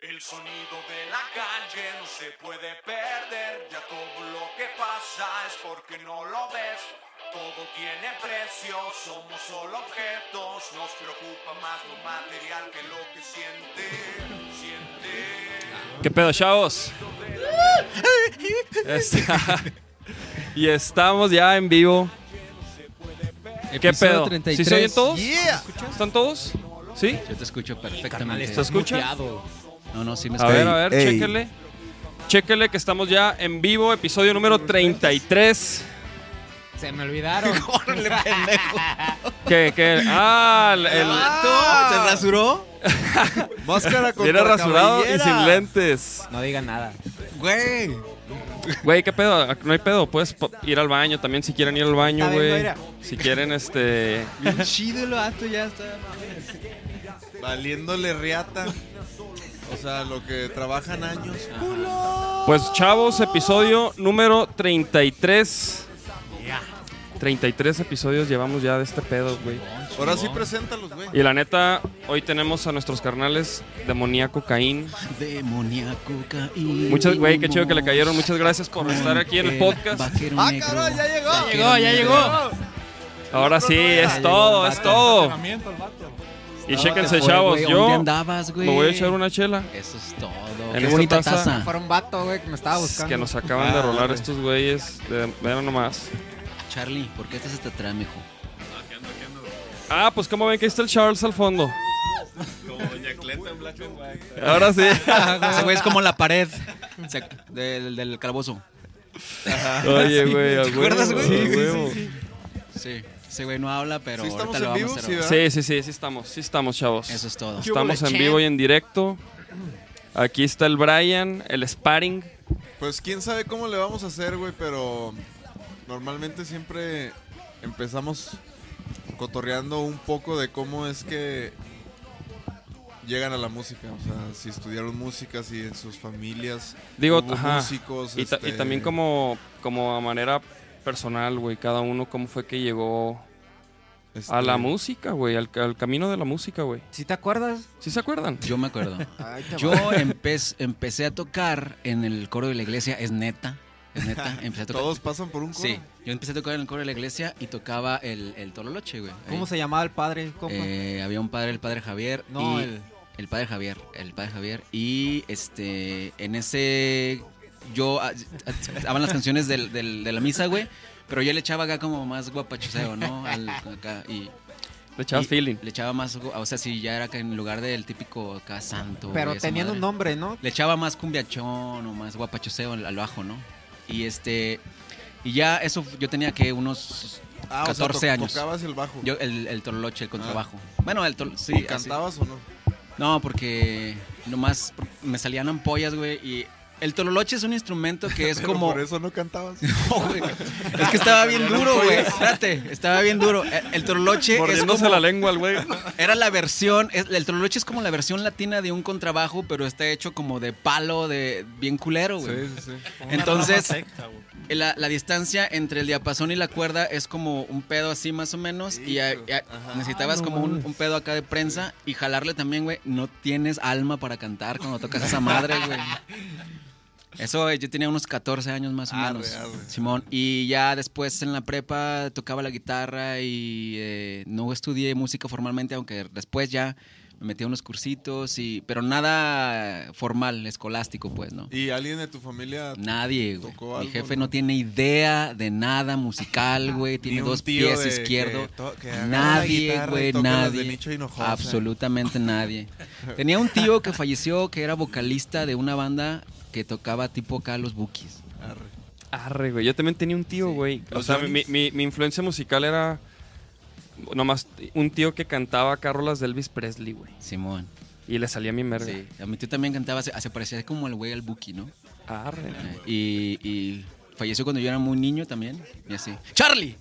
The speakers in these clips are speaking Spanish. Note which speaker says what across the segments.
Speaker 1: El sonido de la calle no se puede perder, ya todo lo que pasa es porque no lo ves. Todo tiene precio, somos solo objetos, nos preocupa más lo material que lo que siente, siente.
Speaker 2: ¿Qué pedo, chavos? Está- y estamos ya en vivo. ¿Qué
Speaker 3: Episodio
Speaker 2: pedo? ¿Sí
Speaker 3: 33.
Speaker 2: se oyen todos?
Speaker 4: Yeah.
Speaker 2: ¿Están todos? ¿Sí?
Speaker 3: Yo te escucho perfectamente.
Speaker 2: ¿estás escucha?
Speaker 3: muteado. No, no, sí me
Speaker 2: A
Speaker 3: escucho.
Speaker 2: ver, a ver,
Speaker 4: ey.
Speaker 2: chéquele. Chéquele que estamos ya en vivo, episodio número 33.
Speaker 5: Se me olvidaron.
Speaker 2: ¿Qué, qué? Ah, el... el-
Speaker 4: Ah, ¿Se rasuró? Máscara con
Speaker 2: Viene rasurado y sin lentes.
Speaker 5: No digan nada.
Speaker 4: Güey.
Speaker 2: Güey, ¿qué pedo? No hay pedo. Puedes po- ir al baño también si quieren ir al baño,
Speaker 5: Está bien,
Speaker 2: güey.
Speaker 5: mira.
Speaker 2: Si quieren, este...
Speaker 3: Bien chido el vato ya está.
Speaker 4: Valiéndole riata. O sea, lo que trabajan años.
Speaker 2: Pues chavos, episodio número 33. 33 episodios llevamos ya de este pedo, güey.
Speaker 4: Ahora sí preséntalos, güey.
Speaker 2: Y la neta, hoy tenemos a nuestros carnales Demoníaco Caín.
Speaker 3: Demoníaco caído.
Speaker 2: Muchas, güey, qué chido que le cayeron. Muchas gracias por estar aquí en el podcast.
Speaker 3: Vaquero
Speaker 4: ¡Ah,
Speaker 3: negro.
Speaker 4: cabrón! ¡Ya llegó!
Speaker 3: Ya llegó, ya llegó.
Speaker 2: Ahora sí, es todo, es todo. Y chéquense,
Speaker 3: Joder,
Speaker 2: chavos,
Speaker 3: güey, ¿Dónde
Speaker 2: yo
Speaker 3: andabas, güey?
Speaker 2: me voy a echar una chela.
Speaker 3: Eso es todo.
Speaker 2: En
Speaker 3: Qué
Speaker 2: esta
Speaker 3: bonita
Speaker 2: taza.
Speaker 3: taza.
Speaker 5: Fue un vato, güey, que me estaba buscando.
Speaker 2: Que nos acaban de
Speaker 4: Ah,
Speaker 2: rolar
Speaker 4: güey.
Speaker 2: estos güeyes. De, vean nomás.
Speaker 3: Charlie, ¿por qué estás hasta atrás, mijo?
Speaker 2: Ah, pues como ven que ahí está el Charles al fondo. Ahora sí.
Speaker 3: Ese güey es como la pared se- del, del calabozo.
Speaker 2: Oye, güey. a
Speaker 3: ¿Te acuerdas,
Speaker 2: huevo,
Speaker 3: güey?
Speaker 2: a
Speaker 3: Sí, sí,
Speaker 2: huevo.
Speaker 3: Sí, ese güey no habla, pero
Speaker 4: Sí, estamos
Speaker 3: ahorita lo
Speaker 4: en
Speaker 3: vamos
Speaker 4: vivo,
Speaker 3: a hacer.
Speaker 4: sí, ¿verdad?
Speaker 2: Sí, sí, sí, sí estamos, sí estamos, chavos.
Speaker 3: Eso es todo.
Speaker 2: Estamos en vivo y en directo. Aquí está el Brian, el Sparring.
Speaker 4: Pues quién sabe cómo le vamos a hacer, güey, pero normalmente siempre empezamos cotorreando un poco de cómo es que llegan a la música, o sea, si estudiaron música, si en sus familias
Speaker 2: Digo,
Speaker 4: hubo
Speaker 2: ajá.
Speaker 4: músicos,
Speaker 2: Y, ta- y
Speaker 4: este,
Speaker 2: también como, como a manera personal, güey, cada uno cómo fue que llegó
Speaker 4: este,
Speaker 2: a la música, güey, al, al camino de la música, güey.
Speaker 5: ¿Sí te acuerdas?
Speaker 2: ¿Sí se acuerdan?
Speaker 3: Yo me acuerdo. Yo empe- empecé a tocar en el coro de la iglesia, es neta. Es neta. Empecé a tocar.
Speaker 4: Todos pasan por un coro.
Speaker 3: Sí, yo empecé a tocar en el coro de la iglesia y tocaba el, el Tololoche, güey. Ahí.
Speaker 5: ¿Cómo se llamaba el padre? ¿Cómo?
Speaker 3: Eh, había un padre, el padre Javier.
Speaker 5: no,
Speaker 3: y
Speaker 5: el...
Speaker 3: el padre Javier, el padre Javier. Y este, en ese, yo, ah, ah, daban las canciones del- del- de la misa, güey. Pero yo le echaba acá como más guapachuseo, ¿no? Al- acá, y,
Speaker 2: Le echabas
Speaker 3: y
Speaker 2: feeling.
Speaker 3: Le echaba más, gu- o sea, si ya era que en lugar del típico acá santo.
Speaker 5: Pero
Speaker 3: güey, esa
Speaker 5: tenían
Speaker 3: madre.
Speaker 5: un nombre, ¿no?
Speaker 3: Le echaba más cumbiachón o más guapachoseo al, al bajo, ¿no? Y este. Y ya eso f- yo tenía que unos.
Speaker 4: Ah, o sea,
Speaker 3: 14
Speaker 4: to-
Speaker 3: años.
Speaker 4: Tocabas el bajo.
Speaker 3: Yo, el, el tololoche, el contrabajo.
Speaker 5: Ah.
Speaker 3: Bueno, el tol, sí.
Speaker 4: ¿Y
Speaker 3: así.
Speaker 4: cantabas o no?
Speaker 3: No, porque nomás por- me salían ampollas, güey. Y el tololoche es un instrumento que es
Speaker 4: Pero
Speaker 3: como.
Speaker 4: por eso no cantabas.
Speaker 3: No, güey. es que estaba bien duro, güey. Espérate, estaba bien duro. El, el tololoche es
Speaker 2: Mordiéndose
Speaker 3: como.
Speaker 2: la lengua al güey.
Speaker 3: Era la versión, es- el troloche es como la versión latina de un contrabajo, pero está hecho como de palo, de bien culero, güey.
Speaker 4: sí, sí, sí.
Speaker 3: Entonces, la, la distancia entre el diapasón y la cuerda es como un pedo así más o menos, y a- y a-
Speaker 4: Ajá.
Speaker 3: necesitabas como un, un pedo acá de prensa, y jalarle también, güey, no tienes alma para cantar cuando tocas esa madre, güey. Eso, eh, yo tenía unos 14 años más o
Speaker 4: Arre,
Speaker 3: menos,
Speaker 4: arre.
Speaker 3: Simón. Y ya después en la prepa tocaba la guitarra y eh, no estudié música formalmente, aunque después ya me metí a unos cursitos, y, pero nada formal, escolástico, pues, ¿no?
Speaker 4: ¿Y alguien de tu familia?
Speaker 3: Nadie, güey.
Speaker 4: ¿Tocó
Speaker 3: Mi
Speaker 4: algo,
Speaker 3: jefe
Speaker 4: no?
Speaker 3: no tiene idea de nada musical, güey. Tiene
Speaker 4: un
Speaker 3: dos
Speaker 4: tío
Speaker 3: pies
Speaker 4: de que
Speaker 3: izquierdos.
Speaker 4: to- que agarra la
Speaker 3: Nadie,
Speaker 4: guitarra y
Speaker 3: güey,
Speaker 4: toca las de
Speaker 3: nadie.
Speaker 4: Nicho Hinojosa.
Speaker 3: absolutamente nadie. Tenía un tío que falleció, que era vocalista de una banda que tocaba tipo acá los bookies.
Speaker 4: Arre.
Speaker 2: Arre, güey. Yo también tenía un tío, güey. O
Speaker 4: Los
Speaker 2: sea, mi,
Speaker 4: Johnny's.
Speaker 2: mi- mi influencia musical era nomás un tío que cantaba carolas de Elvis Presley, güey.
Speaker 3: Simón.
Speaker 2: Y le salía mi merda.
Speaker 3: Sí. A mi tío también cantaba, se, se parecía como el güey al Buki, ¿no?
Speaker 2: Arre.
Speaker 3: Eh, Y, y falleció cuando yo era muy niño también. Y así. ¡Charlie!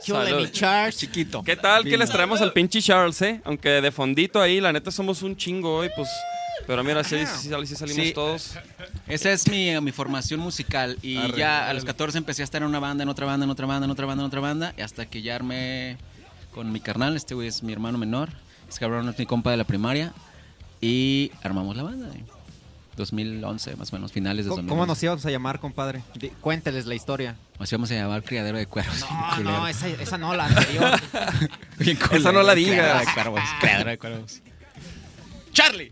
Speaker 2: Salud.
Speaker 3: Chiquito.
Speaker 2: ¿Qué tal que
Speaker 3: Vino.
Speaker 2: les traemos al pinche Charles, eh? Aunque de fondito ahí, la neta somos un chingo hoy, pues. Pero mira, sí, sí, sí, sí salimos
Speaker 3: Sí.
Speaker 2: todos.
Speaker 3: Esa es mi, mi formación musical y
Speaker 4: Arre,
Speaker 3: ya a los 14 empecé a estar en una banda, en otra banda, en otra banda, en otra banda, en otra banda, y hasta que ya armé con mi carnal, este güey es mi hermano menor, es cabrón, es mi compa de la primaria, Y armamos la banda. eh. güey. 2011, más o menos, finales de
Speaker 5: ¿Cómo,
Speaker 3: 2011.
Speaker 5: cómo nos íbamos a llamar, compadre? Di- cuénteles la historia.
Speaker 3: Nos íbamos a llamar criadero de cuervos.
Speaker 5: No,
Speaker 3: Culero.
Speaker 5: no, esa, esa no, la anterior.
Speaker 3: Bien culero,
Speaker 2: Esa no la
Speaker 3: güey, criadero
Speaker 2: digas.
Speaker 3: de cuervos, criadero de cuervos. ¡Charlie!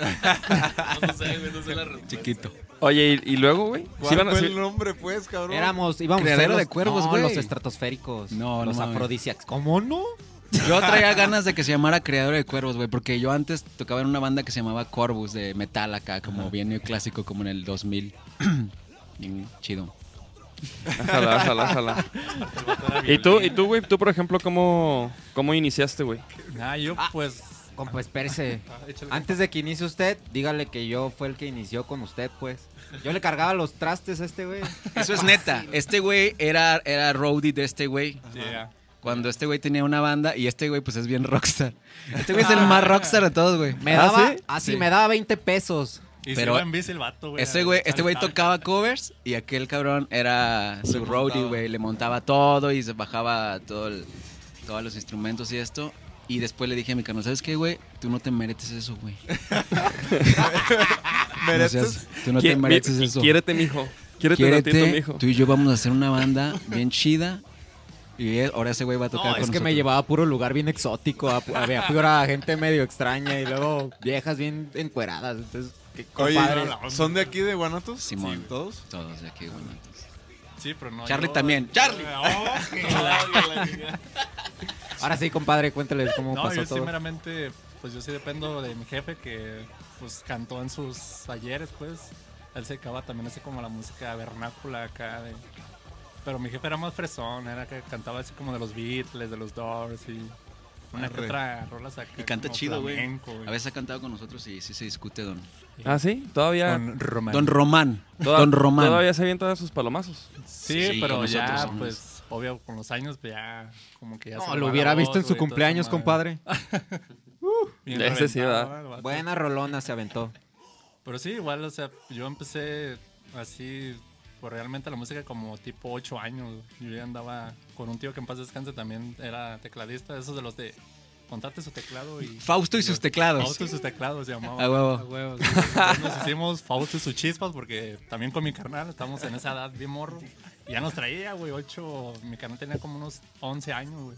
Speaker 6: No sé, güey, no sé la respuesta.
Speaker 3: Chiquito.
Speaker 2: Oye, ¿y, y luego, güey? ¿Sí
Speaker 4: ¿Cuál
Speaker 2: van a-
Speaker 4: fue
Speaker 2: sí-
Speaker 4: el nombre, pues, cabrón?
Speaker 5: Éramos, íbamos a ser
Speaker 3: Criadero
Speaker 5: los,
Speaker 3: de cuervos,
Speaker 5: no,
Speaker 3: güey.
Speaker 5: los estratosféricos.
Speaker 3: No, no
Speaker 5: Los
Speaker 3: mames.
Speaker 5: afrodisíacos. ¿Cómo no?
Speaker 3: Yo traía ganas de que se llamara Criadero de Cuervos, güey, porque yo antes tocaba en una banda que se llamaba Corvus de metal acá, como bien neoclásico, como en el 2000. bien chido.
Speaker 2: Ojalá, ojalá, ojalá. ¿Y tú, y tú, güey? ¿Tú, por ejemplo, cómo, cómo iniciaste, güey?
Speaker 6: Ah, yo pues.
Speaker 5: Compa, espérese.
Speaker 3: Ah,
Speaker 6: échale.
Speaker 5: Antes de que inicie usted, dígale que yo fue el que inició con usted, pues. Yo le cargaba los trastes a este güey.
Speaker 3: Eso es neta. Este güey era, era roadie de este güey.
Speaker 6: Yeah.
Speaker 3: Cuando este güey tenía una banda y este güey pues es bien rockstar. Este güey es el más rockstar de todos, güey.
Speaker 5: Ah. Me daba,
Speaker 2: sí?
Speaker 5: así
Speaker 3: ¿Ah, Sí.
Speaker 5: me daba 20 pesos.
Speaker 6: Y
Speaker 3: Pero-
Speaker 6: Pero, se iba en bici el vato, güey.
Speaker 3: Este
Speaker 6: al-
Speaker 3: güey,
Speaker 6: al
Speaker 3: este güey
Speaker 6: estadio.
Speaker 3: tocaba covers y aquel cabrón era su roadie, güey. Le montaba todo y se bajaba todo el- todos los instrumentos y esto. Y después le dije a mi carnal, ¿sabes qué, güey? Tú no te mereces eso, güey. Ah, No
Speaker 4: Mereces-
Speaker 3: seas- tú no te
Speaker 2: Qui- mi-
Speaker 3: mereces eso.
Speaker 2: Quiérete, mijo. Quiérete,
Speaker 3: Quiérete,
Speaker 2: ratito, mijo.
Speaker 3: tú y yo vamos a hacer una banda bien chida. Y él- ahora ese güey va a tocar
Speaker 5: No, es
Speaker 3: con
Speaker 5: que me
Speaker 3: nosotros.
Speaker 5: llevaba a puro lugar bien exótico, a, pu- a, pura gente medio extraña y luego viejas bien encueradas. Entonces, qué
Speaker 4: Oye,
Speaker 5: compadre.
Speaker 4: ¿son de aquí de Guanatos?
Speaker 3: Simón.
Speaker 4: Sí, ¿Todos?
Speaker 3: Todos de aquí, güey. entonces.
Speaker 6: Sí, pero no.
Speaker 3: Charlie
Speaker 6: yo-
Speaker 3: también. Ah, ¡Charlie!
Speaker 6: No, que la- que la-
Speaker 5: Ahora sí, compadre, cuéntales cómo
Speaker 6: No,
Speaker 5: pasó
Speaker 6: yo sí
Speaker 5: todo.
Speaker 6: meramente, pues yo sí dependo de mi jefe que pues cantó en sus ayeres, pues. Él se dedicaba también así como a la música vernácula acá de- Pero mi jefe era más fresón, era que cantaba así como de los Beatles, de los Doors y una que
Speaker 4: Arre.
Speaker 6: otra rola acá.
Speaker 3: Y canta
Speaker 6: como
Speaker 3: chido, güey.
Speaker 6: flamenco, güey.
Speaker 3: A veces ha cantado con nosotros y sí se discute, don.
Speaker 2: Ah, sí, todavía.
Speaker 6: Con Román.
Speaker 3: Don Román.
Speaker 2: toda-
Speaker 3: don Román.
Speaker 2: Todavía se avientan sus palomazos.
Speaker 6: Sí,
Speaker 3: Sí,
Speaker 6: pero
Speaker 3: con
Speaker 6: ya,
Speaker 3: nosotros, con
Speaker 6: pues, obvio, con los años, pues ya, como que ya se
Speaker 5: No,
Speaker 6: le
Speaker 5: lo
Speaker 6: va la
Speaker 5: hubiera
Speaker 6: voz,
Speaker 5: visto en su
Speaker 6: güey, toda esa
Speaker 5: cumpleaños,
Speaker 6: madre.
Speaker 5: compadre.
Speaker 6: Bien
Speaker 2: Ese sí,
Speaker 6: reventado,
Speaker 2: ¿verdad?
Speaker 6: el vato.
Speaker 5: Buena rolona se aventó.
Speaker 6: Pero sí, igual, o sea, yo empecé así, pues realmente la música como tipo 8 años. Yo ya andaba con un tío que en paz descanse también era tecladista, esos de los de contarte su teclado y.
Speaker 3: Fausto y sus teclados. Ah,
Speaker 6: Fausto y sus teclados se llamaba.
Speaker 3: A huevo.
Speaker 6: sí. Entonces Nos hicimos Fausto y sus chispas porque también con mi carnal estamos en esa edad bien morro. Y ya nos traía, güey, 8. Mi carnal tenía como unos 11 años, güey.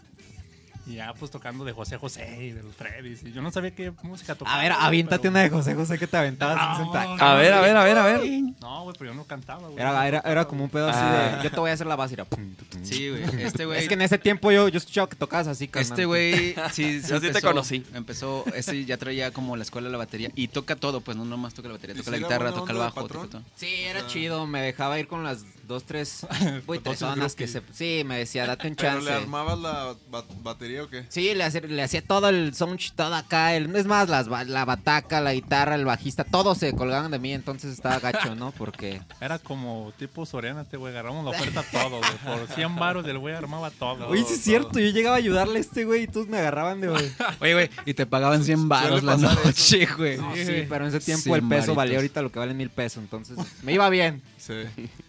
Speaker 6: Y ya pues tocando de José José y de los Freddy's. Y yo no sabía qué música tocaba.
Speaker 5: A ver,
Speaker 6: güey,
Speaker 5: aviéntate
Speaker 6: pero-
Speaker 5: una de José José que te aventabas. en
Speaker 6: No,
Speaker 5: Santa-
Speaker 2: A ver, a ver, a ver, a ver.
Speaker 6: No, güey, pero yo no cantaba, güey.
Speaker 5: Era, era, era como un pedo así
Speaker 2: Ah.
Speaker 5: de, yo te voy a hacer la base. y era pum, tum, tum.
Speaker 3: Sí, güey. Este güey.
Speaker 5: Es que en ese tiempo yo, yo escuchaba que tocabas así, carnal.
Speaker 3: Este güey, sí, sí
Speaker 2: Yo sí te
Speaker 3: empezó-
Speaker 2: conocí.
Speaker 3: Empezó, ese ya traía como la escuela de la batería y toca todo, pues no nomás toca la batería,
Speaker 4: ¿Y
Speaker 3: toca
Speaker 4: si
Speaker 3: la
Speaker 4: era
Speaker 3: guitarra,
Speaker 4: buena
Speaker 3: toca el
Speaker 4: onda el
Speaker 3: bajo, toca
Speaker 4: patrón?
Speaker 3: todo.
Speaker 5: Sí, era chido, me dejaba ir con las dos, tres buitresonas que se... Sí, me decía, date un
Speaker 4: ¿Pero
Speaker 5: chance.
Speaker 4: le armabas la ba- batería o qué?
Speaker 5: Sí, le hacía, le hacía todo el sound, todo acá. el- es más, las, ba- la bataca, la guitarra, el bajista, todos se colgaban de mí, entonces estaba gacho, ¿no? Porque.
Speaker 6: Era como tipo Soriana, te güey. Agarramos la oferta todo, güey. Por 100 baros del güey armaba todo.
Speaker 5: Oye, sí es cierto, yo llegaba a ayudarle a este güey y todos me agarraban de güey.
Speaker 3: Oye, güey, y te pagaban 100 baros la
Speaker 4: pasar eso.
Speaker 3: noche, güey.
Speaker 5: sí, pero en ese tiempo
Speaker 3: Sí,
Speaker 5: el peso
Speaker 3: maritos.
Speaker 5: valía ahorita lo que vale mil pesos, entonces me iba bien.
Speaker 4: Sí.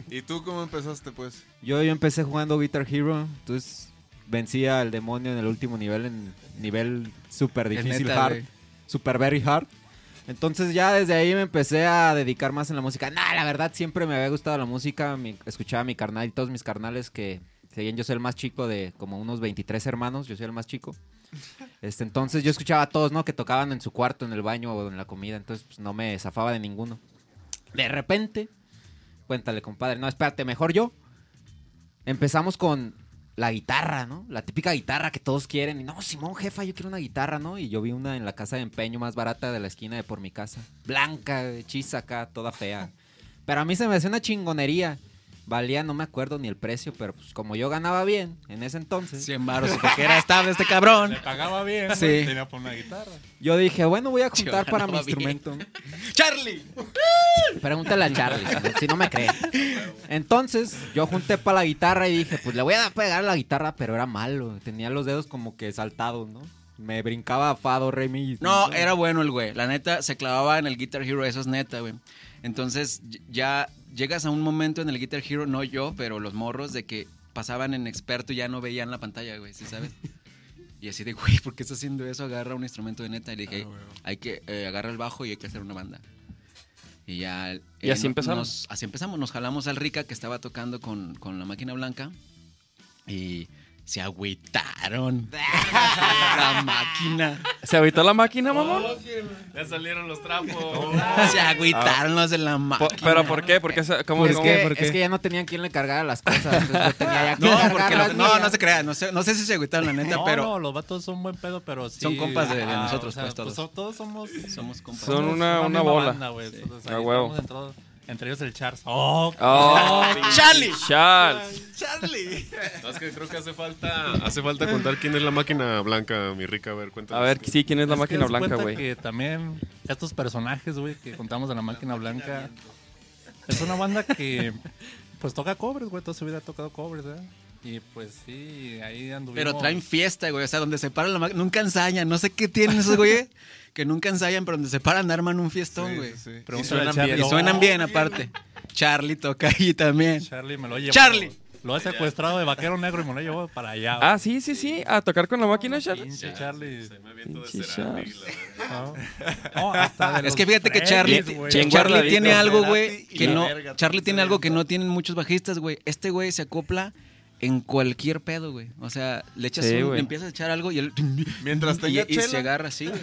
Speaker 4: ¿Y tú cómo empezaste, pues?
Speaker 5: Yo, yo empecé jugando Guitar Hero, entonces vencía al demonio en el último nivel, en nivel súper
Speaker 3: Es
Speaker 5: difícil,
Speaker 3: neta,
Speaker 5: hard,
Speaker 3: güey.
Speaker 5: super very hard. Entonces ya desde ahí me empecé a dedicar más en la música. Nah, la verdad siempre me había gustado la música, mi- escuchaba a mi carnal y todos mis carnales que, si bien yo soy el más chico de como unos 23 hermanos, yo soy el más chico. Este, entonces yo escuchaba a todos, ¿no? Que tocaban en su cuarto, en el baño o en la comida, entonces pues, no me zafaba de ninguno. De repente, cuéntale, compadre, no, espérate, mejor yo. Empezamos con la guitarra, ¿no? La típica guitarra que todos quieren. Y no, Simón, jefa, yo quiero una guitarra, ¿no? Y yo vi una en la casa de empeño más barata de la esquina de por mi casa. Blanca, hechiza acá, toda fea. Pero a mí se me hacía una chingonería. Valía, no me acuerdo ni el precio, pero pues como yo ganaba bien en ese entonces,
Speaker 3: 100 baros, porque era estable este cabrón.
Speaker 6: Le pagaba bien,
Speaker 3: Sí.
Speaker 6: güey, Tenía por una guitarra.
Speaker 5: yo dije, bueno, voy a juntar
Speaker 3: Yo
Speaker 5: para mi
Speaker 3: ganaba bien.
Speaker 5: instrumento.
Speaker 3: ¡Charlie!
Speaker 5: Pregúntale a Charlie, si no me cree. Entonces, yo junté para la guitarra y dije, pues le voy a pegar a la guitarra, pero era malo. Tenía los dedos como que saltados, ¿no? Me brincaba Fado, Remy.
Speaker 3: No, era bueno el güey. La neta, se clavaba en el Guitar Hero, eso es neta, güey. Entonces, y- ya llegas a un momento en el Guitar Hero, no yo, pero los morros, de que pasaban en experto y ya no veían la pantalla, güey, ¿sí sabes? Y así de, güey, ¿por qué estás haciendo eso? Agarra un instrumento de neta. Y le
Speaker 2: Ah,
Speaker 3: dije, hay que eh, agarra el bajo y hay que hacer una banda. Y ya. eh,
Speaker 2: Y así
Speaker 3: no-
Speaker 2: empezaron.
Speaker 3: nos- así empezamos. Nos jalamos al Rica que estaba tocando con, con la máquina blanca. Y se agüitaron. la máquina.
Speaker 2: ¿Se habitó la máquina, mamón?
Speaker 5: Ah,
Speaker 6: Ya salieron los trapos.
Speaker 3: Se agüitaron los de la máquina.
Speaker 2: Po- ¿Pero por qué? ¿Por qué? se- ¿Cómo,
Speaker 5: Es
Speaker 2: cómo-
Speaker 5: que,
Speaker 2: por qué?
Speaker 5: es que ya no tenían quien le cargara las cosas. entonces yo tenía ya que
Speaker 3: No,
Speaker 5: cargar
Speaker 3: porque lo-
Speaker 5: las
Speaker 3: no,
Speaker 5: mías.
Speaker 3: no se crea. No sé, no sé si se agüitaron, la neta,
Speaker 6: No,
Speaker 3: pero
Speaker 6: no, los vatos son buen pedo, pero sí.
Speaker 3: Son compas de- de nosotros, pues, todos.
Speaker 6: so- todos somos.
Speaker 3: somos compas.
Speaker 2: Son una-
Speaker 6: la
Speaker 2: una
Speaker 6: misma
Speaker 2: bola.
Speaker 6: banda, güey, entonces ahí
Speaker 2: A huevo.
Speaker 6: estamos en todo. Entre ellos el Charles. ¡Oh!
Speaker 2: ¡Oh!
Speaker 3: Charlie.
Speaker 2: Charles.
Speaker 3: Charlie.
Speaker 7: No, es que creo que hace falta, hace falta contar quién es la máquina blanca, mi rica. A ver, cuéntanos.
Speaker 2: A ver, sí, ¿quién es la
Speaker 6: Es que
Speaker 2: máquina
Speaker 6: haz
Speaker 2: blanca,
Speaker 6: cuenta
Speaker 2: güey?
Speaker 6: que también estos personajes, güey, que contamos de la máquina blanca. Es una banda que, pues, toca covers, güey. Toda su vida ha tocado covers, ¿eh? Y pues sí, ahí anduvimos.
Speaker 3: Pero traen fiesta, güey. O sea, donde se paran la máquina. Nunca ensayan. No sé qué tienen esos güeyes que nunca ensayan, pero donde se paran arman un fiestón, güey.
Speaker 6: Pregúntale
Speaker 3: Y suenan
Speaker 6: al Charlie.
Speaker 3: bien. Y suenan bien, aparte. Charlie toca ahí también.
Speaker 6: Charlie me lo llevó.
Speaker 3: Charlie.
Speaker 6: Lo ha secuestrado de vaquero negro y me lo llevó para allá. güey.
Speaker 2: Ah, sí, sí, sí. A tocar con la máquina, Charles.
Speaker 6: Pinche Charlie.
Speaker 7: Me aviento de
Speaker 2: Pinche
Speaker 7: Cerati,
Speaker 2: Charles.
Speaker 7: la verdad.
Speaker 6: No. No, hasta de
Speaker 3: Es
Speaker 6: los
Speaker 3: que fíjate que
Speaker 6: Freddys,
Speaker 3: Charlie,
Speaker 6: güey.
Speaker 3: Charlie
Speaker 2: Bien guardadito.
Speaker 3: tiene algo, güey,
Speaker 7: Cerati y
Speaker 3: que
Speaker 7: la
Speaker 3: no.
Speaker 7: verga,
Speaker 3: Charlie
Speaker 7: también.
Speaker 3: tiene algo que no tienen muchos bajistas, güey. Este güey se acopla en cualquier pedo, güey. O sea, le echas
Speaker 2: Sí,
Speaker 3: un-
Speaker 2: güey.
Speaker 3: le empiezas a echar algo y él
Speaker 4: Mientras
Speaker 3: y,
Speaker 4: tenga
Speaker 3: y se
Speaker 4: chela.
Speaker 3: agarra así. güey.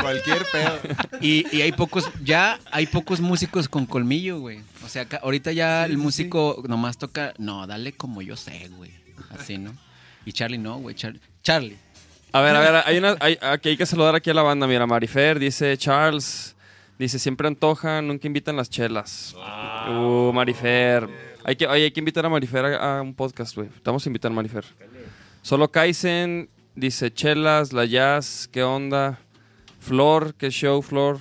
Speaker 4: Cualquier pedo.
Speaker 3: Y, y hay pocos, ya hay pocos músicos con colmillo, güey. O sea, acá- ahorita ya el músico nomás toca, no, dale como yo sé, güey. Así, ¿no? Y Charlie no, güey. Char- Charlie.
Speaker 2: A ver, a ver, hay una, hay, aquí hay que saludar aquí a la banda. Mira, Marifer dice, Charles, dice, siempre antojan, nunca invitan las chelas. Uh, Marifer. Hay que, oye, hay que invitar a Marifer a, a un podcast, güey. Te vamos a invitar a Marifer. Solo Kaizen dice, chelas, la jazz, qué onda. Flor, qué show, Flor.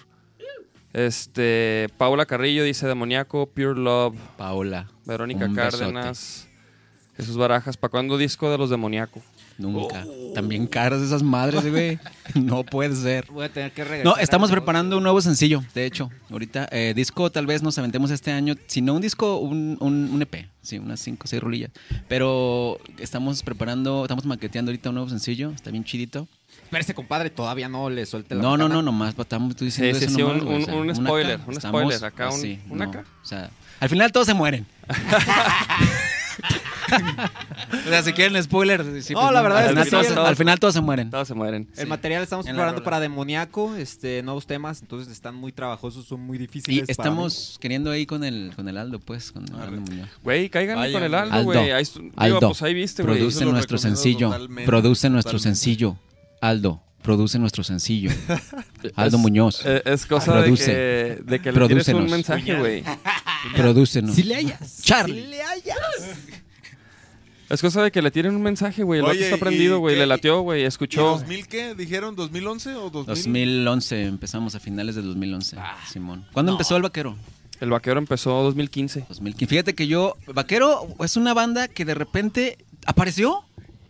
Speaker 2: Este, Paula Carrillo dice, demoníaco, pure love.
Speaker 3: Paola.
Speaker 2: Verónica
Speaker 3: un besote.
Speaker 2: Cárdenas. Jesús Barajas, ¿para cuándo disco de los demoníacos?
Speaker 3: Nunca. También caras esas madres, güey. No puede ser.
Speaker 5: Voy a tener que regresar.
Speaker 3: No, estamos
Speaker 5: al-
Speaker 3: preparando un nuevo sencillo, de hecho. Ahorita, eh, disco tal vez nos aventemos este año. Si no un disco, un, un, un EP. Sí, unas 5 o 6 rolillas. Pero estamos preparando, estamos maqueteando ahorita un nuevo sencillo. Está bien chidito.
Speaker 5: Espérese, compadre, todavía no le suelte la
Speaker 3: No, no,
Speaker 5: botana.
Speaker 3: no, nomás estamos tú diciendo
Speaker 2: Sí, sí,
Speaker 3: eso
Speaker 2: sí,
Speaker 3: nomás,
Speaker 2: un-
Speaker 3: güey,
Speaker 2: un-
Speaker 3: o sea,
Speaker 2: un
Speaker 3: una
Speaker 2: spoiler, un
Speaker 3: estamos
Speaker 2: spoiler, acá un- una acá.
Speaker 3: O sea, al final todos se mueren. o sea, si quieren spoilers. sí,
Speaker 5: No,
Speaker 3: pues,
Speaker 5: la verdad
Speaker 3: al
Speaker 5: es
Speaker 3: final
Speaker 5: que
Speaker 3: todos-
Speaker 5: sí,
Speaker 2: el-
Speaker 3: al final todos se mueren.
Speaker 2: Todos se mueren.
Speaker 5: El material estamos
Speaker 3: En la
Speaker 5: preparando
Speaker 3: rola.
Speaker 5: para Demoníaco, este, nuevos temas, entonces están muy trabajosos, son muy
Speaker 3: Y
Speaker 5: difíciles. para mí.
Speaker 3: estamos queriendo ahí con el, con el Aldo, pues, con el Aldo Muñoz.
Speaker 2: Güey, cáiganle
Speaker 4: Vaya,
Speaker 2: con el
Speaker 4: güey.
Speaker 2: Aldo, güey.
Speaker 3: Aldo,
Speaker 2: Ahí, estu- digo,
Speaker 3: Aldo,
Speaker 2: pues ahí viste, güey.
Speaker 4: Eso
Speaker 3: Produce
Speaker 4: lo
Speaker 3: nuestro
Speaker 4: recomiendo
Speaker 3: sencillo.
Speaker 4: totalmente,
Speaker 3: Produce nuestro
Speaker 4: totalmente.
Speaker 3: sencillo. Aldo, produce nuestro sencillo. Aldo Muñoz,
Speaker 2: Eh, es cosa de
Speaker 3: Produce.
Speaker 2: que, de que le tires un
Speaker 3: Prodúcenos.
Speaker 2: mensaje, güey.
Speaker 3: producenos.
Speaker 5: Si le hayas.
Speaker 3: Charlie.
Speaker 5: Si le hayas.
Speaker 2: Es cosa de que le tiren un mensaje, güey. El vato
Speaker 4: Oye,
Speaker 2: está
Speaker 4: ¿y
Speaker 2: prendido, güey.
Speaker 4: qué?
Speaker 2: Le latió, güey.
Speaker 4: ¿Y
Speaker 2: Escuchó.
Speaker 4: 2000 qué? ¿Dijeron 2011 o 2000?
Speaker 3: 2011, empezamos a finales de 2011,
Speaker 2: Ah.
Speaker 3: Simón. ¿Cuándo empezó el vaquero?
Speaker 2: El vaquero empezó 2015.
Speaker 3: 2015. Fíjate que yo, Vaquero es una banda que de repente apareció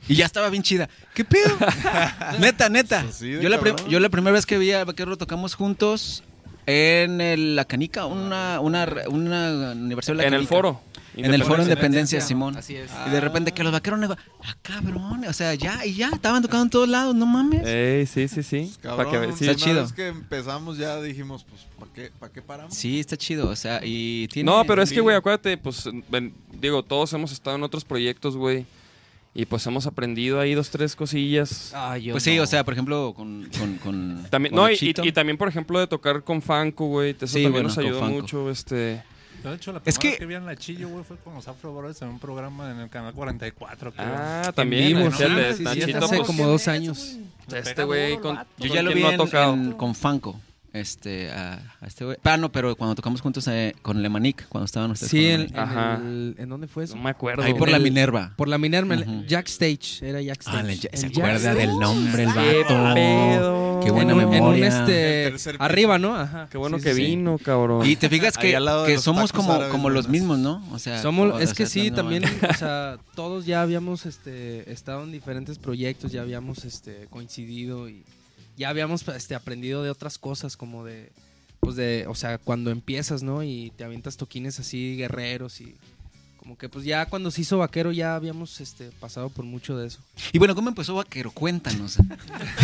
Speaker 3: y ya estaba bien chida. ¿Qué pedo? neta, neta.
Speaker 4: Pues sí, de
Speaker 3: yo, la pri-
Speaker 4: cabrón.
Speaker 3: yo la primera vez que vi a Vaquero tocamos juntos en el- la Canica, una, una, una universidad de la
Speaker 2: En el
Speaker 3: Canica.
Speaker 2: foro.
Speaker 3: En el Foro
Speaker 5: Independencia.
Speaker 3: Independencia, Simón.
Speaker 5: Así es.
Speaker 3: Y de repente que los vaqueros negros. Ah, cabrón. O sea, ya, y ya. Estaban tocando en todos lados, no mames.
Speaker 2: Ey, sí, sí, sí.
Speaker 4: Pues, Cabrón,
Speaker 2: Pa' que ve- sí.
Speaker 4: una
Speaker 3: Está chido.
Speaker 4: vez que empezamos ya dijimos, pues, ¿para qué, pa' qué paramos?
Speaker 3: Sí, está chido. O sea, y tiene.
Speaker 2: No, pero es que, güey, acuérdate, pues, ven, digo, todos hemos estado en otros proyectos, güey. Y pues hemos aprendido ahí dos, tres cosillas.
Speaker 3: Pues sí, o sea, por ejemplo, con. con, con
Speaker 2: También,
Speaker 3: con
Speaker 2: no, y, y-
Speaker 3: Ochito.
Speaker 2: y también, por ejemplo, de tocar con Fanco, güey. Eso
Speaker 3: Sí,
Speaker 2: también
Speaker 3: bueno,
Speaker 2: nos
Speaker 3: con
Speaker 2: ayudó
Speaker 3: Fanco.
Speaker 2: mucho, este...
Speaker 6: Yo, de hecho, la primera
Speaker 3: Es
Speaker 6: es
Speaker 3: que-
Speaker 6: que... vez que vi a la Chillo, güey, fue con los Afro Brothers en un programa en el canal 44. creo.
Speaker 2: Ah,
Speaker 6: En
Speaker 2: también,
Speaker 6: vivo,
Speaker 2: fíjate,
Speaker 6: sí,
Speaker 2: está
Speaker 6: sí, sí,
Speaker 2: chido,
Speaker 6: hace
Speaker 2: pues.
Speaker 6: como dos años.
Speaker 2: Este
Speaker 6: Me pega
Speaker 2: güey
Speaker 6: duro el
Speaker 2: con-
Speaker 6: vato.
Speaker 3: Yo
Speaker 2: ¿Con
Speaker 3: ya lo
Speaker 2: quién
Speaker 3: vi
Speaker 2: no ha
Speaker 3: en-
Speaker 2: tocado?
Speaker 3: en- con Fanco. Este, a, a este güey. Ah, no, pero cuando tocamos juntos eh, con Lemanic, cuando estaban ustedes.
Speaker 8: Sí,
Speaker 3: con
Speaker 8: en,
Speaker 3: Lemanic.
Speaker 8: en
Speaker 2: Ajá.
Speaker 8: el- ¿en dónde fue eso?
Speaker 2: No me acuerdo.
Speaker 3: Ahí por la
Speaker 8: el-
Speaker 3: Minerva.
Speaker 8: Por la Minerva, el-
Speaker 3: Ujú.
Speaker 8: Jack Stage, era Jack Stage.
Speaker 3: Ah, le- se
Speaker 8: El Jack
Speaker 3: acuerda
Speaker 8: Stage.
Speaker 3: del nombre el
Speaker 2: Qué
Speaker 3: vato.
Speaker 2: pedo.
Speaker 3: Qué buena
Speaker 8: en un, en un,
Speaker 3: memoria.
Speaker 8: este,
Speaker 4: El tercer piso.
Speaker 8: arriba, ¿no? Ajá.
Speaker 2: Qué bueno
Speaker 8: Sí,
Speaker 2: que
Speaker 8: sí, sí.
Speaker 2: vino, cabrón.
Speaker 3: Y te fijas
Speaker 4: Ahí
Speaker 3: que,
Speaker 4: al lado de
Speaker 3: que
Speaker 4: los
Speaker 3: somos
Speaker 4: tacos
Speaker 3: como,
Speaker 4: árabes
Speaker 3: como los
Speaker 4: buenas.
Speaker 3: mismos, ¿no? O sea,
Speaker 8: Somos,
Speaker 3: o-
Speaker 8: es
Speaker 3: o
Speaker 8: que
Speaker 3: sea,
Speaker 8: sí,
Speaker 3: no,
Speaker 8: también,
Speaker 3: no.
Speaker 8: o sea, todos ya habíamos este, estado en diferentes proyectos, ya habíamos este, coincidido y ya habíamos este, aprendido de otras cosas, como de, pues de, o sea, cuando empiezas, ¿no? Y te avientas toquines así guerreros y Como que pues ya cuando se hizo vaquero ya habíamos este, pasado por mucho de eso.
Speaker 3: Y bueno, ¿cómo empezó Vaquero? Cuéntanos.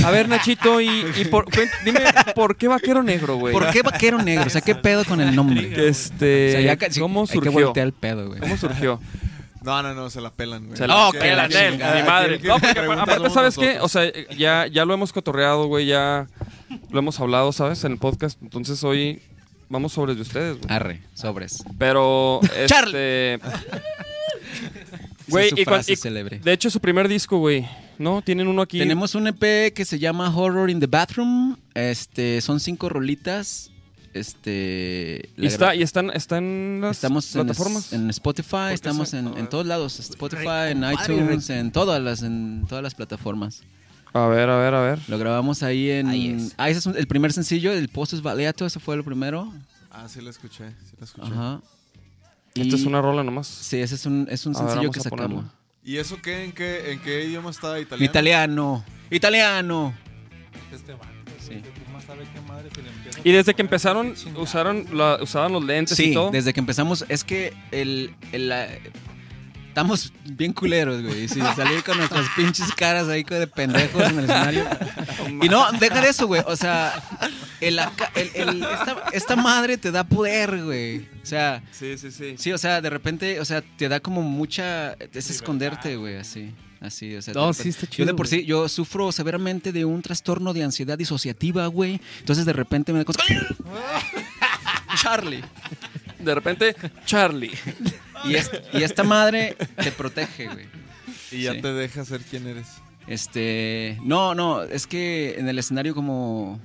Speaker 2: A ver, Nachito, y, y por- cuen- dime, ¿por qué vaquero negro, güey?
Speaker 4: Pues
Speaker 3: ¿Por qué Vaquero Negro? O sea, ¿qué pedo con el nombre?
Speaker 2: Que este,
Speaker 3: O sea, ya casi-
Speaker 2: ¿Cómo
Speaker 3: Hay que
Speaker 2: surgió?
Speaker 3: voltear el pedo, güey.
Speaker 2: ¿Cómo surgió?
Speaker 4: No, no, no, se la pelan, güey.
Speaker 2: Se la-
Speaker 3: Oh, que la
Speaker 2: Nel,
Speaker 3: chingada,
Speaker 2: mi madre.
Speaker 4: ¿quién- quién
Speaker 2: No, porque
Speaker 4: pregunta
Speaker 2: aparte,
Speaker 4: somos
Speaker 2: ¿sabes qué?
Speaker 4: nosotros?
Speaker 2: O sea, ya, ya lo hemos cotorreado, güey, ya lo hemos hablado, ¿sabes? En el podcast. Entonces hoy vamos sobre de ustedes, güey.
Speaker 3: Arre, sobres.
Speaker 2: Pero,
Speaker 3: Charl.
Speaker 2: este... Güey,
Speaker 3: Esa es
Speaker 2: y cuan-
Speaker 3: su frase
Speaker 2: y-
Speaker 3: célebre.
Speaker 2: de hecho, su primer disco, güey. ¿No? Tienen uno aquí.
Speaker 3: Tenemos un EP que se llama Horror in the Bathroom. Este, son cinco rolitas. Este.
Speaker 2: Y,
Speaker 3: la
Speaker 2: está,
Speaker 3: gra-
Speaker 2: y están, están las
Speaker 3: estamos en,
Speaker 2: plataformas.
Speaker 3: en Spotify, estamos en, en todos lados, Spotify, en iTunes, en todas las, en todas las plataformas.
Speaker 2: A ver, a ver, a ver.
Speaker 3: Lo grabamos ahí en. Ah, ese es un- el primer sencillo, el post es Baleato, ese fue lo primero.
Speaker 4: Ah, sí la escuché, sí la escuché.
Speaker 3: Ajá.
Speaker 2: Esta
Speaker 3: Y-
Speaker 2: es una rola nomás.
Speaker 3: Sí, ese es un, es un
Speaker 2: A ver,
Speaker 3: sencillo
Speaker 2: vamos
Speaker 3: que
Speaker 2: a
Speaker 3: sacamos.
Speaker 2: ponerlo.
Speaker 4: ¿Y eso qué? ¿En qué, en qué idioma está italiano?
Speaker 3: Italiano, italiano.
Speaker 6: Este vato, güey,
Speaker 3: Sí.
Speaker 6: que tú más sabes qué madre que le empieza
Speaker 2: Y
Speaker 6: a
Speaker 2: desde que
Speaker 6: poner,
Speaker 2: empezaron,
Speaker 6: qué chingada.
Speaker 2: usaron la- usaban los lentes y
Speaker 3: Sí,
Speaker 2: todo.
Speaker 3: desde que empezamos, es que el, el, la- estamos bien culeros, güey. Sí, salir con nuestras pinches caras ahí de pendejos en el escenario. Y no, deja de eso, güey. O sea, el, aca- el- el- esta, esta madre te da poder, güey. O sea,
Speaker 2: Sí, sí, sí.
Speaker 3: sí, o sea, de repente, o sea, te da como mucha. Es esconderte, güey, así. Así, o sea, de
Speaker 8: No,
Speaker 3: repente-
Speaker 8: sí está
Speaker 3: yo de
Speaker 8: chido,
Speaker 3: por
Speaker 8: güey.
Speaker 3: sí, yo sufro severamente de un trastorno de ansiedad disociativa, güey. Entonces de repente me da cosas- Charlie.
Speaker 2: De repente, Charlie.
Speaker 3: Y, est- y esta madre te protege, güey.
Speaker 4: Y ya
Speaker 3: Sí.
Speaker 4: te deja ser quien eres.
Speaker 3: Este. No, no, es que en el escenario, como.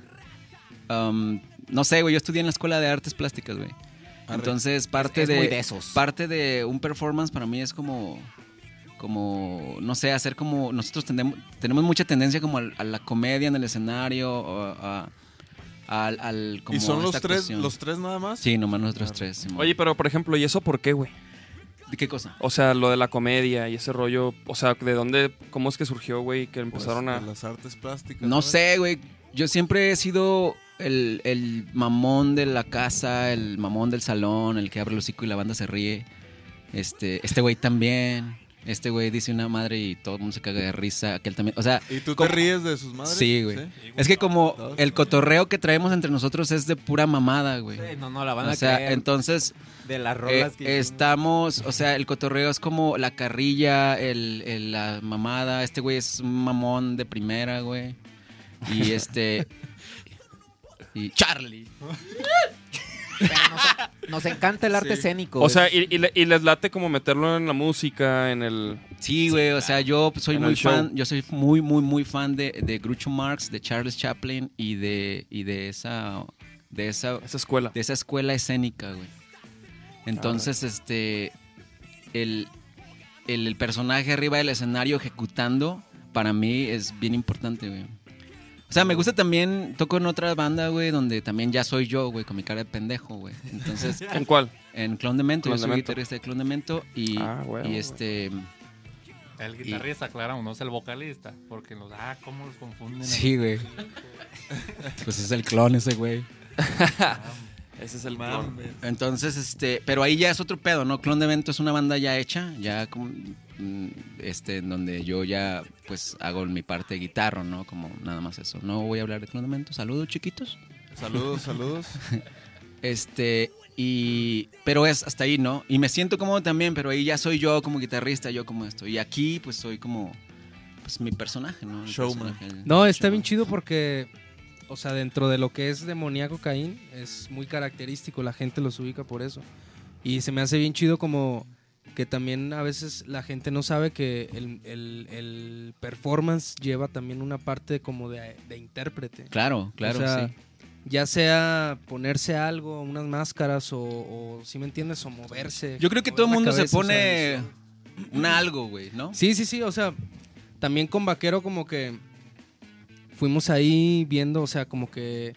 Speaker 3: am, no sé, güey, yo estudié en la escuela de artes plásticas, güey. Entonces, parte
Speaker 5: es
Speaker 3: de.
Speaker 5: muy de esos.
Speaker 3: Parte de un performance para mí es como. Como, no sé, hacer como. Nosotros tenemos, tenemos mucha tendencia como al- a, la comedia en el escenario, o a, a- al, al- como
Speaker 4: ¿Y son los
Speaker 3: esta
Speaker 4: tres,
Speaker 3: actuación.
Speaker 4: los tres nada más?
Speaker 3: Sí, nomás nosotros tres. Simón.
Speaker 2: Oye, pero por ejemplo, ¿y eso por qué, güey?
Speaker 3: ¿De qué cosa?
Speaker 2: O sea, lo de la comedia y ese rollo. O sea, ¿de dónde, cómo es que surgió, güey? Que
Speaker 4: Pues,
Speaker 2: empezaron
Speaker 4: de
Speaker 2: a.
Speaker 4: las artes plásticas.
Speaker 3: No sé, güey. Yo siempre he sido el, el mamón de la casa, el mamón del salón, el que abre el hocico y la banda se ríe. Este, este güey también. Este güey dice una madre y todo el mundo se caga de risa. Aquel también. O sea,
Speaker 4: ¿Y tú
Speaker 3: ¿Cómo?
Speaker 4: te ríes de sus madres?
Speaker 3: sí, güey. Es que como el cotorreo que traemos entre nosotros es de pura mamada, güey.
Speaker 5: No, no, la van a
Speaker 3: O sea,
Speaker 5: creer.
Speaker 3: entonces
Speaker 5: de las rolas
Speaker 3: eh,
Speaker 5: que...
Speaker 3: estamos, o sea, el cotorreo es como la carrilla, el, el- la mamada. Este güey es un mamón de primera, güey. Y este. y Charlie.
Speaker 5: Nos encanta el arte escénico.
Speaker 2: O
Speaker 5: güey.
Speaker 2: sea, y, y le- y les late como meterlo en la música, en el.
Speaker 3: Sí, güey, o sea, yo soy
Speaker 2: En
Speaker 3: muy
Speaker 2: el show.
Speaker 3: fan, yo soy muy, muy, muy fan de, de Groucho Marx, de Charles Chaplin y de, y de esa. De esa
Speaker 2: Esa escuela.
Speaker 3: de esa escuela escénica, güey. Entonces, este, el, el, el personaje arriba del escenario ejecutando, para mí es bien importante, güey. O sea, me gusta también, toco en otra banda, güey, donde también ya soy yo, güey, con mi cara de pendejo, güey. Entonces,
Speaker 2: ¿En cuál?
Speaker 3: en Clon Demento, yo soy
Speaker 2: Clon Demento.
Speaker 3: guitarrista de Clon Demento y,
Speaker 2: Ah, bueno,
Speaker 3: y
Speaker 2: güey.
Speaker 3: este...
Speaker 6: El guitarrista, claro, no es el vocalista. Porque los. Ah, cómo los confunden.
Speaker 3: Sí, güey. Pues es el clon ese, güey.
Speaker 2: Ese es el
Speaker 3: Entonces, este, pero ahí ya es otro pedo, ¿no? Clon de Evento es una banda ya hecha, ya como, mm, este, en donde yo ya, pues, hago mi parte de guitarra, ¿no? Como nada más eso. No voy a hablar de Clon de Evento. Saludos, chiquitos.
Speaker 4: Saludos, saludos.
Speaker 3: Este, y, pero es hasta ahí, ¿no? Y me siento cómodo también, pero ahí ya soy yo como guitarrista, yo como esto. Y aquí, pues, soy como, pues, mi personaje, ¿no? El
Speaker 4: Showman.
Speaker 3: personaje, el
Speaker 8: No, está
Speaker 3: showman.
Speaker 8: bien chido porque, o sea, dentro de lo que es demoníaco Caín, es muy característico, la gente los ubica por eso. Y se me hace bien chido como que también a veces la gente no sabe que el, el- el performance lleva también una parte como de, de intérprete.
Speaker 3: Claro, claro,
Speaker 8: O sea,
Speaker 3: sí.
Speaker 8: Ya sea ponerse algo, unas máscaras o, o si me entiendes, o moverse.
Speaker 3: Yo creo que
Speaker 8: mover
Speaker 3: todo el
Speaker 8: la
Speaker 3: mundo se
Speaker 8: cabeza, o sea,
Speaker 3: pone una algo, güey, ¿no?
Speaker 8: Sí, sí, sí, o sea, también con Vaquero como que fuimos ahí viendo, o sea, como que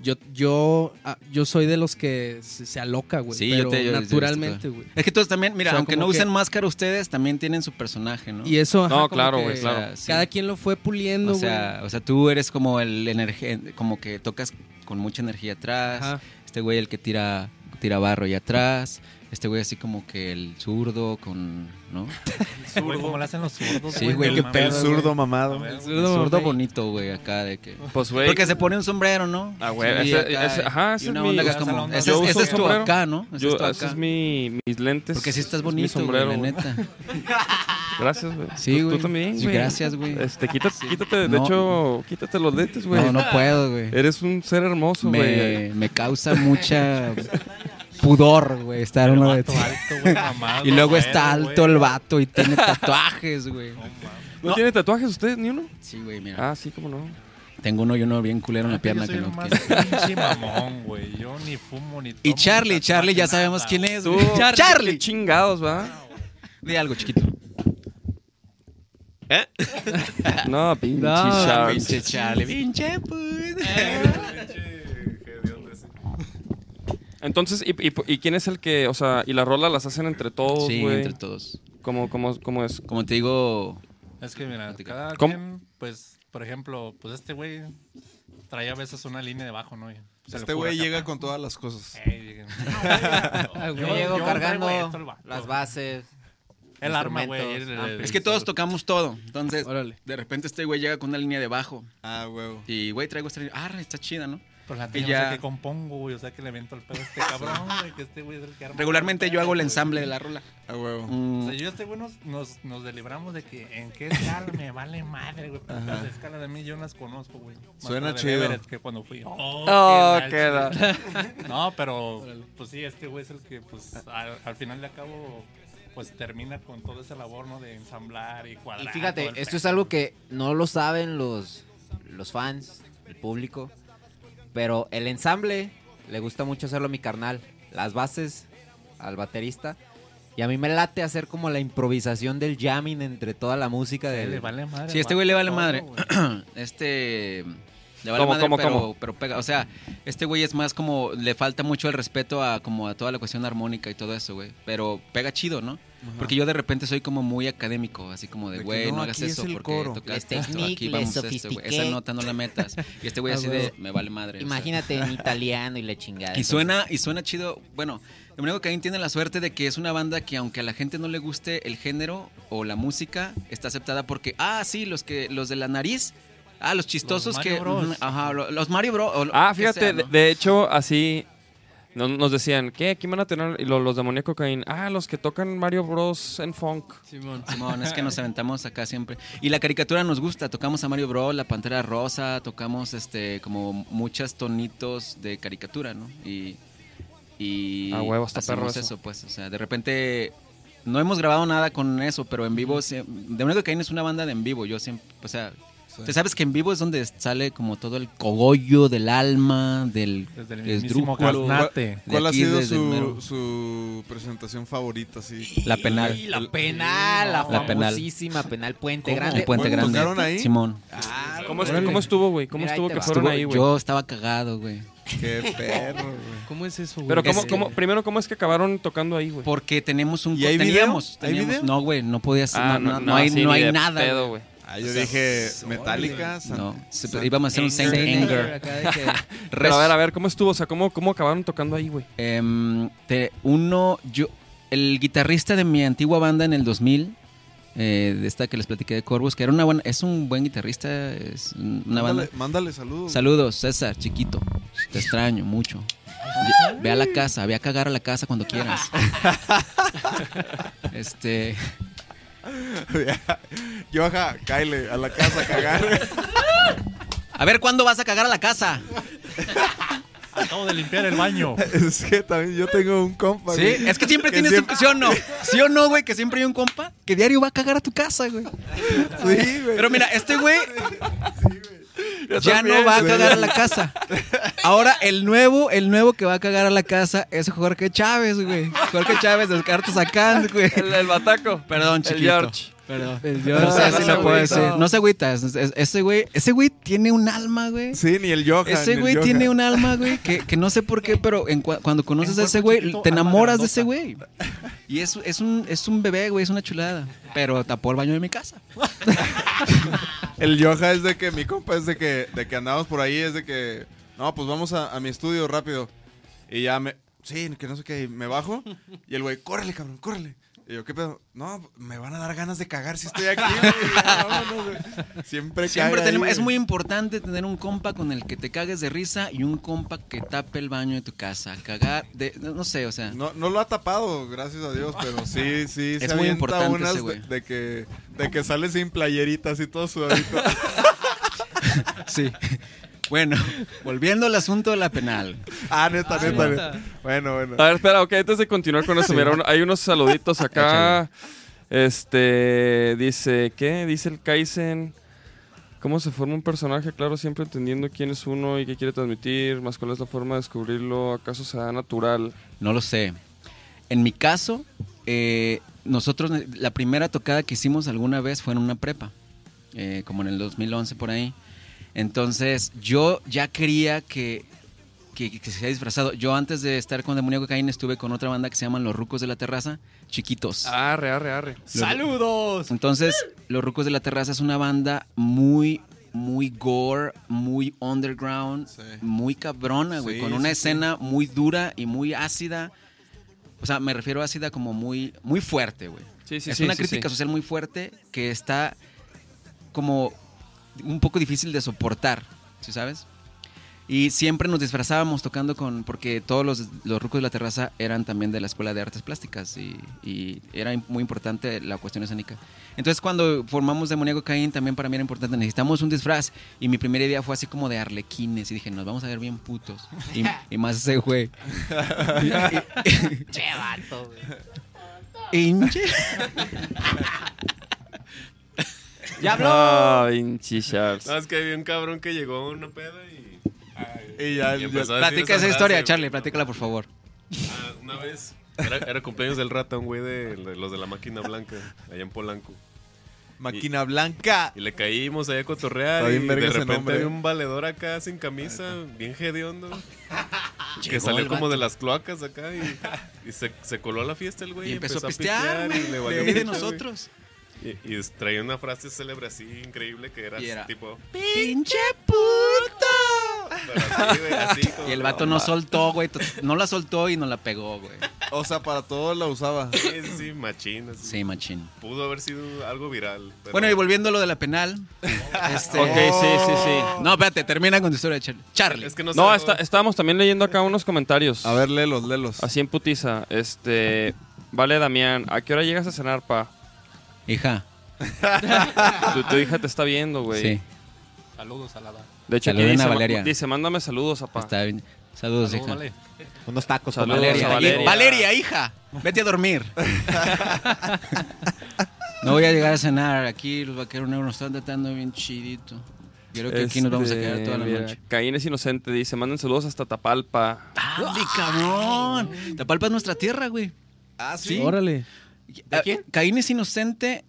Speaker 8: yo yo ah, yo soy de los que se, se aloca, güey,
Speaker 3: Sí, yo
Speaker 8: pero
Speaker 3: te- yo- yo he visto
Speaker 8: naturalmente,
Speaker 3: todo.
Speaker 8: güey.
Speaker 3: Es que todos también, mira,
Speaker 8: O sea,
Speaker 3: aunque
Speaker 8: como
Speaker 3: no
Speaker 8: que-
Speaker 3: usen máscara ustedes, también tienen su personaje, ¿no?
Speaker 8: Y eso ajá,
Speaker 2: No,
Speaker 8: como
Speaker 2: claro,
Speaker 8: que
Speaker 2: güey, claro.
Speaker 3: Sí.
Speaker 8: Cada quien lo fue puliendo,
Speaker 3: o
Speaker 8: güey.
Speaker 3: sea, o sea, tú eres como el energía, como que tocas con mucha energía atrás.
Speaker 8: Ajá.
Speaker 3: Este güey el que tira tirabarro y atrás. Este güey así como que el zurdo con, ¿no?
Speaker 6: Güey, ¿Cómo le hacen los zurdos?
Speaker 3: Sí, güey,
Speaker 6: No
Speaker 3: qué
Speaker 6: mames,
Speaker 4: El
Speaker 3: pedo,
Speaker 4: zurdo
Speaker 6: A
Speaker 4: mamado.
Speaker 6: ver,
Speaker 8: El
Speaker 3: El
Speaker 8: zurdo,
Speaker 3: zurdo
Speaker 8: güey.
Speaker 3: bonito, güey, acá de que...
Speaker 2: Pues, güey.
Speaker 3: Porque se pone un sombrero, ¿no?
Speaker 2: Ah, güey,
Speaker 3: Sí,
Speaker 2: ese-
Speaker 3: acá,
Speaker 2: ese- ajá, ese
Speaker 3: y
Speaker 2: es
Speaker 3: una
Speaker 2: mi-
Speaker 3: onda que es
Speaker 6: esa es la
Speaker 3: como,
Speaker 6: onda.
Speaker 3: ese,
Speaker 2: Yo
Speaker 3: es-
Speaker 2: uso
Speaker 3: ese es tu
Speaker 2: sombrero.
Speaker 3: acá, ¿no? Ese
Speaker 2: Yo,
Speaker 3: es tu
Speaker 2: esos
Speaker 3: acá.
Speaker 2: mi, mis lentes.
Speaker 3: Porque sí estás
Speaker 2: es mi
Speaker 3: bonito, güey,
Speaker 2: sombrero,
Speaker 3: la
Speaker 2: güey.
Speaker 3: neta.
Speaker 2: Gracias, güey.
Speaker 3: Sí,
Speaker 2: Tú-
Speaker 3: güey.
Speaker 2: Tú también,
Speaker 3: Sí,
Speaker 2: güey.
Speaker 3: gracias, güey.
Speaker 2: Este, quítate, quítate, de
Speaker 3: No.
Speaker 2: hecho, quítate los lentes, güey.
Speaker 3: No, no puedo, güey.
Speaker 2: Eres un ser hermoso, güey.
Speaker 3: Me, me causa mucha pudor, güey, estar uno de
Speaker 6: vato alto, güey, mamado,
Speaker 3: Y luego
Speaker 6: güey,
Speaker 3: está
Speaker 6: güey.
Speaker 3: alto el vato y tiene tatuajes, güey.
Speaker 6: No mames.
Speaker 2: ¿No, tiene tatuajes ustedes ni uno?
Speaker 3: Sí, güey, mira.
Speaker 2: Ah, sí, cómo no.
Speaker 3: Tengo uno y uno bien culero en la pierna
Speaker 6: Yo soy
Speaker 3: que no
Speaker 6: el más
Speaker 3: quiero.
Speaker 6: pinche mamón, güey. Yo ni fumo ni
Speaker 3: Y
Speaker 6: tomo,
Speaker 3: Charlie,
Speaker 6: ni
Speaker 3: Charlie, ya
Speaker 6: nada,
Speaker 3: sabemos quién
Speaker 6: güey.
Speaker 3: es,
Speaker 2: Tú,
Speaker 3: güey.
Speaker 2: qué
Speaker 3: Charlie.
Speaker 2: chingados, va?
Speaker 3: Di algo, chiquito.
Speaker 2: No, pinche
Speaker 8: No,
Speaker 2: Charles.
Speaker 3: Pinche Charlie, pinche pues. puto.
Speaker 2: Entonces, ¿y, y, y quién es el que, o sea, y las rolas las hacen entre todos,
Speaker 3: Sí,
Speaker 2: Oh, güey?
Speaker 3: entre todos.
Speaker 2: ¿Cómo, cómo, cómo es?
Speaker 3: Como te digo,
Speaker 6: Es que mira, cada
Speaker 2: ¿Cómo?
Speaker 6: quien, pues, por ejemplo, pues este güey traía a veces una línea de bajo, ¿no? Y se le
Speaker 4: Este
Speaker 6: ocurre
Speaker 4: güey
Speaker 6: acá,
Speaker 4: llega con todas las cosas.
Speaker 6: "Ey, llega".
Speaker 8: Ah, güey.
Speaker 5: Yo,
Speaker 6: Yo-
Speaker 5: llego
Speaker 6: yo
Speaker 5: cargando
Speaker 6: traigo esto, el vato.
Speaker 5: las bases.
Speaker 6: El arma, güey.
Speaker 5: Instrumentos,
Speaker 6: el-
Speaker 5: amplios.
Speaker 6: el-
Speaker 3: es que todos tocamos todo. Entonces,
Speaker 8: Órale.
Speaker 3: de repente este güey llega con una línea de bajo.
Speaker 4: Ah, huevo.
Speaker 3: Y, güey, traigo esta línea. Ah, está chida, ¿no?
Speaker 6: Pues la
Speaker 3: Y
Speaker 6: tengo
Speaker 3: ya.
Speaker 6: que compongo, güey. O sea, que le invento el pedo a este cabrón, güey. Que este güey es el que arma.
Speaker 3: Regularmente yo hago el
Speaker 6: pedo,
Speaker 3: ensamble de la rola.
Speaker 4: A Ah, huevo.
Speaker 3: Mm,
Speaker 6: güey. O sea, yo y este güey nos, nos, nos delibramos de que en qué escala me vale madre, güey. Pero Las escalas de mí yo no las conozco, güey. Más
Speaker 4: Suena
Speaker 6: la de
Speaker 4: chido.
Speaker 6: Everett que cuando fui. Oh,
Speaker 2: Oh,
Speaker 6: qué
Speaker 2: qué
Speaker 6: gacho.
Speaker 2: la-
Speaker 6: No, pero pues sí, este güey es el que pues al, al final de cabo pues termina con todo ese labor, ¿no? De ensamblar y
Speaker 5: Y
Speaker 6: cuadrar. todo
Speaker 5: fíjate,
Speaker 6: el
Speaker 5: esto
Speaker 6: pedo.
Speaker 5: es algo que no lo saben los, los fans, el público, pero el ensamble le gusta mucho hacerlo a mi carnal, las bases al baterista. Y a mí me late hacer como la improvisación del jamming entre toda la música
Speaker 6: Sí,
Speaker 5: del...
Speaker 6: le vale madre.
Speaker 3: Sí, este güey le vale
Speaker 6: todo,
Speaker 3: madre.
Speaker 6: güey.
Speaker 3: Este. Le vale
Speaker 2: ¿Cómo,
Speaker 3: madre,
Speaker 2: cómo,
Speaker 3: pero,
Speaker 2: cómo?
Speaker 3: pero pega. O sea, este güey es más como. Le falta mucho el respeto a como a toda la cuestión armónica y todo eso, güey. Pero pega chido, ¿no? Porque yo de repente soy como muy académico, así como de,
Speaker 4: De que
Speaker 3: güey,
Speaker 4: no,
Speaker 3: no, hagas
Speaker 4: aquí es
Speaker 3: eso
Speaker 4: el
Speaker 3: porque
Speaker 4: coro.
Speaker 3: tocaste
Speaker 5: Le
Speaker 3: esto,
Speaker 5: technique,
Speaker 3: aquí
Speaker 5: le
Speaker 3: vamos a esto, güey. Esa
Speaker 5: sofistiqué.
Speaker 3: nota no la metas. Y este güey
Speaker 8: Ah,
Speaker 3: así
Speaker 8: güey.
Speaker 3: de, me vale madre. o sea.
Speaker 5: en italiano y la chingada.
Speaker 3: Y suena, y suena chido. Bueno, lo único que tiene la suerte de que es una banda que aunque a la gente no le guste el género o la música, está aceptada porque, ah, sí, los que, los de la nariz, ah, los chistosos
Speaker 6: Mario
Speaker 3: que.
Speaker 6: Bros.
Speaker 3: ujú, Ajá, lo- los Mario Bros. o lo
Speaker 2: Ah,
Speaker 3: que
Speaker 2: fíjate,
Speaker 3: sea,
Speaker 2: de,
Speaker 3: ¿no?
Speaker 2: de hecho, así no- nos decían, ¿qué? ¿Quién van a tener? Y lo- los de Muñeco Caín. Ah, los que tocan Mario Bros. en funk.
Speaker 8: Simón.
Speaker 3: Simón, es que nos aventamos acá siempre. Y la caricatura nos gusta. Tocamos a Mario Bros, la Pantera Rosa, tocamos este como muchos tonitos de caricatura, ¿no? Y, y
Speaker 2: Ah, huevo, está
Speaker 3: hacemos
Speaker 2: perro
Speaker 3: eso.
Speaker 2: eso.
Speaker 3: pues. O sea, de repente no hemos grabado nada con eso, pero en vivo, sí- de único que hay es una banda de en vivo. Yo siempre, o sea, te sabes que en vivo es donde sale como todo el cogollo del alma, del
Speaker 6: Desde el mismísimo
Speaker 3: esdrújulo.
Speaker 6: Gaznate.
Speaker 3: de
Speaker 4: ¿Cuál ha
Speaker 3: aquí,
Speaker 4: sido
Speaker 3: desde el mero-
Speaker 4: su, su presentación favorita? Así?
Speaker 3: La penal.
Speaker 5: La penal, la,
Speaker 3: La penal.
Speaker 5: famosísima penal Puente
Speaker 4: ¿Cómo?
Speaker 5: Grande.
Speaker 3: El Puente
Speaker 4: ¿Cómo
Speaker 3: Grande.
Speaker 4: tocaron ahí?
Speaker 3: Simón.
Speaker 5: Ah,
Speaker 2: ¿Cómo, est-
Speaker 5: órale.
Speaker 2: Pues, cómo estuvo, güey? ¿Cómo
Speaker 5: Mira, ahí
Speaker 2: estuvo
Speaker 5: te
Speaker 2: que
Speaker 5: va.
Speaker 2: fueron
Speaker 3: Estuvo-
Speaker 2: ahí, güey?
Speaker 3: yo estaba cagado, güey.
Speaker 4: Qué perro, güey.
Speaker 8: ¿Cómo es eso, güey?
Speaker 2: Pero, ¿cómo,
Speaker 3: Es que-
Speaker 2: cómo- primero, ¿cómo es que acabaron tocando ahí, güey?
Speaker 3: Porque tenemos un
Speaker 4: ¿Y
Speaker 3: co-
Speaker 4: hay video?
Speaker 3: teníamos,
Speaker 4: ¿Hay
Speaker 3: teníamos-
Speaker 4: video?
Speaker 3: no güey, no podías
Speaker 2: Ah,
Speaker 3: no, no- no hay
Speaker 2: sí,
Speaker 3: no
Speaker 2: ni
Speaker 3: hay
Speaker 2: de
Speaker 3: nada.
Speaker 2: pedo,
Speaker 3: güey.
Speaker 2: güey.
Speaker 4: Ah, yo dije metálica.
Speaker 3: No, sí, pero íbamos a hacer un Saint
Speaker 8: Anger,
Speaker 3: Anger.
Speaker 8: acá de que-
Speaker 2: Pero a ver, a ver, ¿cómo estuvo? O sea, ¿cómo, cómo acabaron tocando ahí, güey?
Speaker 3: Em, te- uno yo el guitarrista de mi antigua banda en el 2000 eh, de esta que les platiqué de Corvus, que era una buena, es un buen guitarrista, es una banda.
Speaker 4: Mándale, mándale saludos.
Speaker 3: Saludos, César, chiquito. Te extraño mucho. Ye- Ve a la casa, ve a cagar a la casa cuando quieras. Este,
Speaker 4: Yo ajá, Kyle, a la casa a cagar.
Speaker 3: a ver cuándo vas a cagar a la casa.
Speaker 6: Acabo de limpiar el baño.
Speaker 4: es que también yo tengo un compa.
Speaker 3: Sí,
Speaker 4: güey,
Speaker 3: es que siempre
Speaker 4: que
Speaker 3: tienes
Speaker 4: siempre-
Speaker 3: un... ¿Sí o no? ¿Sí o no, güey? Que siempre hay un compa que diario va a cagar a tu casa, güey.
Speaker 4: Sí, güey.
Speaker 3: Pero mira, este güey ya no va a cagar a la casa. Ahora, el nuevo, el nuevo que va a cagar a la casa es Jorge Chávez, güey. Jorge Chávez del Carto Sacán, güey.
Speaker 2: bataco.
Speaker 3: Perdón, chiquito.
Speaker 2: George.
Speaker 3: Perdón.
Speaker 8: George.
Speaker 3: No sé si
Speaker 2: No,
Speaker 3: lo puedo
Speaker 2: no,
Speaker 3: decir. No se agüita. es- es- Ese güey, ese güey tiene un alma, güey.
Speaker 4: Sí, ni el Johan.
Speaker 3: Ese
Speaker 4: ni
Speaker 3: güey
Speaker 4: el
Speaker 3: tiene
Speaker 4: Johan.
Speaker 3: un alma, güey, que, que no sé por qué, pero en cua- cuando conoces
Speaker 6: En
Speaker 3: a ese
Speaker 6: cuerpo
Speaker 3: güey,
Speaker 6: chiquito,
Speaker 3: te
Speaker 6: alma
Speaker 3: enamoras de
Speaker 6: grandota.
Speaker 3: ese güey. Y es, es, un, es un bebé, güey, es una chulada. Pero tapó el baño de mi casa.
Speaker 4: El Yoja es de que mi compa es de que, de que andamos por ahí, es de que, no, pues vamos a, a mi estudio rápido. Y ya me, sí, que no sé qué, y me bajo. Y el güey, córrele, cabrón, córrele. Y yo, ¿qué pedo? No, me van a dar ganas de cagar si estoy aquí. güey. Vámonos, güey. Siempre,
Speaker 3: Siempre
Speaker 4: caga
Speaker 3: tenemos-
Speaker 4: ahí,
Speaker 3: es
Speaker 4: güey.
Speaker 3: muy importante tener un compa con el que te cagues de risa y un compa que tape el baño de tu casa. Cagar de, no no sé, o sea,
Speaker 4: No, no lo ha tapado, gracias a Dios, pero sí, sí,
Speaker 3: Es
Speaker 4: se
Speaker 3: muy
Speaker 4: avienta
Speaker 3: importante
Speaker 4: unas
Speaker 3: ese güey.
Speaker 4: de, de que, de que sale sin playerita, así todo sudadito.
Speaker 3: sí. Bueno, volviendo al asunto de la penal.
Speaker 4: ah, neta, neta, neta. Bueno, bueno.
Speaker 3: Ah.
Speaker 2: A ver, espera, ok, antes de continuar con eso, mira, un- hay unos saluditos acá. Este, dice, ¿qué? Dice el Kaizen. ¿Cómo se forma un personaje? Claro, siempre entendiendo quién es uno y qué quiere transmitir, más cuál es la forma de descubrirlo, acaso se da natural.
Speaker 3: No lo sé. En mi caso, eh, nosotros, la primera tocada que hicimos alguna vez fue en una prepa, eh, como en el 2011 por ahí. Entonces, yo ya quería que, que, que se haya disfrazado. Yo antes de estar con Demonio Cocaína estuve con otra banda que se llaman Los Rucos de la Terraza, chiquitos.
Speaker 2: Arre, arre, arre.
Speaker 5: ¡Saludos!
Speaker 3: Entonces, Los Rucos de la Terraza es una banda muy, muy gore, muy underground,
Speaker 4: Sí.
Speaker 3: muy cabrona, güey,
Speaker 4: Sí,
Speaker 3: con una
Speaker 4: sí, sí.
Speaker 3: escena muy dura y muy ácida. O sea, me refiero a ácida como muy, muy fuerte, güey.
Speaker 2: Sí, sí,
Speaker 3: es
Speaker 2: sí,
Speaker 3: una
Speaker 2: sí,
Speaker 3: crítica
Speaker 2: sí.
Speaker 3: social muy fuerte que está como un poco difícil de soportar, ¿sí sabes? Y siempre nos disfrazábamos tocando con, porque todos los, los rucos de la terraza eran también de la Escuela de Artes Plásticas y, y era im- muy importante la cuestión escénica. Entonces cuando formamos Demoníaco Caín también para mí era importante, necesitamos un disfraz y mi primera idea fue así como de arlequines y dije, nos vamos a ver bien putos y, y más ese güey. che Hinche.
Speaker 5: ¡Ya
Speaker 2: Ah, pinche Charles.
Speaker 7: No, es que había un cabrón que llegó a una peda y.
Speaker 4: Y ya,
Speaker 7: y
Speaker 4: ya-
Speaker 7: empezó a decir
Speaker 3: Platica esa
Speaker 7: frase,
Speaker 3: historia,
Speaker 7: güey.
Speaker 3: Charlie, platícala por favor.
Speaker 7: Ah, una vez. Era, era cumpleaños del rata, un güey de, de los de la máquina blanca, allá en Polanco.
Speaker 4: máquina blanca.
Speaker 7: Y le caímos allá a cotorrear
Speaker 4: Está
Speaker 7: y
Speaker 4: bien
Speaker 7: de
Speaker 4: verga ese
Speaker 7: repente
Speaker 4: nombre. eh.
Speaker 7: había un valedor acá sin camisa, bien hediondo. que
Speaker 3: Llegó
Speaker 7: salió
Speaker 3: el
Speaker 7: como
Speaker 3: vato.
Speaker 7: de las cloacas acá y, y se, se coló a la fiesta el güey.
Speaker 3: Y empezó a pistear,
Speaker 7: y le
Speaker 3: güey.
Speaker 7: valió
Speaker 3: Le vi de
Speaker 7: mucho, güey.
Speaker 3: nosotros.
Speaker 7: Y, y traía una frase célebre así increíble que era,
Speaker 3: Y era,
Speaker 7: tipo...
Speaker 3: ¡Pinche puto!
Speaker 7: pero así, güey, así como-
Speaker 3: Y el vato no soltó, güey. to- No la soltó y no la pegó, güey.
Speaker 4: O sea, para todo la usaba.
Speaker 7: Sí, sí, sí, machín. así.
Speaker 3: Sí, machín.
Speaker 7: Pudo haber sido algo viral. pero-
Speaker 3: Bueno, y volviendo a lo de la penal. este-
Speaker 2: Ok, sí, sí, sí.
Speaker 3: No, espérate, termina con tu historia de Charlie. Charlie.
Speaker 7: Es que no,
Speaker 2: No,
Speaker 7: sé,
Speaker 2: está- estábamos también leyendo acá unos comentarios.
Speaker 4: A ver, léelos, léelos.
Speaker 2: Así en putiza. Este, vale, Damián, ¿a qué hora llegas a cenar, pa?
Speaker 3: Hija.
Speaker 2: Tu, tu hija te está viendo, güey.
Speaker 3: Sí.
Speaker 6: Saludos a la da.
Speaker 2: De hecho, aquí
Speaker 3: Saluden a
Speaker 2: dice, ma-
Speaker 3: Valeria.
Speaker 2: dice, mándame saludos, papá.
Speaker 3: Está bien. Saludos,
Speaker 6: Saludos,
Speaker 3: hija.
Speaker 6: vale.
Speaker 5: Unos tacos.
Speaker 2: Saludos a
Speaker 5: con Valeria.
Speaker 2: Valeria.
Speaker 3: Valeria. Valeria, hija. Vete a dormir. no voy a llegar a cenar. Aquí los vaqueros negros nos están tratando bien chidito. Creo que aquí nos vamos a
Speaker 2: Este,
Speaker 3: quedar toda la
Speaker 2: mira,
Speaker 3: noche.
Speaker 2: Caín es inocente, dice, manden saludos hasta Tapalpa.
Speaker 3: ¡Ay, cabrón! Tapalpa es nuestra tierra, güey.
Speaker 4: Ah,
Speaker 8: Órale.
Speaker 3: Ah, Caín es inocente.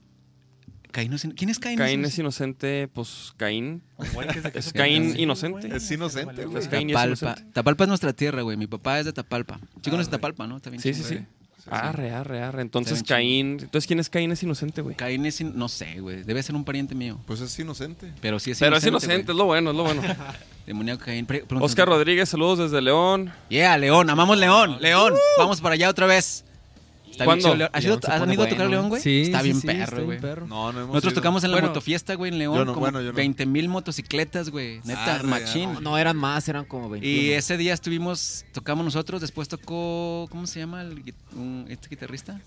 Speaker 3: Caín es in- ¿Quién es Caín?
Speaker 2: Caín es inocente, pues Caín.
Speaker 6: Un güey que se-
Speaker 2: Es Caín
Speaker 3: Sí.
Speaker 2: inocente.
Speaker 4: Es inocente, güey.
Speaker 2: Es Caín y es
Speaker 3: Tapalpa.
Speaker 2: inocente. Ah,
Speaker 3: Tapalpa es nuestra tierra, güey. Mi papá es de Tapalpa. Chico no es de Tapalpa, ¿no? Está bien
Speaker 2: Sí, sí,
Speaker 3: chido.
Speaker 2: sí. Arre, arre, arre. Entonces
Speaker 3: ¿eh? Está bien
Speaker 2: Caín... Entonces, ¿quién es Caín es inocente, güey?
Speaker 3: Caín es. in- No sé, güey. Debe ser un pariente mío.
Speaker 4: Pues es inocente.
Speaker 3: Pero sí es
Speaker 2: Pero es
Speaker 3: inocente.
Speaker 2: inocente, es lo bueno, es lo bueno.
Speaker 3: güey. Demoníaco Caín. Pre- pregúntale.
Speaker 2: Oscar Rodríguez, saludos desde León.
Speaker 3: Yeah, León. Amamos León. León. Vamos para allá otra vez. Está bien
Speaker 2: ¿Cuándo?
Speaker 3: chido, León. ¿Has ido-
Speaker 8: León se
Speaker 3: ¿Han
Speaker 8: pone
Speaker 3: ido a tocar
Speaker 8: bueno,
Speaker 3: León, güey?
Speaker 8: Sí,
Speaker 3: Está
Speaker 8: sí,
Speaker 3: bien
Speaker 8: sí, está
Speaker 3: perro,
Speaker 8: bien
Speaker 3: güey.
Speaker 8: perro.
Speaker 4: No, no hemos
Speaker 3: Nosotros
Speaker 4: ido.
Speaker 3: tocamos en la
Speaker 8: Bueno,
Speaker 3: motofiesta, güey, en
Speaker 4: yo
Speaker 3: León,
Speaker 4: no,
Speaker 3: como
Speaker 4: bueno, yo no.
Speaker 3: 20 mil motocicletas, güey. Neta,
Speaker 4: Arre,
Speaker 5: No,
Speaker 3: machín.
Speaker 5: No eran más, eran como 20.
Speaker 3: Y ese día estuvimos, tocamos nosotros, después tocó, ¿cómo se llama el, gui- un- este guitarrista?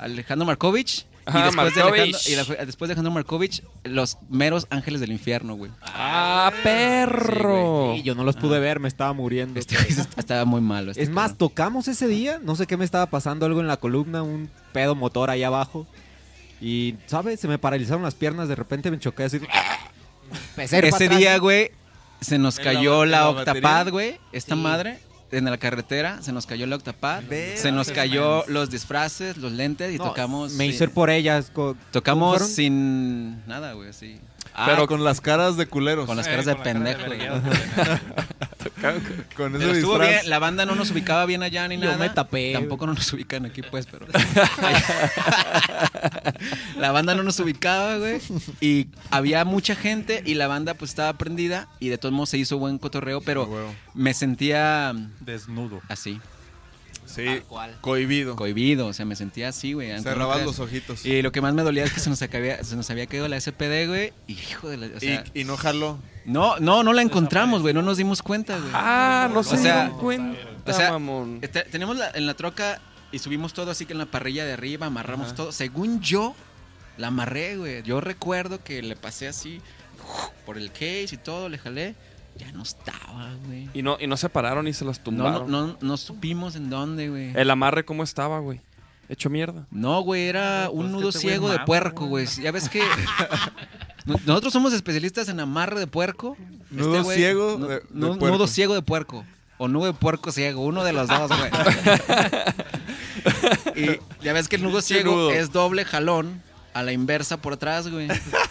Speaker 3: Alejandro Markovich.
Speaker 2: Ah,
Speaker 3: y después, De
Speaker 2: Markovich.
Speaker 3: Alejandro, y la- después de Alejandro Markovich, los meros ángeles del infierno, güey.
Speaker 2: ¡Ah, perro!
Speaker 5: Sí, yo no los pude ver, me estaba muriendo.
Speaker 3: Este güey estaba muy malo. este
Speaker 5: es más,
Speaker 3: cabrón.
Speaker 5: tocamos ese día, no sé qué me estaba pasando, algo en la columna, un pedo motor ahí abajo. Y, ¿sabes? Se me paralizaron las piernas, de repente me choqué así. Empecé a ir para
Speaker 3: ese
Speaker 5: atrás.
Speaker 3: día, güey, se nos
Speaker 4: En la-
Speaker 3: cayó
Speaker 4: en
Speaker 3: la,
Speaker 4: la
Speaker 3: octapad,
Speaker 4: batería.
Speaker 3: güey. Esta
Speaker 5: Sí.
Speaker 3: madre. En la carretera se nos cayó la octapad,
Speaker 4: Ve-
Speaker 3: se nos
Speaker 6: Haces
Speaker 3: cayó
Speaker 6: menos.
Speaker 3: los disfraces, los lentes y
Speaker 5: No,
Speaker 3: tocamos.
Speaker 5: Me
Speaker 3: sin-
Speaker 5: hice ir por ellas. co-
Speaker 3: Tocamos
Speaker 5: fueron?
Speaker 3: sin nada, güey, así. Ah,
Speaker 4: Pero Ah, con las caras de culeros.
Speaker 3: Con las
Speaker 6: Eh,
Speaker 3: caras de
Speaker 6: con la cara
Speaker 3: pendejo.
Speaker 6: vergueado,
Speaker 3: güey.
Speaker 6: güey.
Speaker 4: Con
Speaker 3: Pero
Speaker 4: ese
Speaker 3: estuvo
Speaker 4: disfraz.
Speaker 3: bien, la banda no nos ubicaba bien allá ni
Speaker 5: Yo
Speaker 3: nada.
Speaker 5: me tapé,
Speaker 3: Tampoco no nos ubican aquí, pues, pero. la banda no nos ubicaba, güey. Y había mucha gente y la banda, pues, estaba prendida. Y de todos modos se hizo buen cotorreo, pero
Speaker 4: Huevo.
Speaker 3: me sentía
Speaker 6: Desnudo.
Speaker 3: así,
Speaker 4: Sí, cohibido.
Speaker 3: cohibido. O sea, me sentía así, güey. aunque no
Speaker 4: Cerrabas
Speaker 3: creas.
Speaker 4: los ojitos. Y,
Speaker 3: Y lo que más me dolía es que se nos, acabía- se nos había quedado la SPD, güey. Y hijo de la. o sea,
Speaker 4: y no jaló.
Speaker 3: no, no, no la encontramos, güey. No nos dimos cuenta, güey.
Speaker 2: Ah, no
Speaker 3: O
Speaker 2: se
Speaker 3: sea,
Speaker 2: dieron cuenta,
Speaker 3: o sea,
Speaker 2: mamón.
Speaker 3: Este- tenemos la- en la troca y subimos todo así que en la parrilla de arriba amarramos todo. Según yo, la amarré, güey. Yo recuerdo que le pasé así por el case y todo, le jalé. Ya no estaba, güey.
Speaker 2: Y no, y no se pararon y se las
Speaker 3: No, no,
Speaker 2: tumbaron.
Speaker 3: no, no supimos en dónde, güey.
Speaker 2: El amarre, ¿cómo estaba, güey? Hecho mierda.
Speaker 3: No, güey, era un
Speaker 6: pues,
Speaker 3: nudo
Speaker 6: este güey
Speaker 3: ciego de
Speaker 6: mama,
Speaker 3: puerco,
Speaker 6: güey.
Speaker 3: güey. Ya ves que. No- Nosotros somos especialistas en amarre de puerco. Este
Speaker 4: Nudo
Speaker 3: güey-
Speaker 4: ciego de- de
Speaker 3: nu-
Speaker 4: puerco.
Speaker 3: Nudo ciego de puerco. O nudo de puerco ciego. Uno de los dos, güey. y ya ves que el nudo ciego
Speaker 2: nudo.
Speaker 3: es doble jalón a la inversa por atrás, güey.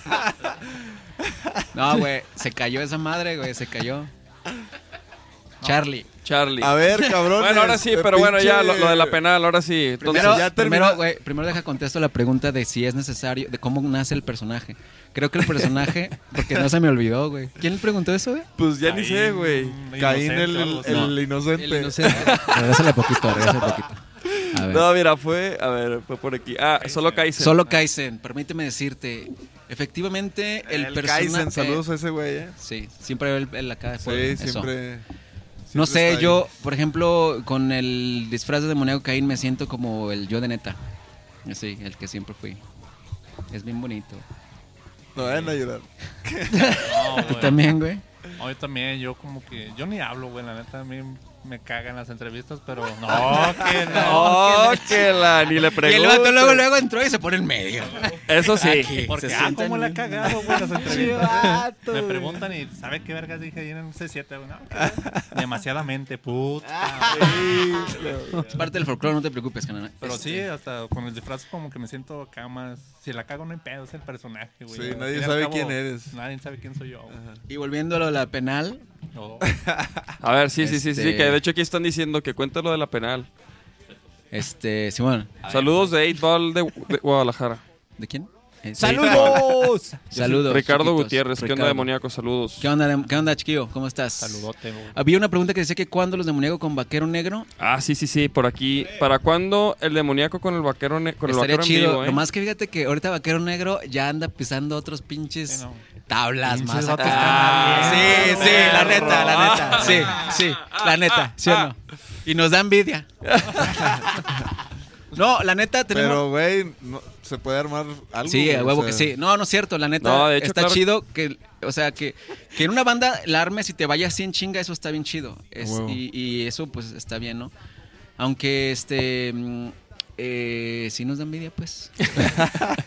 Speaker 3: No, güey. Se cayó esa madre, güey. Se cayó. Charlie.
Speaker 2: Charlie.
Speaker 4: A ver, cabrón.
Speaker 2: bueno, ahora sí, pero bueno, ya lo, lo de la penal, ahora sí. Entonces,
Speaker 3: Primero,
Speaker 4: ya termina-
Speaker 3: primero, güey, primero deja contesto la pregunta de si es necesario, de cómo nace el personaje. Creo que el personaje, porque no se me olvidó, güey. ¿Quién le preguntó eso, güey?
Speaker 4: Pues ya ni sé, güey. Caín el,
Speaker 6: mm, Inocente, algo así.
Speaker 4: el inocente.
Speaker 8: El inocente.
Speaker 3: Regrésale poquito, regrésale poquito. A ver.
Speaker 2: no, mira, fue, a ver, fue por aquí. Ah, solo Kaiser.
Speaker 3: Solo Kaizen, permíteme decirte. Efectivamente, el,
Speaker 4: El
Speaker 3: personaje.
Speaker 4: Kaizen, saludos a ese güey, eh.
Speaker 3: Sí, siempre veo el, el acá de
Speaker 4: Sí,
Speaker 3: Puebla, eso.
Speaker 4: siempre.
Speaker 3: No
Speaker 4: siempre
Speaker 3: sé,
Speaker 4: está
Speaker 3: yo, por ejemplo, con el disfraz de demoníaco Caín me siento como el yo de neta. Sí, el que siempre fui. Es bien bonito.
Speaker 4: ahí. No vayan a llorar.
Speaker 6: No,
Speaker 3: ¿Tú
Speaker 6: güey.
Speaker 3: también, güey?
Speaker 6: No, yo también, yo como que. Yo ni hablo, güey, la neta. A mí me cagan las entrevistas, pero. No, que no.
Speaker 2: Oh, que la, ni le
Speaker 3: Y el
Speaker 2: pregunto.
Speaker 3: vato luego, luego entró y se pone en medio.
Speaker 2: Eso sí.
Speaker 6: Porque,
Speaker 3: Se
Speaker 6: ah,
Speaker 3: sientan
Speaker 6: cómo la he
Speaker 3: en-
Speaker 6: cagado, güey, las entrevistas.
Speaker 5: vato,
Speaker 6: Me
Speaker 5: güey.
Speaker 6: preguntan y, ¿sabe qué vergas dije ahí en el C7? güey? No, que- demasiadamente, puta.
Speaker 3: Es parte del folclore, no te preocupes, canal.
Speaker 6: Pero
Speaker 4: Este,
Speaker 6: sí, hasta con el disfraz como que me siento acá más... Si la cago no hay pedo, es el personaje, güey.
Speaker 4: Sí,
Speaker 6: Al
Speaker 4: nadie
Speaker 6: fin y al
Speaker 4: sabe quién eres.
Speaker 6: Nadie sabe quién soy yo. güey.
Speaker 3: Y volviendo a lo de la penal,
Speaker 6: No.
Speaker 2: A ver, sí, sí, sí, sí,
Speaker 3: Este-
Speaker 2: que de hecho aquí están diciendo que cuente lo de la penal.
Speaker 3: este, Simón,
Speaker 2: Saludos
Speaker 3: pues.
Speaker 2: de 8 Ball de, de Guadalajara.
Speaker 3: ¿de quién? Eh, sí.
Speaker 5: ¡Saludos!
Speaker 3: Saludos.
Speaker 2: Ricardo
Speaker 3: chiquitos.
Speaker 2: Gutiérrez, ¿qué onda
Speaker 3: Ricardo.
Speaker 2: demoníaco? Saludos.
Speaker 3: ¿Qué onda, dem- ¿Qué onda, chiquillo? ¿Cómo estás?
Speaker 6: Saludote, güey.
Speaker 3: Había una pregunta que decía que cuando los demoníacos con vaquero negro
Speaker 2: Ah, sí, sí, sí, por aquí. ¿Para cuándo el demoníaco con el vaquero, ne- con el
Speaker 3: estaría
Speaker 2: vaquero
Speaker 3: chido.
Speaker 2: en vivo, eh?
Speaker 3: Nomás que fíjate que ahorita vaquero negro ya anda pisando otros pinches
Speaker 6: Sí, no.
Speaker 3: tablas
Speaker 6: Pinches
Speaker 3: más.
Speaker 6: vatos
Speaker 3: acá.
Speaker 6: Ah,
Speaker 3: sí,
Speaker 6: bien, Ah.
Speaker 3: sí, la
Speaker 6: perro.
Speaker 3: neta, la neta. Sí, sí, la neta, ¿sí o no?
Speaker 6: Ah.
Speaker 3: Y nos da envidia. No, la neta tenemos.
Speaker 4: Pero, güey, no- se puede armar algo.
Speaker 3: Sí,
Speaker 4: güey,
Speaker 3: a
Speaker 4: o
Speaker 3: huevo
Speaker 4: sea,
Speaker 3: que sí. No, no es cierto, la neta.
Speaker 2: No, de hecho,
Speaker 3: está
Speaker 2: claro.
Speaker 3: chido que, o sea, que, que en una banda la armes y te vayas así en chinga, eso está bien chido. Es-
Speaker 4: huevo.
Speaker 3: y, y eso, pues, está bien, ¿no? Aunque, este, mm, eh, sí nos da envidia, pues.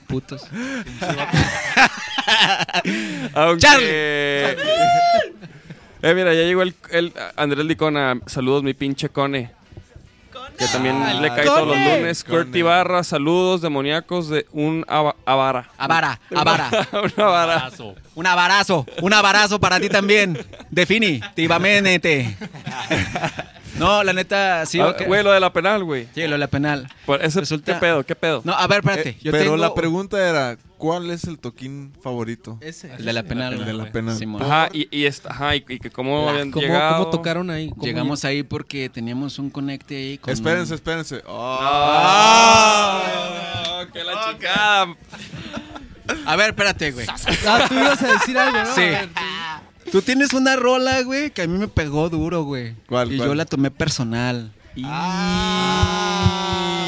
Speaker 3: Putos.
Speaker 2: Aunque-
Speaker 3: Charlie.
Speaker 2: Eh, mira, ya llegó el, el Andrés Licona. Saludos, mi pinche Cone. Que también
Speaker 3: Ah,
Speaker 2: le cae todos los
Speaker 4: Cone.
Speaker 2: lunes.
Speaker 4: Cone.
Speaker 2: Kurt Ibarra, saludos demoníacos de un ava- avara.
Speaker 3: Avara, avara.
Speaker 2: Una vara.
Speaker 6: Abrazo.
Speaker 3: Un avarazo, un avarazo para ti también. Definitivamente. No, la neta, sí.
Speaker 2: Ah,
Speaker 3: ok.
Speaker 2: Güey, lo de la penal, güey.
Speaker 3: Sí, lo de la penal.
Speaker 2: Por ese-
Speaker 3: Resulta-
Speaker 2: ¿Qué pedo? ¿Qué pedo?
Speaker 3: No, a ver, espérate.
Speaker 4: eh,
Speaker 3: yo
Speaker 4: pero
Speaker 3: tengo
Speaker 4: la pregunta era: ¿cuál es el toquín favorito?
Speaker 8: Ese.
Speaker 3: El de la penal.
Speaker 4: El de la
Speaker 3: güey.
Speaker 4: penal. Ah,
Speaker 3: Simón.
Speaker 2: Ajá, y, y, esta- ajá, y, y que cómo
Speaker 3: Ah,
Speaker 2: habían
Speaker 8: ¿Cómo,
Speaker 2: llegado.
Speaker 8: cómo tocaron ahí? ¿Cómo
Speaker 3: Llegamos ahí porque teníamos un conecte ahí con... Ah,
Speaker 4: Espérense, espérense.
Speaker 2: Ah, ¡Qué la chingada!
Speaker 3: A ver, espérate, güey.
Speaker 5: Ah, tú ibas a decir algo, ¿no?
Speaker 3: Sí.
Speaker 5: A ver,
Speaker 3: Tú tienes una rola, güey, que a mí me pegó duro, güey.
Speaker 4: ¿Cuál,
Speaker 3: Y
Speaker 4: cuál?
Speaker 3: yo la tomé personal. Y-
Speaker 5: Ah,
Speaker 3: Ah.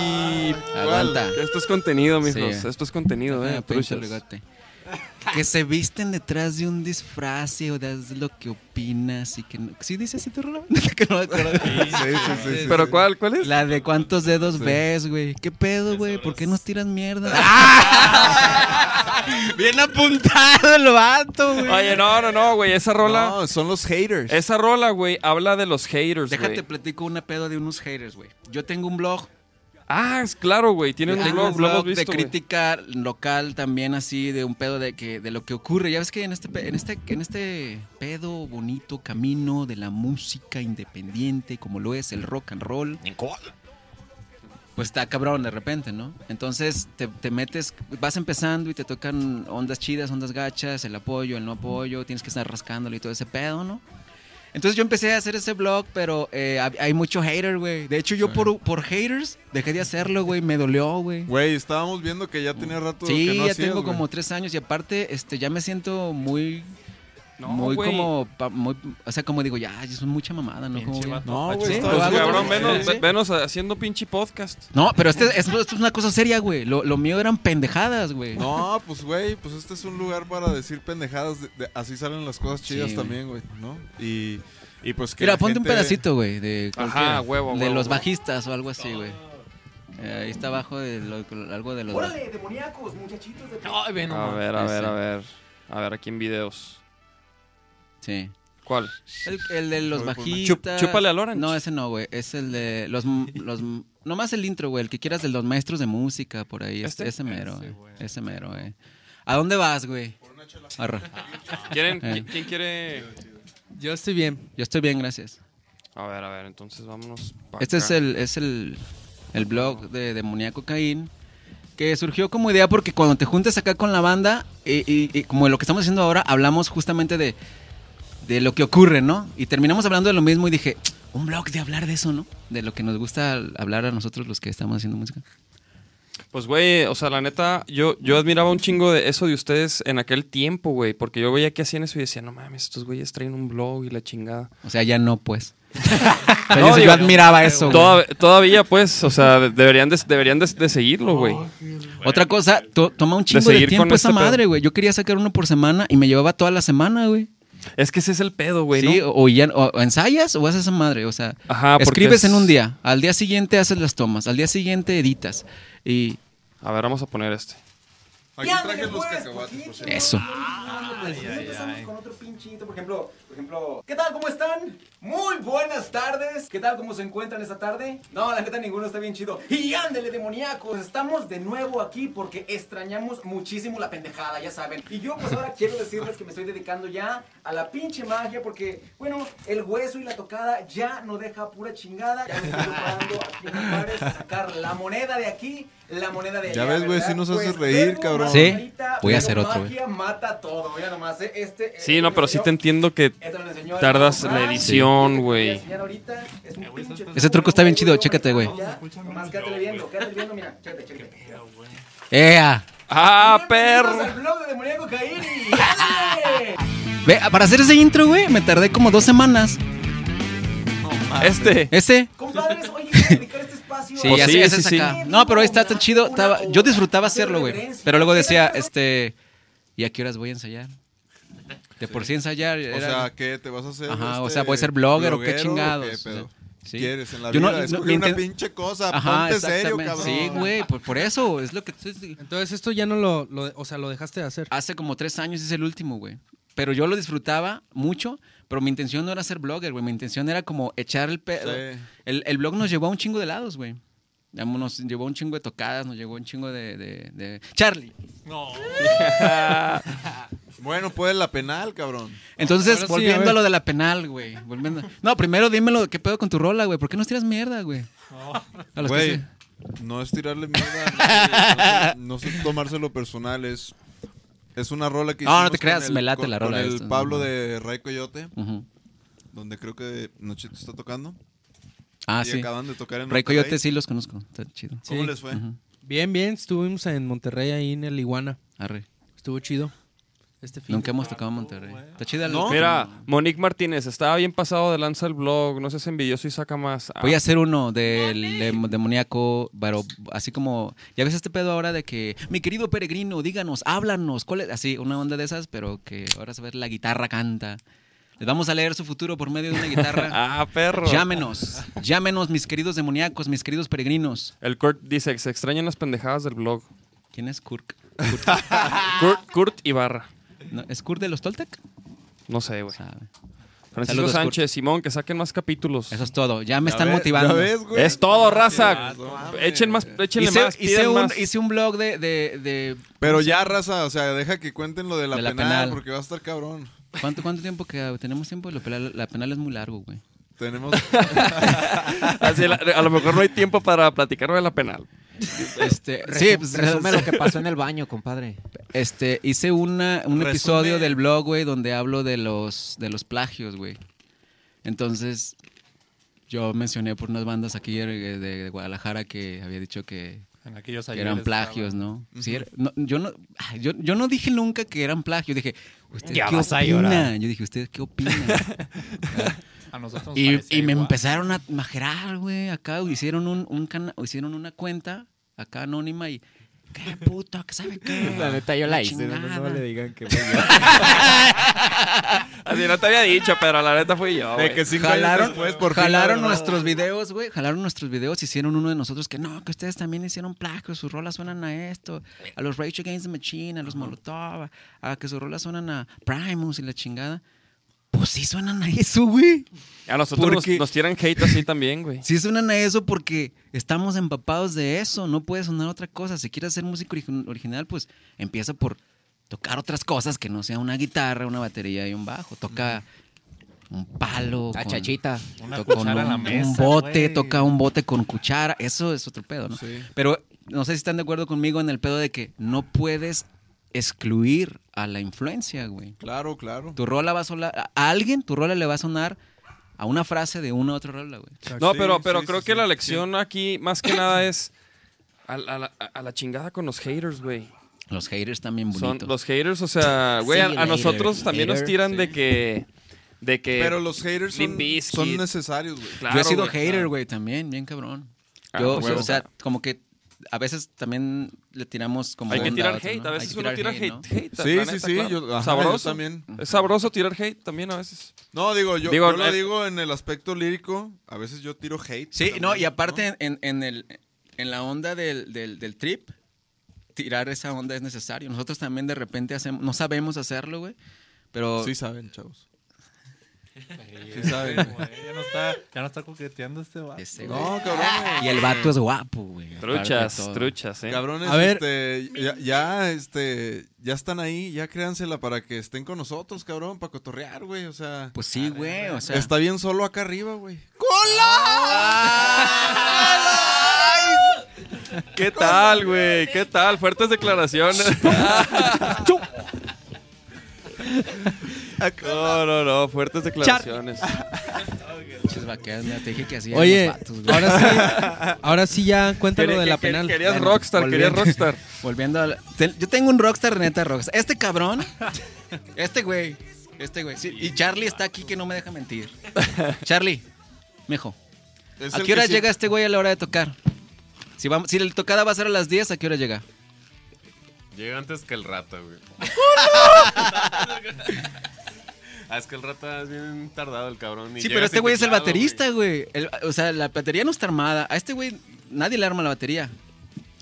Speaker 3: Aguanta.
Speaker 2: Esto es contenido, mijos.
Speaker 3: Sí.
Speaker 2: Esto es contenido,
Speaker 3: Ah,
Speaker 2: eh.
Speaker 3: pinche
Speaker 2: truchas.
Speaker 3: bigote. Que se visten detrás de un disfraz y o das lo que opinas y que no... ¿Sí dice así tu rola? que no me acuerdo.
Speaker 4: Sí, sí, sí, sí,
Speaker 2: ¿Pero
Speaker 4: sí.
Speaker 2: cuál? ¿Cuál es?
Speaker 3: La de cuántos dedos ves, güey. ¿Qué pedo, güey? ¿Por qué nos tiras mierda? Bien apuntado el vato, güey.
Speaker 2: Oye, no, no, no, güey. Esa rola.
Speaker 4: No, son los
Speaker 3: Eh.
Speaker 4: haters.
Speaker 2: Esa rola, Pues, güey, habla de los haters,
Speaker 3: Déjate
Speaker 2: güey.
Speaker 3: platico una pedo de unos haters, güey. Yo tengo un blog.
Speaker 2: Ah, es claro, güey. Tiene un
Speaker 3: Tengo
Speaker 2: blog,
Speaker 3: un
Speaker 2: lo hemos
Speaker 3: blog
Speaker 2: visto.
Speaker 3: de
Speaker 2: güey.
Speaker 3: crítica local también así de un pedo de que de lo que ocurre ya ves que en este pe- en este en este pedo bonito camino de la música independiente como lo es el rock and roll pues está cabrón de repente no entonces te, te metes vas empezando y te tocan ondas chidas ondas gachas el apoyo el no apoyo tienes que estar rascándole y todo ese pedo no entonces yo empecé a hacer ese blog, pero eh, hab- hay mucho hater, güey. De hecho, yo por, por haters dejé de hacerlo, güey. Me dolió, güey.
Speaker 4: Güey, estábamos viendo que ya tenía rato
Speaker 3: Sí,
Speaker 4: que no
Speaker 3: ya
Speaker 4: hacías,
Speaker 3: tengo
Speaker 4: güey.
Speaker 3: como tres años y aparte, este, ya me siento muy,
Speaker 2: No,
Speaker 3: muy
Speaker 2: güey.
Speaker 3: como, pa- muy, o sea, como digo, ya, es mucha mamada, ¿no? Como
Speaker 6: Pinche
Speaker 3: ya-
Speaker 6: vato.
Speaker 4: No, güey,
Speaker 3: Sí,
Speaker 4: estaba-
Speaker 2: Pues,
Speaker 3: algo
Speaker 2: cabrón,
Speaker 3: así.
Speaker 2: venos,
Speaker 3: Sí.
Speaker 2: ve- venos haciendo pinche podcast.
Speaker 3: No, pero este, es- esto, es una cosa seria, güey. Lo, lo mío eran pendejadas, güey.
Speaker 4: No, pues güey, pues este es un lugar para decir pendejadas. de- de- así salen las cosas chidas
Speaker 3: Sí, güey.
Speaker 4: también, güey, ¿no? Y, y pues que.
Speaker 3: Mira,
Speaker 4: la
Speaker 3: ponte un
Speaker 4: gente-
Speaker 3: pedacito, güey, de,
Speaker 2: Ajá, huevo,
Speaker 3: de
Speaker 2: huevo.
Speaker 3: los
Speaker 2: huevo.
Speaker 3: bajistas o algo así, güey. Eh, ahí está abajo de lo- algo de los...
Speaker 2: A ver, a ver,
Speaker 3: Ese.
Speaker 2: a ver. A ver, aquí en videos.
Speaker 3: Sí.
Speaker 2: ¿Cuál?
Speaker 3: El, el de los
Speaker 4: Chup-
Speaker 3: bajistas.
Speaker 2: chúpale al orange.
Speaker 3: No, ese no, güey. Es el de los. los nomás el intro, güey. El que quieras de los maestros de música por ahí. Este,
Speaker 2: ¿Este?
Speaker 3: ese mero, güey. Ese mero, güey. ¿A dónde vas, güey? Arra.
Speaker 2: ¿Quieren,
Speaker 3: Eh.
Speaker 2: qui- ¿Quién quiere?
Speaker 8: Yo estoy bien.
Speaker 3: Yo estoy bien, gracias.
Speaker 2: A ver, a ver, entonces vámonos. pa'
Speaker 3: Este
Speaker 2: acá.
Speaker 3: es el, es el, el blog de Demoníaco Caín. Que surgió como idea porque cuando te juntas acá con la banda, y, y- y como lo que estamos haciendo ahora, hablamos justamente de, de lo que ocurre, ¿no? Y terminamos hablando de lo mismo y dije, un blog de hablar de eso, ¿no? De lo que nos gusta al- hablar a nosotros los que estamos haciendo música.
Speaker 2: Pues, güey, o sea, la neta, yo, yo admiraba un chingo de eso de ustedes en aquel tiempo, güey. Porque yo veía que hacían eso y decía, no mames, estos güeyes traen un blog y la chingada.
Speaker 3: O sea, ya no, pues.
Speaker 2: No,
Speaker 3: Pero yo, yo
Speaker 2: digo,
Speaker 3: admiraba eso. güey.
Speaker 2: Toda- todavía, pues, o sea, de- deberían de, deberían de, de seguirlo, güey.
Speaker 3: Otra cosa, to- toma un chingo de,
Speaker 2: seguir
Speaker 3: tiempo
Speaker 2: con
Speaker 3: esa
Speaker 2: este pedo.
Speaker 3: madre, güey. Yo quería sacar uno por semana y me llevaba toda la semana, güey.
Speaker 2: Es que ese es el pedo, güey.
Speaker 3: Sí,
Speaker 2: ¿no?
Speaker 3: o, o ya- o- o ensayas o haces esa madre. O sea,
Speaker 2: Ajá, porque
Speaker 3: escribes
Speaker 2: es-
Speaker 3: en un día, al día siguiente haces las tomas, al día siguiente editas. Y
Speaker 2: A ver, vamos a poner este.
Speaker 4: Aquí traje
Speaker 9: pues,
Speaker 4: los cacahuates, por cierto.
Speaker 3: eso.
Speaker 9: Ah, Empezamos con otro pinchito, por ejemplo, por ejemplo, ¿qué tal? ¿Cómo están? Muy buenas tardes. ¿Qué tal? ¿Cómo se encuentran esta tarde? No, la neta ninguno está bien chido. Y ándele, demoníacos. Estamos de nuevo aquí porque extrañamos muchísimo la pendejada,
Speaker 5: Ah,
Speaker 9: ya saben. Y yo pues ahora quiero decirles que me estoy dedicando ya a la pinche magia porque, bueno, el hueso y la tocada ya no deja pura chingada. Ya me estoy preparando aquí en los bares a sacar la moneda de aquí, la moneda de allá.
Speaker 4: Ya ves, güey,
Speaker 9: ¿verdad?
Speaker 4: sí nos haces
Speaker 9: Pues,
Speaker 4: reír,
Speaker 9: verbo,
Speaker 4: cabrón.
Speaker 3: Sí,
Speaker 9: margarita,
Speaker 3: voy
Speaker 9: pero
Speaker 3: a hacer otro, güey.
Speaker 9: magia mata todo, mira nomás, ¿eh? Este,
Speaker 2: Sí, no, pero sí te entiendo que tardas la edición, güey.
Speaker 3: Ese truco está bien chido, chécate, güey.
Speaker 9: Más quédate viendo, quédate viendo, mira, chécate, chécate.
Speaker 3: ¡Ea!
Speaker 2: ¡Ah,
Speaker 9: Bienvenidos
Speaker 2: perro!
Speaker 9: al blog de Demoníaco Caín y ¡ándale!
Speaker 3: Ve, para hacer ese intro, güey, me tardé como dos semanas.
Speaker 2: Este.
Speaker 3: Ese.
Speaker 9: Compadres, oye, quiero dedicar este espacio
Speaker 3: Sí,
Speaker 9: a-
Speaker 2: Pues
Speaker 3: así
Speaker 2: sí,
Speaker 3: ese es
Speaker 2: sí, sí.
Speaker 3: acá. No, pero ahí está tan chido. estaba- yo disfrutaba hacerlo, güey. Pero luego decía, este, ¿y a qué horas voy a ensayar? De por sí ensayar.
Speaker 4: O
Speaker 3: era-
Speaker 4: sea, ¿qué te vas a hacer?
Speaker 3: Ajá, o
Speaker 4: este,
Speaker 3: sea, voy a ser blogger o qué
Speaker 4: bloguero
Speaker 3: chingados.
Speaker 4: qué pedo?
Speaker 3: Sí.
Speaker 4: ¿Quieres en la
Speaker 3: Yo no-
Speaker 4: vida?
Speaker 3: no-
Speaker 4: Escoge una
Speaker 3: inten-
Speaker 4: pinche cosa,
Speaker 3: Ajá,
Speaker 4: ponte serio, cabrón.
Speaker 3: exactamente. Sí, güey, por, por eso, es lo que...
Speaker 8: Entonces esto ya no lo, lo- o sea, lo dejaste de hacer.
Speaker 3: Hace como tres años es el último, güey. Pero yo lo disfrutaba mucho, pero mi intención no era ser blogger, güey. Mi intención era como echar el pedo.
Speaker 4: Sí.
Speaker 3: El, el blog nos llevó a un chingo de lados, güey. Ya Nos llevó a un chingo de tocadas, nos llevó a un chingo de... de- de- Charlie.
Speaker 4: Bueno, pues la penal, cabrón.
Speaker 3: Entonces,
Speaker 8: Ahora sí,
Speaker 3: volviendo
Speaker 8: a
Speaker 3: a,
Speaker 8: ver.
Speaker 3: lo de la penal, güey. volviendo- No, primero dímelo, ¿qué pedo con tu rola, güey? ¿Por qué nos tiras mierda, güey? A los que
Speaker 4: Oh. Güey,
Speaker 3: se-
Speaker 4: no es tirarle mierda a nadie, no, es, no es tomárselo personal, es, es una rola que
Speaker 3: No, no
Speaker 4: hicimos
Speaker 3: te creas,
Speaker 4: con el-
Speaker 3: me late
Speaker 4: con-
Speaker 3: la rola
Speaker 4: Con el
Speaker 3: esta,
Speaker 4: Pablo
Speaker 3: no.
Speaker 4: de Ray Coyote,
Speaker 3: Ujú.
Speaker 4: donde creo que Nochito está tocando.
Speaker 3: Ah,
Speaker 4: y
Speaker 3: sí.
Speaker 4: acaban de tocar en
Speaker 3: Ray
Speaker 4: Monterrey.
Speaker 3: Coyote sí los conozco, está chido.
Speaker 4: ¿Cómo
Speaker 8: Sí.
Speaker 4: les fue?
Speaker 3: Ujú.
Speaker 8: Bien, bien. Estuvimos en Monterrey ahí en el Iguana.
Speaker 3: Arre.
Speaker 8: Estuvo chido. Este fin.
Speaker 3: Nunca hemos tocado en Monterrey. Está chida la
Speaker 2: Mira, Monique Martínez, estaba bien pasado de lanza el blog. No seas envidioso y saca más. Ah,
Speaker 3: Voy a hacer uno del dem- demoníaco, pero así como, ya ves este pedo ahora de que, mi querido peregrino, díganos, háblanos, cuál es, así, una onda de esas, pero que ahora se ve la guitarra canta. Les vamos a leer su futuro por medio de una guitarra.
Speaker 2: ah, perro.
Speaker 3: llámenos, llámenos, mis queridos demoníacos, mis queridos peregrinos.
Speaker 2: El Kurt dice, se extrañan las pendejadas del blog.
Speaker 3: ¿Quién es Kurk?
Speaker 2: Kurt, Kurt Ibarra.
Speaker 3: No, ¿Es Kurk de los Toltec?
Speaker 2: No sé, güey.
Speaker 3: Sabe.
Speaker 2: Francisco
Speaker 3: Saludos,
Speaker 2: Sánchez, Simón, que saquen más capítulos.
Speaker 3: Eso es todo. Ya me
Speaker 4: Ya
Speaker 3: están
Speaker 4: ves-
Speaker 3: motivando.
Speaker 4: ya ves, güey.
Speaker 2: Es todo, raza.
Speaker 4: No mames.
Speaker 2: Echen más, échenle
Speaker 3: hice,
Speaker 2: más,
Speaker 3: hice
Speaker 2: pidan
Speaker 3: un,
Speaker 2: más.
Speaker 3: hice un blog de, de- de-
Speaker 4: Pero ya, raza, o sea, deja que cuenten lo de la,
Speaker 3: De la
Speaker 4: penal,
Speaker 3: penal.
Speaker 4: porque va a estar cabrón.
Speaker 3: ¿cuánto, ¿Cuánto tiempo queda? Tenemos tiempo. La penal, la penal es muy largo, güey.
Speaker 4: Tenemos.
Speaker 2: Así, la- a lo mejor no hay tiempo para platicar de la penal.
Speaker 3: Este, sí,
Speaker 5: Resu-
Speaker 3: pues,
Speaker 5: resume lo que pasó en el baño, compadre.
Speaker 3: Este, hice una, un episodio del blog, güey, donde hablo de los, de los plagios, güey. Entonces, yo mencioné por unas bandas aquí eh, de, de Guadalajara que había dicho que,
Speaker 6: En aquellos
Speaker 3: que
Speaker 6: ayeres
Speaker 3: eran plagios,
Speaker 6: estaba.
Speaker 3: ¿no? Sí, era- no, yo, no ah, yo, yo no dije nunca que eran plagios. Dije, ¿ustedes
Speaker 5: Ya
Speaker 3: qué
Speaker 5: vas a
Speaker 3: opinan?
Speaker 5: llorar.
Speaker 3: Yo dije, ¿ustedes qué opinan?
Speaker 6: A nosotros nos
Speaker 3: Y,
Speaker 6: parecía
Speaker 3: y me
Speaker 6: igual.
Speaker 3: empezaron a majerar, güey, acá hicieron un, un cana- hicieron una cuenta acá anónima y qué puto, ¿qué sabe qué?
Speaker 5: La neta, yo la hice. No,
Speaker 3: chingada.
Speaker 5: no le digan que.
Speaker 2: Así no te había dicho, pero la neta fui yo.
Speaker 4: de
Speaker 2: güey.
Speaker 4: que cinco años
Speaker 3: jalaron,
Speaker 4: después, por fin,
Speaker 3: jalaron
Speaker 4: la verdad.
Speaker 3: nuestros videos, güey, jalaron nuestros videos, hicieron uno de nosotros que no, que ustedes también hicieron plagios, sus rolas suenan a esto, a los Rage Against the Machine, a los Molotov, a que sus rolas suenan a Primus y la chingada. Pues sí suenan a eso, güey.
Speaker 2: A nosotros nos,
Speaker 3: Porque-
Speaker 2: nos tiran hate así también, güey.
Speaker 3: Si suenan a eso porque estamos empapados de eso, no puede sonar otra cosa. Si quieres hacer música origi- original, pues empieza por tocar otras cosas que no sea una guitarra, una batería y un bajo. Toca un palo,
Speaker 5: La
Speaker 3: con-
Speaker 5: chachita.
Speaker 6: Una
Speaker 3: toca
Speaker 6: cuchara
Speaker 3: un,
Speaker 6: en la
Speaker 3: un
Speaker 6: mesa,
Speaker 3: bote,
Speaker 6: güey.
Speaker 3: toca un bote con cuchara. Eso es otro pedo, ¿no? Pero no sé si están de acuerdo conmigo en el pedo de que no puedes excluir a la influencia, güey.
Speaker 4: Claro, claro.
Speaker 3: Tu rola va a sonar a alguien, tu rola le va a sonar a una frase de una u otra rola, güey.
Speaker 2: No,
Speaker 4: Sí,
Speaker 2: pero, pero
Speaker 4: sí,
Speaker 2: creo
Speaker 4: sí,
Speaker 2: que
Speaker 4: sí,
Speaker 2: la
Speaker 4: sí.
Speaker 2: lección aquí, más que nada, es a, la- a la- a la chingada con los haters, güey.
Speaker 3: Los haters también
Speaker 2: Son
Speaker 3: bonitos.
Speaker 2: los haters, o sea, güey,
Speaker 5: Sí,
Speaker 2: a, a
Speaker 5: later,
Speaker 2: nosotros también nos
Speaker 5: later,
Speaker 2: tiran de que. De que
Speaker 4: Pero los haters son,
Speaker 2: Limp Bizkit.
Speaker 4: son necesarios, güey.
Speaker 2: Claro,
Speaker 3: Yo he sido
Speaker 2: güey,
Speaker 3: hater,
Speaker 2: claro.
Speaker 3: güey, también, bien cabrón.
Speaker 2: Ah,
Speaker 3: Yo,
Speaker 2: pues,
Speaker 3: o sea,
Speaker 2: huevo.
Speaker 3: o sea, como que a veces también le tiramos como
Speaker 2: Hay que
Speaker 3: onda
Speaker 2: tirar
Speaker 3: otro,
Speaker 2: hate,
Speaker 3: ¿no?
Speaker 2: a
Speaker 3: Hay
Speaker 2: veces
Speaker 3: que
Speaker 2: uno tira
Speaker 3: tirar
Speaker 2: hate.
Speaker 3: ¿no?
Speaker 2: hate,
Speaker 4: Sí,
Speaker 2: la
Speaker 4: sí,
Speaker 2: neta,
Speaker 4: sí,
Speaker 2: claro.
Speaker 4: yo- ajá, yo
Speaker 2: sabroso.
Speaker 4: también.
Speaker 2: Es sabroso tirar hate también a veces.
Speaker 4: No, digo, yo,
Speaker 2: Digo,
Speaker 4: yo lo
Speaker 2: eh,
Speaker 4: digo en el aspecto lírico. A veces yo tiro hate.
Speaker 3: Sí,
Speaker 4: también,
Speaker 3: no, y aparte En, en el, en la onda del, del- del trip, tirar esa onda es necesario. Nosotros también de repente hacemos, no sabemos hacerlo, güey, pero...
Speaker 4: Sí saben, chavos.
Speaker 6: Sí, sabe, güey, Ya no está, ya no está coqueteando este vato.
Speaker 3: ese, güey.
Speaker 4: No, cabrones.
Speaker 3: Y el vato es guapo, güey. aparte de
Speaker 2: Truchas,
Speaker 3: todo.
Speaker 2: truchas, eh.
Speaker 4: Cabrones,
Speaker 8: A ver.
Speaker 4: este, ya, ya, este, ya están ahí, ya créansela para que estén con nosotros, cabrón, para cotorrear, güey, o sea,
Speaker 3: Pues sí, güey, o sea...
Speaker 4: está bien solo acá arriba, güey.
Speaker 2: ¿Qué tal, güey? ¿Qué tal? Fuertes declaraciones. No, no, no, fuertes declaraciones.
Speaker 3: pinches vaqueros, mira, Te dije que hacían
Speaker 8: Oye,
Speaker 3: los vatos, güey.
Speaker 8: ahora sí, ahora sí ya cuéntalo
Speaker 2: Quería-
Speaker 8: de la
Speaker 2: que- que-
Speaker 8: penal.
Speaker 2: Querías
Speaker 3: Bueno,
Speaker 2: rockstar, querías
Speaker 3: volviendo-
Speaker 2: rockstar.
Speaker 3: Volviendo a... la- te- Yo tengo un rockstar, neta, rockstar. Este cabrón. Este güey. Este güey. sí, y Charlie está aquí que no me deja mentir. Charlie, mijo.
Speaker 4: Es
Speaker 3: ¿A
Speaker 4: el
Speaker 3: qué hora
Speaker 4: que sí-
Speaker 3: llega este güey a la hora de tocar? Si, vamos, si la tocada va a ser a las 10, ¿a qué hora llega?
Speaker 7: Llega antes que el rata, güey. ah, es que el rata es bien tardado el cabrón. y
Speaker 3: sí,
Speaker 7: llega
Speaker 3: pero este
Speaker 7: sin
Speaker 3: güey es el
Speaker 7: teclado,
Speaker 3: baterista, güey. El- O sea, la batería no está armada. A este güey nadie le arma la batería.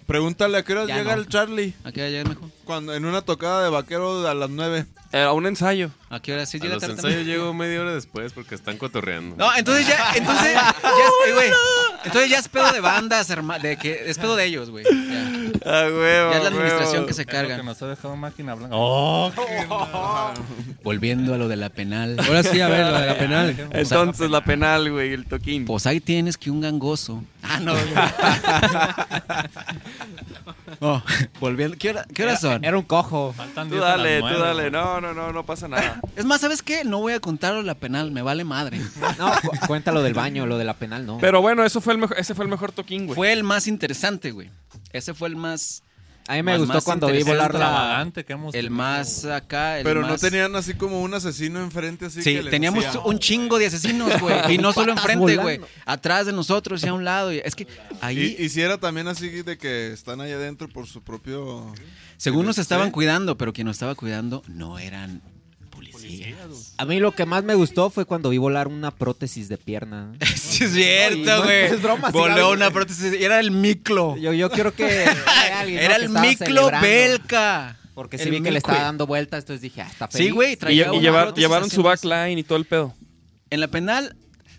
Speaker 4: Pregúntale a qué hora
Speaker 3: Ya
Speaker 4: llega
Speaker 3: no.
Speaker 4: el Charlie
Speaker 3: ¿A qué hora llega, mijo?
Speaker 4: cuando en una tocada de vaquero a las nueve.
Speaker 2: Eh, A un ensayo.
Speaker 3: ¿A qué hora sí
Speaker 7: A
Speaker 3: llega
Speaker 7: los
Speaker 3: tarde?
Speaker 7: ensayos
Speaker 3: también?
Speaker 7: llego media hora después porque están cotorreando.
Speaker 3: No, entonces ya, entonces, ya es, eh, güey, entonces ya es pedo de bandas, herma- de que es pedo de ellos, güey. Ya.
Speaker 2: Ah, huevo.
Speaker 3: Ya es la administración que se
Speaker 6: Es lo que
Speaker 3: carga.
Speaker 6: nos ha dejado máquina blanca. ¡Oh!
Speaker 3: Volviendo a lo de la penal.
Speaker 8: Ahora sí, a ver, lo de la penal.
Speaker 2: Entonces la penal, güey, el toquín.
Speaker 3: Pues ahí tienes que un gangoso. Ah, no. No, volviendo. ¿Qué, hora- qué horas son?
Speaker 5: Era un cojo.
Speaker 6: Faltan
Speaker 2: Tú
Speaker 6: 10 a las
Speaker 2: dale, tú
Speaker 6: nueve,
Speaker 2: dale.
Speaker 6: güey.
Speaker 2: No, no, no, no pasa nada.
Speaker 3: Es más, ¿sabes qué? No voy a contarlo la penal, me vale madre.
Speaker 5: No, cu- cuenta lo del baño, lo de la penal, no.
Speaker 2: Pero bueno, eso fue el mejor, ese fue el mejor toquín, güey.
Speaker 3: Fue el más interesante, güey. Ese fue el más,
Speaker 5: a mí me
Speaker 3: más-
Speaker 5: gustó
Speaker 3: más
Speaker 5: cuando vi
Speaker 6: Es el
Speaker 5: volar la.
Speaker 6: extravagante que hemos
Speaker 3: el
Speaker 6: tenido,
Speaker 3: más
Speaker 6: güey.
Speaker 3: acá, el
Speaker 4: Pero no
Speaker 3: más-
Speaker 4: tenían así como un asesino enfrente así
Speaker 3: Sí,
Speaker 4: que les
Speaker 3: teníamos
Speaker 4: hacía-
Speaker 3: un chingo de asesinos, güey. Y no solo enfrente, güey. Atrás de nosotros y a un lado. y- Es que ahí,
Speaker 4: Y, y si era también así de que están ahí adentro por su propio...
Speaker 3: según nos estaban
Speaker 4: ¿Sí?
Speaker 3: cuidando, pero quien nos estaba cuidando no eran policías.
Speaker 5: A mí lo que más me gustó fue cuando vi volar una prótesis de pierna.
Speaker 3: Sí, es
Speaker 5: No,
Speaker 3: cierto,
Speaker 5: no,
Speaker 3: güey.
Speaker 5: es broma, sí,
Speaker 3: Voló
Speaker 5: la-
Speaker 3: una prótesis. Era el miclo.
Speaker 5: Yo, yo creo que. Era, alguien, ¿no?
Speaker 3: Era
Speaker 5: que
Speaker 3: el
Speaker 5: estaba
Speaker 3: miclo
Speaker 5: celebrando.
Speaker 3: belca.
Speaker 5: Porque
Speaker 3: El
Speaker 5: sí vi que
Speaker 3: miclo,
Speaker 5: le estaba
Speaker 3: güey.
Speaker 5: dando vueltas, entonces dije, ah, está
Speaker 3: Sí,
Speaker 5: feliz.
Speaker 3: güey,
Speaker 2: Y,
Speaker 3: traía
Speaker 2: y
Speaker 3: una
Speaker 2: llevar-
Speaker 3: prótesis
Speaker 2: llevaron su
Speaker 3: haciendo eso.
Speaker 2: backline y todo el pedo.
Speaker 3: En la penal,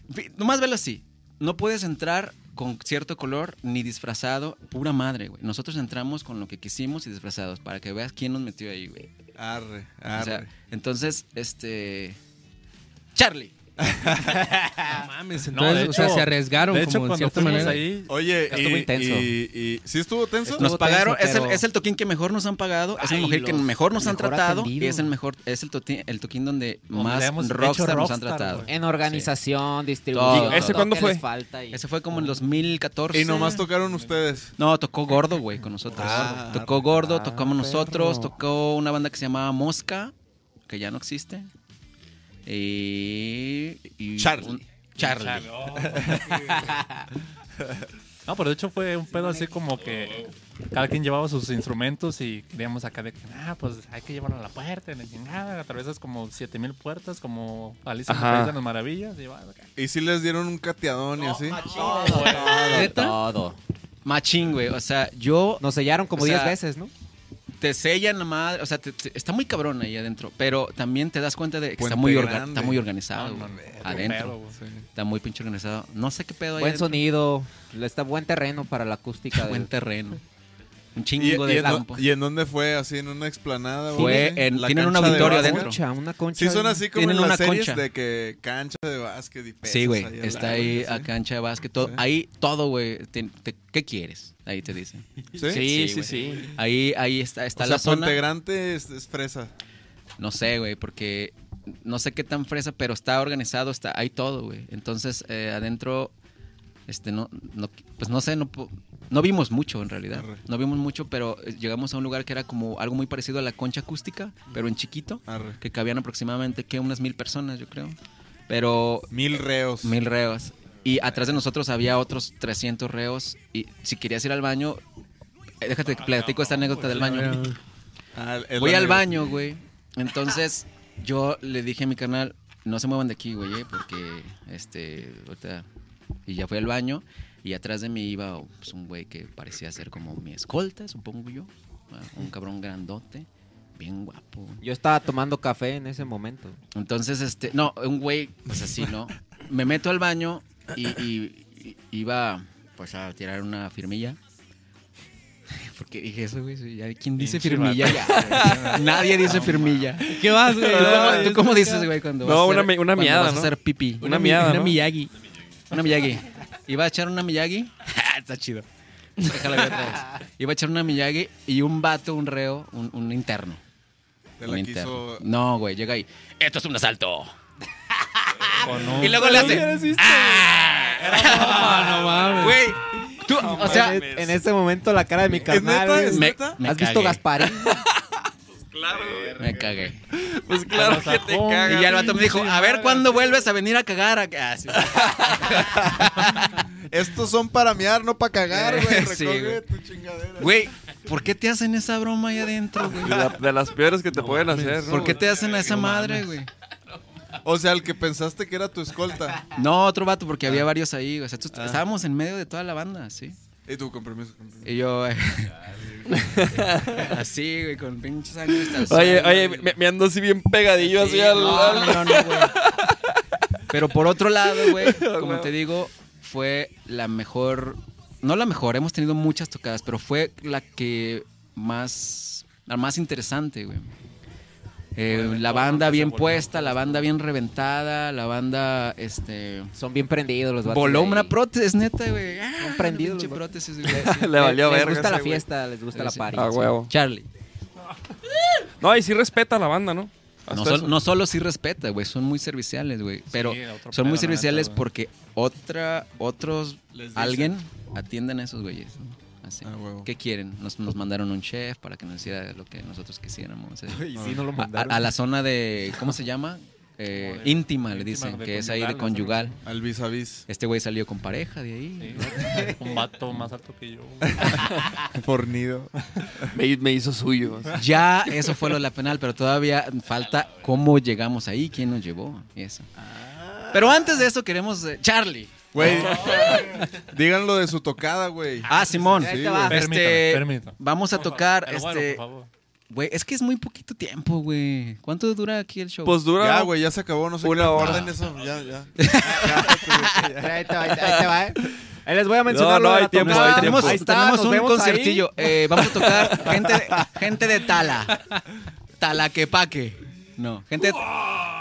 Speaker 3: vi- nomás velo así. No puedes entrar con cierto color ni disfrazado. Pura madre, güey. Nosotros entramos con lo que quisimos y disfrazados para que veas quién nos metió ahí, güey.
Speaker 4: Arre,
Speaker 5: Ah,
Speaker 3: O
Speaker 4: arre.
Speaker 3: sea, entonces, este. Charlie.
Speaker 8: No mames,
Speaker 6: No,
Speaker 8: entonces,
Speaker 6: de
Speaker 8: o sea,
Speaker 6: hecho-
Speaker 8: se arriesgaron
Speaker 6: de
Speaker 8: como
Speaker 6: hecho,
Speaker 8: en
Speaker 6: cuando
Speaker 8: cierta
Speaker 6: fuimos
Speaker 2: Pues
Speaker 8: manera.
Speaker 6: ahí,
Speaker 4: Oye,
Speaker 5: Estuvo
Speaker 4: y,
Speaker 5: intenso.
Speaker 4: y- y- ¿sí estuvo tenso?
Speaker 3: Nos
Speaker 8: Estuvo
Speaker 3: pagaron,
Speaker 8: tenso,
Speaker 3: es, el,
Speaker 8: pero-
Speaker 3: es el toquín que mejor nos han pagado, es el
Speaker 5: Ay,
Speaker 3: mujer que
Speaker 5: los-
Speaker 3: mejor nos han
Speaker 5: mejor
Speaker 3: tratado
Speaker 5: atendido.
Speaker 3: y es el mejor, es el toquín, el toquín donde
Speaker 6: Donde
Speaker 3: más
Speaker 6: le hemos hecho
Speaker 3: rockstar nos han
Speaker 6: rockstar,
Speaker 3: tratado.
Speaker 6: güey.
Speaker 5: En organización,
Speaker 3: Todo,
Speaker 5: distribución.
Speaker 3: ¿ese
Speaker 5: todo
Speaker 2: cuándo
Speaker 5: que
Speaker 2: fue?
Speaker 5: les falta y-
Speaker 3: Ese fue como en 2014.
Speaker 4: Y nomás tocaron ustedes.
Speaker 3: No, tocó Gordo, güey, con nosotros.
Speaker 4: Ah,
Speaker 3: tocó Gordo, tocamos
Speaker 2: perro.
Speaker 3: nosotros, tocó una banda que se llamaba Mosca, que ya no existe. Y. y
Speaker 4: Charlie.
Speaker 3: un- Charlie.
Speaker 6: No, pero de hecho fue un pedo así como que cada quien llevaba sus instrumentos y queríamos acá de que, ah, pues hay que llevarlo a la puerta, en la chingada, atravesas como 7000 puertas, como Alicia en el
Speaker 2: Ajá.
Speaker 6: País de las Maravillas. y vas acá.
Speaker 4: Y sí les dieron un cateadón y así.
Speaker 5: Todo,
Speaker 8: ¿Neta?
Speaker 5: todo, todo.
Speaker 3: Machín, güey. O sea, yo.
Speaker 5: Nos sellaron como
Speaker 3: O
Speaker 5: 10
Speaker 3: sea,
Speaker 5: veces, ¿no?
Speaker 3: Te sellan la madre. O sea, te- te- está muy cabrón ahí adentro. Pero también te das cuenta de que
Speaker 4: Puente
Speaker 3: está muy, orga-
Speaker 4: Grande.
Speaker 3: está muy organizado,
Speaker 6: No, no,
Speaker 3: güey,
Speaker 6: no,
Speaker 3: Adentro.
Speaker 6: pedo, güey.
Speaker 3: Está muy pinche organizado. No sé qué pedo hay.
Speaker 5: Buen
Speaker 3: adentro.
Speaker 5: sonido, está buen terreno para la acústica.
Speaker 3: Buen
Speaker 5: del-
Speaker 3: terreno. Un
Speaker 4: eh. ¿Y,
Speaker 3: chingo
Speaker 4: y
Speaker 3: de
Speaker 4: en, do-
Speaker 3: campo.
Speaker 4: y en dónde fue? ¿Así en una explanada? o
Speaker 3: Fue
Speaker 4: algo así?
Speaker 3: en-
Speaker 4: ¿La
Speaker 3: tienen un
Speaker 4: cancha de
Speaker 3: auditorio
Speaker 4: básquet?
Speaker 5: Una
Speaker 3: adentro.
Speaker 5: concha, una concha.
Speaker 4: Sí, son así como
Speaker 3: Tienen
Speaker 4: en las
Speaker 3: una
Speaker 4: series
Speaker 3: concha.
Speaker 4: de que cancha de básquet y pesas
Speaker 3: Sí, güey.
Speaker 4: ahí al
Speaker 3: Está
Speaker 4: lado,
Speaker 3: ahí
Speaker 4: y
Speaker 3: a
Speaker 4: así.
Speaker 3: cancha de básquet. todo-
Speaker 4: Sí.
Speaker 3: Ahí todo, güey. te- te- ¿Qué quieres? Ahí te dicen.
Speaker 4: ¿Sí?
Speaker 2: Sí, sí,
Speaker 3: güey.
Speaker 2: sí.
Speaker 3: Ahí, ahí está, está
Speaker 4: o
Speaker 3: la
Speaker 4: sea,
Speaker 3: zona.
Speaker 4: Pontegrante es, es fresa.
Speaker 3: No sé, güey, porque no sé qué tan fresa, pero está organizado, está, hay todo, güey. Entonces, eh, adentro, este, no, no, pues no sé, no, po- no vimos mucho en realidad.
Speaker 4: Arre.
Speaker 3: No vimos mucho, pero eh, llegamos a un lugar que era como algo muy parecido a la concha acústica, pero en chiquito,
Speaker 4: Arre.
Speaker 3: que cabían aproximadamente, ¿qué? Unas mil personas, yo creo. Pero
Speaker 4: Mil reos.
Speaker 3: Mil reos. Y atrás de nosotros había otros 300 reos. Y si querías ir al baño, eh, déjate que platico esta anécdota del
Speaker 8: Era-
Speaker 3: baño.
Speaker 4: Ah, el- el
Speaker 3: Voy al
Speaker 4: amigo.
Speaker 3: baño, güey. Entonces yo le dije a mi canal, no se muevan de aquí, güey, eh, porque este, ahorita. Y ya fui al baño. Y atrás de mí iba pues, un güey que parecía ser como mi escolta, supongo yo. ah, Un cabrón grandote, bien guapo.
Speaker 5: Yo estaba tomando café en ese momento.
Speaker 3: Entonces, este, no, un güey, pues así, ¿no? Me meto al baño y, y- y- iba, pues, a tirar una firmilla. Porque dije eso, güey, sí, ya, ¿quién dice
Speaker 6: Pinche
Speaker 3: firmilla ya? güey? Nadie dice firmilla.
Speaker 8: ¿Qué vas, güey?
Speaker 3: ¿Tú cómo, tú cómo dices, güey, cuando
Speaker 2: No,
Speaker 3: vas a hacer-
Speaker 2: una mi- una
Speaker 3: cuando
Speaker 2: miada,
Speaker 3: vas a
Speaker 2: ¿no?
Speaker 3: hacer pipí?
Speaker 2: Una miada,
Speaker 8: Una
Speaker 2: ¿no?
Speaker 8: Miyagi.
Speaker 3: Una Miyagi. Iba a echar una Miyagi. Está chido. Déjala ver otra vez. Iba a echar una Miyagi y un vato, un reo, un, un interno.
Speaker 4: Te
Speaker 3: un
Speaker 4: la
Speaker 3: interno.
Speaker 4: quiso...
Speaker 3: No, güey, llega ahí. Esto es un asalto.
Speaker 2: Ah,
Speaker 6: Con un-
Speaker 3: Y luego le hace. ¡Ah!
Speaker 8: no mames.
Speaker 3: Güey, tú, o sea,
Speaker 5: en, en ese momento la cara de mi carnal.
Speaker 4: neta?
Speaker 5: güey.
Speaker 4: ¿Es
Speaker 3: me,
Speaker 4: neta?
Speaker 3: me
Speaker 5: ¿Has visto
Speaker 3: cagué,
Speaker 5: Gasparín?
Speaker 3: Me cagué.
Speaker 2: Pues claro que te cagas.
Speaker 3: Y ya el vato me dijo, a ver cuándo vuelves a venir a cagar acá. Ah, sí.
Speaker 4: Estos son para mear, no para cagar, güey. Recoge
Speaker 3: Sí, güey.
Speaker 4: tu chingadera.
Speaker 3: Güey, ¿por qué te hacen esa broma ahí adentro, güey?
Speaker 2: De, la- de las peores que te pueden hacer, ¿no?
Speaker 3: ¿Por qué te hacen a esa madre, güey?
Speaker 4: O sea, el que pensaste que era tu escolta.
Speaker 3: No, otro vato, porque
Speaker 4: Ah.
Speaker 3: había varios ahí. O sea, tú- estábamos en medio de toda la banda, sí.
Speaker 4: Y tu compromiso. compromiso.
Speaker 3: Y yo. eh, así, güey, con pinche sangre. hasta el
Speaker 2: Oye,
Speaker 3: suelo,
Speaker 2: oye,
Speaker 3: güey.
Speaker 2: me, me ando así bien pegadillo
Speaker 3: Sí,
Speaker 2: así al...
Speaker 3: no,
Speaker 2: al-
Speaker 3: no, no, güey. Pero por otro lado, güey, como te digo, fue la mejor. No la mejor, hemos tenido muchas tocadas, pero fue la que más. La más interesante, güey. Eh, la banda bien puesta, la banda bien reventada, la banda, este.
Speaker 5: Son bien prendidos los vatos.
Speaker 3: Voló
Speaker 5: de ahí.
Speaker 3: una prótesis, neta, güey. Ah,
Speaker 5: Son prendidos
Speaker 3: pinche
Speaker 5: los vatos.
Speaker 3: prótesis, güey.
Speaker 2: Le valió
Speaker 5: les
Speaker 2: verga
Speaker 5: gusta
Speaker 2: ese
Speaker 5: la
Speaker 2: güey.
Speaker 5: fiesta, les gusta la
Speaker 3: Sí.
Speaker 5: party.
Speaker 2: A
Speaker 5: sí.
Speaker 2: huevo.
Speaker 3: Charlie.
Speaker 2: No, y sí respeta a la banda, ¿no? Hasta
Speaker 3: No, sol-
Speaker 2: eso.
Speaker 3: no solo sí respeta, güey, son muy serviciales, güey. Pero son
Speaker 6: otro pedo,
Speaker 3: muy
Speaker 6: la
Speaker 3: serviciales
Speaker 6: neta, güey.
Speaker 3: porque otra, otros, alguien atienden a esos güeyes. ¿no? Así.
Speaker 4: Ah, huevo.
Speaker 3: ¿Qué quieren? Nos, nos mandaron un chef para que nos hiciera lo que nosotros quisiéramos. ¿eh?
Speaker 5: Y
Speaker 4: Ah.
Speaker 5: sí, no lo
Speaker 3: A, a- a la zona de, ¿cómo se llama? Eh, íntima, le
Speaker 6: íntima,
Speaker 3: dicen,
Speaker 6: de
Speaker 3: que es ahí de
Speaker 6: conyugal,
Speaker 3: conyugal.
Speaker 4: Al vis a vis.
Speaker 3: Este güey salió con pareja de ahí.
Speaker 6: Sí, un vato más alto que yo. güey.
Speaker 4: Fornido.
Speaker 2: Me, me hizo suyo. así.
Speaker 3: Ya, eso fue lo de la penal, pero todavía falta cómo llegamos ahí, quién nos llevó y eso.
Speaker 6: Ah.
Speaker 3: Pero antes de eso queremos... eh, Charlie.
Speaker 4: Güey, díganlo de su tocada, güey.
Speaker 3: Ah, Simón.
Speaker 4: Ahí te
Speaker 3: Sí,
Speaker 4: va.
Speaker 3: güey.
Speaker 6: Permítame,
Speaker 3: Este,
Speaker 6: permítame.
Speaker 3: Vamos a tocar
Speaker 6: Pero bueno,
Speaker 3: este,
Speaker 6: por favor.
Speaker 3: Güey, es que es muy poquito tiempo, güey. ¿Cuánto dura aquí el show?
Speaker 2: Pues dura.
Speaker 4: Ya, güey, ya se acabó, no sé
Speaker 2: Una
Speaker 4: qué
Speaker 2: hora.
Speaker 4: tarda en eso. Ya, ya.
Speaker 5: Ahí te va, ahí te ahí te va, ¿eh? Ahí les voy a mencionar.
Speaker 2: No, no,
Speaker 5: lo de
Speaker 2: hay
Speaker 5: la
Speaker 2: tiempo,
Speaker 5: tormenta.
Speaker 2: hay tiempo.
Speaker 3: Pues, tenemos
Speaker 5: Ahí está,
Speaker 3: tenemos
Speaker 5: nos
Speaker 3: un
Speaker 5: vemos ahí.
Speaker 3: conciertillo. Eh, vamos a tocar gente, gente de Tala. Talaquepaque. No, gente.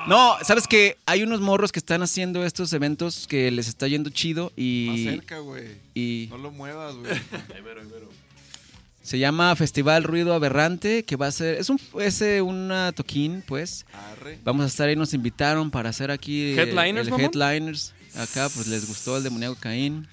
Speaker 3: No, sabes que hay unos morros que están haciendo estos eventos que les está yendo chido
Speaker 4: Más
Speaker 3: y,
Speaker 4: cerca, güey.
Speaker 3: y
Speaker 4: No lo muevas, güey.
Speaker 3: se llama Festival Ruido Aberrante, que va a ser. Es, un, es eh, una toquín, pues.
Speaker 4: Arre.
Speaker 3: Vamos a estar ahí, nos invitaron para hacer aquí. eh,
Speaker 2: ¿Headliners,
Speaker 3: el
Speaker 2: mamón?
Speaker 3: Headliners. Acá, pues les gustó el demoníaco Caín.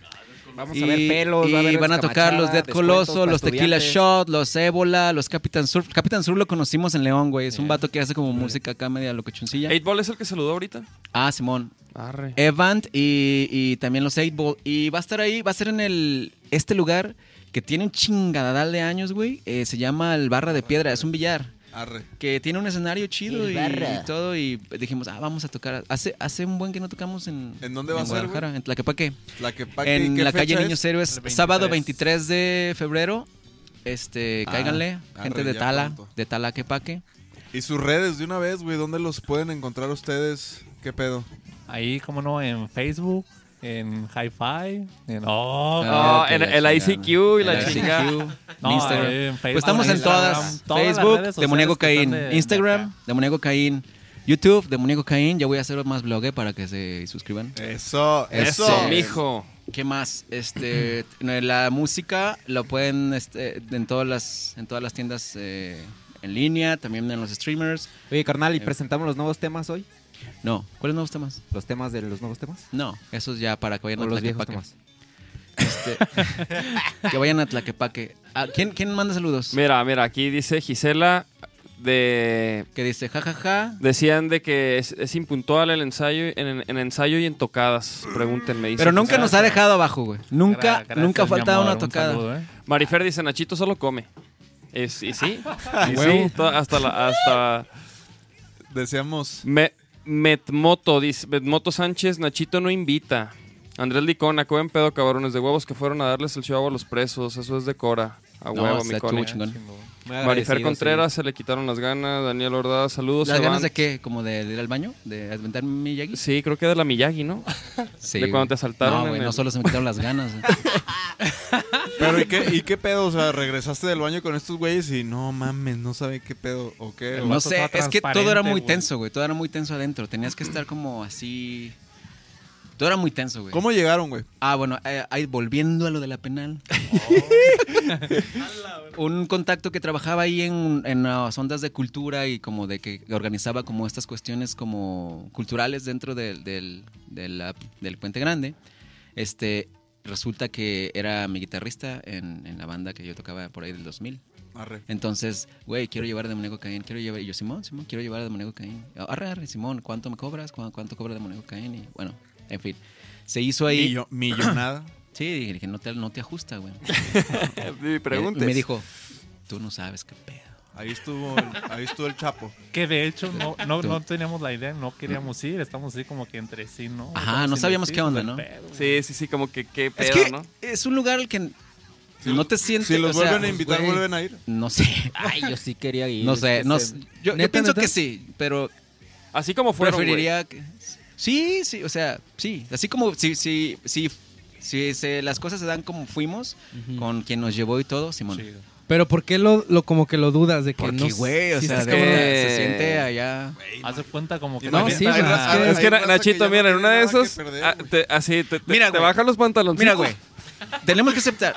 Speaker 5: Vamos
Speaker 3: y,
Speaker 5: a ver pelos.
Speaker 3: y
Speaker 5: va a haber
Speaker 3: van a tocar los Dead
Speaker 5: descamachada,
Speaker 3: Coloso,
Speaker 5: descuentos
Speaker 3: los
Speaker 5: para
Speaker 3: Tequila
Speaker 5: estudiantes.
Speaker 3: Shot, los Ébola, los Capitán Surf. Capitán Surf lo conocimos en León, güey. Es un vato que hace como música acá media locochoncilla.
Speaker 2: Eight Ball es el que saludó ahorita.
Speaker 3: Ah, Simón.
Speaker 2: Arre.
Speaker 3: Evant y, y también los 8 Ball. Y va a estar ahí, va a ser en el este lugar que tiene un chingadadal de años, güey. Eh, se llama el Barra de Piedra, es un billar.
Speaker 4: Arre.
Speaker 3: Que tiene un escenario chido
Speaker 5: El
Speaker 3: y,
Speaker 5: Barra.
Speaker 3: y todo. Y dijimos, ah, vamos a tocar. Hace, hace un buen que no tocamos en.
Speaker 4: ¿En dónde va a ser, güey?
Speaker 3: Guadalajara, En Tlaquepaque
Speaker 4: La que pa-
Speaker 3: en
Speaker 4: ¿qué
Speaker 3: la
Speaker 4: fecha
Speaker 3: calle
Speaker 4: es?
Speaker 3: Niños Héroes,
Speaker 6: El 23.
Speaker 3: sábado 23 de febrero. Este,
Speaker 4: Ah,
Speaker 3: cáiganle,
Speaker 4: arre,
Speaker 3: gente de
Speaker 4: ya
Speaker 3: Tala,
Speaker 4: pronto.
Speaker 3: de Tala que paque.
Speaker 4: Y sus redes de una vez, güey. ¿Dónde los pueden encontrar ustedes? ¿Qué pedo?
Speaker 6: Ahí, como no, en Facebook, en Hi-Fi, en. ¡Oh!
Speaker 3: Ah,
Speaker 2: No,
Speaker 3: que
Speaker 2: el,
Speaker 3: la
Speaker 2: el
Speaker 3: chingada.
Speaker 2: ICQ y la
Speaker 3: ICQ,
Speaker 2: chingada.
Speaker 6: No,
Speaker 3: Instagram.
Speaker 6: eh, en Facebook,
Speaker 3: Pues estamos en
Speaker 6: Instagram,
Speaker 3: todas.
Speaker 6: todas las redes
Speaker 3: Facebook,
Speaker 6: sociales
Speaker 3: Demoníaco
Speaker 6: que están
Speaker 3: Caín.
Speaker 6: de- de
Speaker 3: Instagram,
Speaker 6: acá.
Speaker 3: Demoníaco Caín. YouTube, Demoníaco Caín. Ya voy a hacer más blogue para que se suscriban.
Speaker 4: Eso,
Speaker 3: Eso.
Speaker 4: eso.
Speaker 2: Eso, mijo.
Speaker 3: ¿Qué más? Este, la música lo pueden este, en todas las en todas las tiendas eh, en línea, también en los streamers.
Speaker 5: Oye, carnal, ¿y presentamos los nuevos temas hoy?
Speaker 3: No, ¿cuáles nuevos temas?
Speaker 5: ¿Los temas de los nuevos temas?
Speaker 3: No, esos ya para que vayan
Speaker 5: ¿O
Speaker 3: a
Speaker 5: los viejos
Speaker 3: Tlaquepaque.
Speaker 5: temas?
Speaker 3: Este, que vayan a Tlaquepaque. Ah, ¿quién, ¿Quién manda saludos?
Speaker 2: Mira, mira, aquí dice Gisela de
Speaker 3: Que dice, jajaja. Ja, ja.
Speaker 2: decían de que es, es impuntual el ensayo en, en ensayo y en tocadas. Pregúntenme. dice
Speaker 3: Pero nunca
Speaker 2: Gisela.
Speaker 3: nos ha dejado abajo, güey. Nunca, nunca ha
Speaker 6: Gra- gracias, mi
Speaker 3: faltado
Speaker 6: amor,
Speaker 3: una
Speaker 6: un
Speaker 3: tocada.
Speaker 6: saludo, ¿eh?
Speaker 2: Marifer dice, Nachito solo come. Es, y sí, y
Speaker 3: Huevo.
Speaker 2: sí, to- hasta la, hasta
Speaker 4: Deseamos.
Speaker 2: Me- Metmoto, dice, Metmoto Sánchez, Nachito no invita. Andrés Licona, comen pedo cabrones de huevos que fueron a darles el show a los presos, eso es de Cora. A
Speaker 3: No,
Speaker 2: huevo,
Speaker 3: está
Speaker 2: mi Cone.
Speaker 3: estuvo chingón.
Speaker 5: Muy
Speaker 2: Marifer
Speaker 5: agradecido,
Speaker 2: Contreras, se le quitaron las ganas, Daniel Ordaz, saludos.
Speaker 3: ¿Las
Speaker 2: Evan.
Speaker 3: ganas de qué? ¿Como de, de ir al baño? ¿De adventar mi Yagi?
Speaker 2: Sí, creo que de la Miyagi, ¿no?
Speaker 3: Sí,
Speaker 2: de cuando te
Speaker 3: güey.
Speaker 2: asaltaron
Speaker 3: No, güey,
Speaker 2: en
Speaker 3: no
Speaker 2: el-
Speaker 3: solo se me quitaron las ganas. güey.
Speaker 4: Pero, ¿y qué, ¿y qué pedo? O sea, regresaste del baño con estos güeyes y no mames, no sabe qué pedo o qué.
Speaker 6: El
Speaker 4: o-
Speaker 3: No
Speaker 6: vato
Speaker 3: sé,
Speaker 6: estaba
Speaker 3: es que todo era
Speaker 6: transparente,
Speaker 3: muy
Speaker 6: güey.
Speaker 3: tenso, güey. Todo era muy tenso adentro. Tenías que estar como así. Todo era muy tenso, güey.
Speaker 4: ¿Cómo llegaron, güey?
Speaker 3: Ah, bueno, eh, ahí volviendo a lo de la penal. un contacto que trabajaba ahí en, en las ondas de cultura y como de que organizaba como estas cuestiones como culturales dentro del, del, de la- del Puente Grande. Este, resulta que era mi guitarrista en, en la banda que yo tocaba por ahí del 2000.
Speaker 4: Arre.
Speaker 3: Entonces, güey, quiero llevar a Demoníaco Caín, quiero llevar. Y yo, Simón, Simón, quiero llevar a Demoníaco Caín. Arre, arre, Simón, ¿cuánto me cobras? ¿Cu- ¿Cuánto cobra Demoníaco Caín? Y bueno, en fin. Se hizo ahí.
Speaker 4: Millo- millonada.
Speaker 3: Sí, y le dije, no te, no te ajusta, güey.
Speaker 2: Me
Speaker 3: Y
Speaker 2: preguntes.
Speaker 3: me dijo, tú no sabes qué pedo.
Speaker 4: Ahí estuvo, el- ahí estuvo el chapo.
Speaker 6: Que de hecho no, no, no teníamos la idea, no queríamos ir, estamos así como que entre sí, ¿no?
Speaker 3: Ajá,
Speaker 6: Estamos
Speaker 3: no
Speaker 6: sin
Speaker 3: sabíamos qué
Speaker 6: decirnos
Speaker 3: onda,
Speaker 6: el
Speaker 3: ¿no?
Speaker 6: pedo, güey.
Speaker 2: Sí, sí, sí, como que qué pedo,
Speaker 3: es que
Speaker 2: ¿no?
Speaker 3: es un lugar al que no te sientes.
Speaker 4: Si los
Speaker 3: o sea,
Speaker 2: pues,
Speaker 4: vuelven a invitar,
Speaker 3: güey,
Speaker 4: ¿vuelven a ir?
Speaker 3: No sé,
Speaker 5: Ay, yo sí quería ir.
Speaker 3: no
Speaker 5: es
Speaker 3: sé,
Speaker 5: que
Speaker 3: no
Speaker 5: se-
Speaker 3: sé. Yo, yo
Speaker 8: ¿Neta,
Speaker 3: pienso
Speaker 8: neta?
Speaker 3: que sí, pero
Speaker 2: Así como fueron, güey.
Speaker 3: preferiría que- Sí, sí, o sea, sí. Así como si, si, si, si se- las cosas se dan como fuimos, con quien nos llevó y todo, Simón.
Speaker 6: Chido.
Speaker 8: Pero ¿por qué lo, lo- como que lo dudas de que no?
Speaker 3: Porque, güey, o
Speaker 8: sí
Speaker 3: sea,
Speaker 8: estás
Speaker 3: de
Speaker 2: cabrón.
Speaker 3: verdad,
Speaker 2: Eh.
Speaker 3: se siente allá.
Speaker 6: Hace cuenta como que
Speaker 8: No,
Speaker 6: también
Speaker 8: sí,
Speaker 6: está-
Speaker 8: güey.
Speaker 4: raza-
Speaker 8: Es
Speaker 2: Es que
Speaker 4: hay
Speaker 2: Na-
Speaker 4: raza
Speaker 2: Nachito,
Speaker 4: ya no
Speaker 2: mira, en
Speaker 4: tiene
Speaker 2: una de
Speaker 4: nada que
Speaker 2: esas,
Speaker 4: perder,
Speaker 2: ah,
Speaker 4: güey.
Speaker 2: te- así, te, te-
Speaker 3: Mira,
Speaker 2: te
Speaker 3: güey.
Speaker 2: bajan los pantalones.
Speaker 3: Mira, güey. Tenemos que aceptar.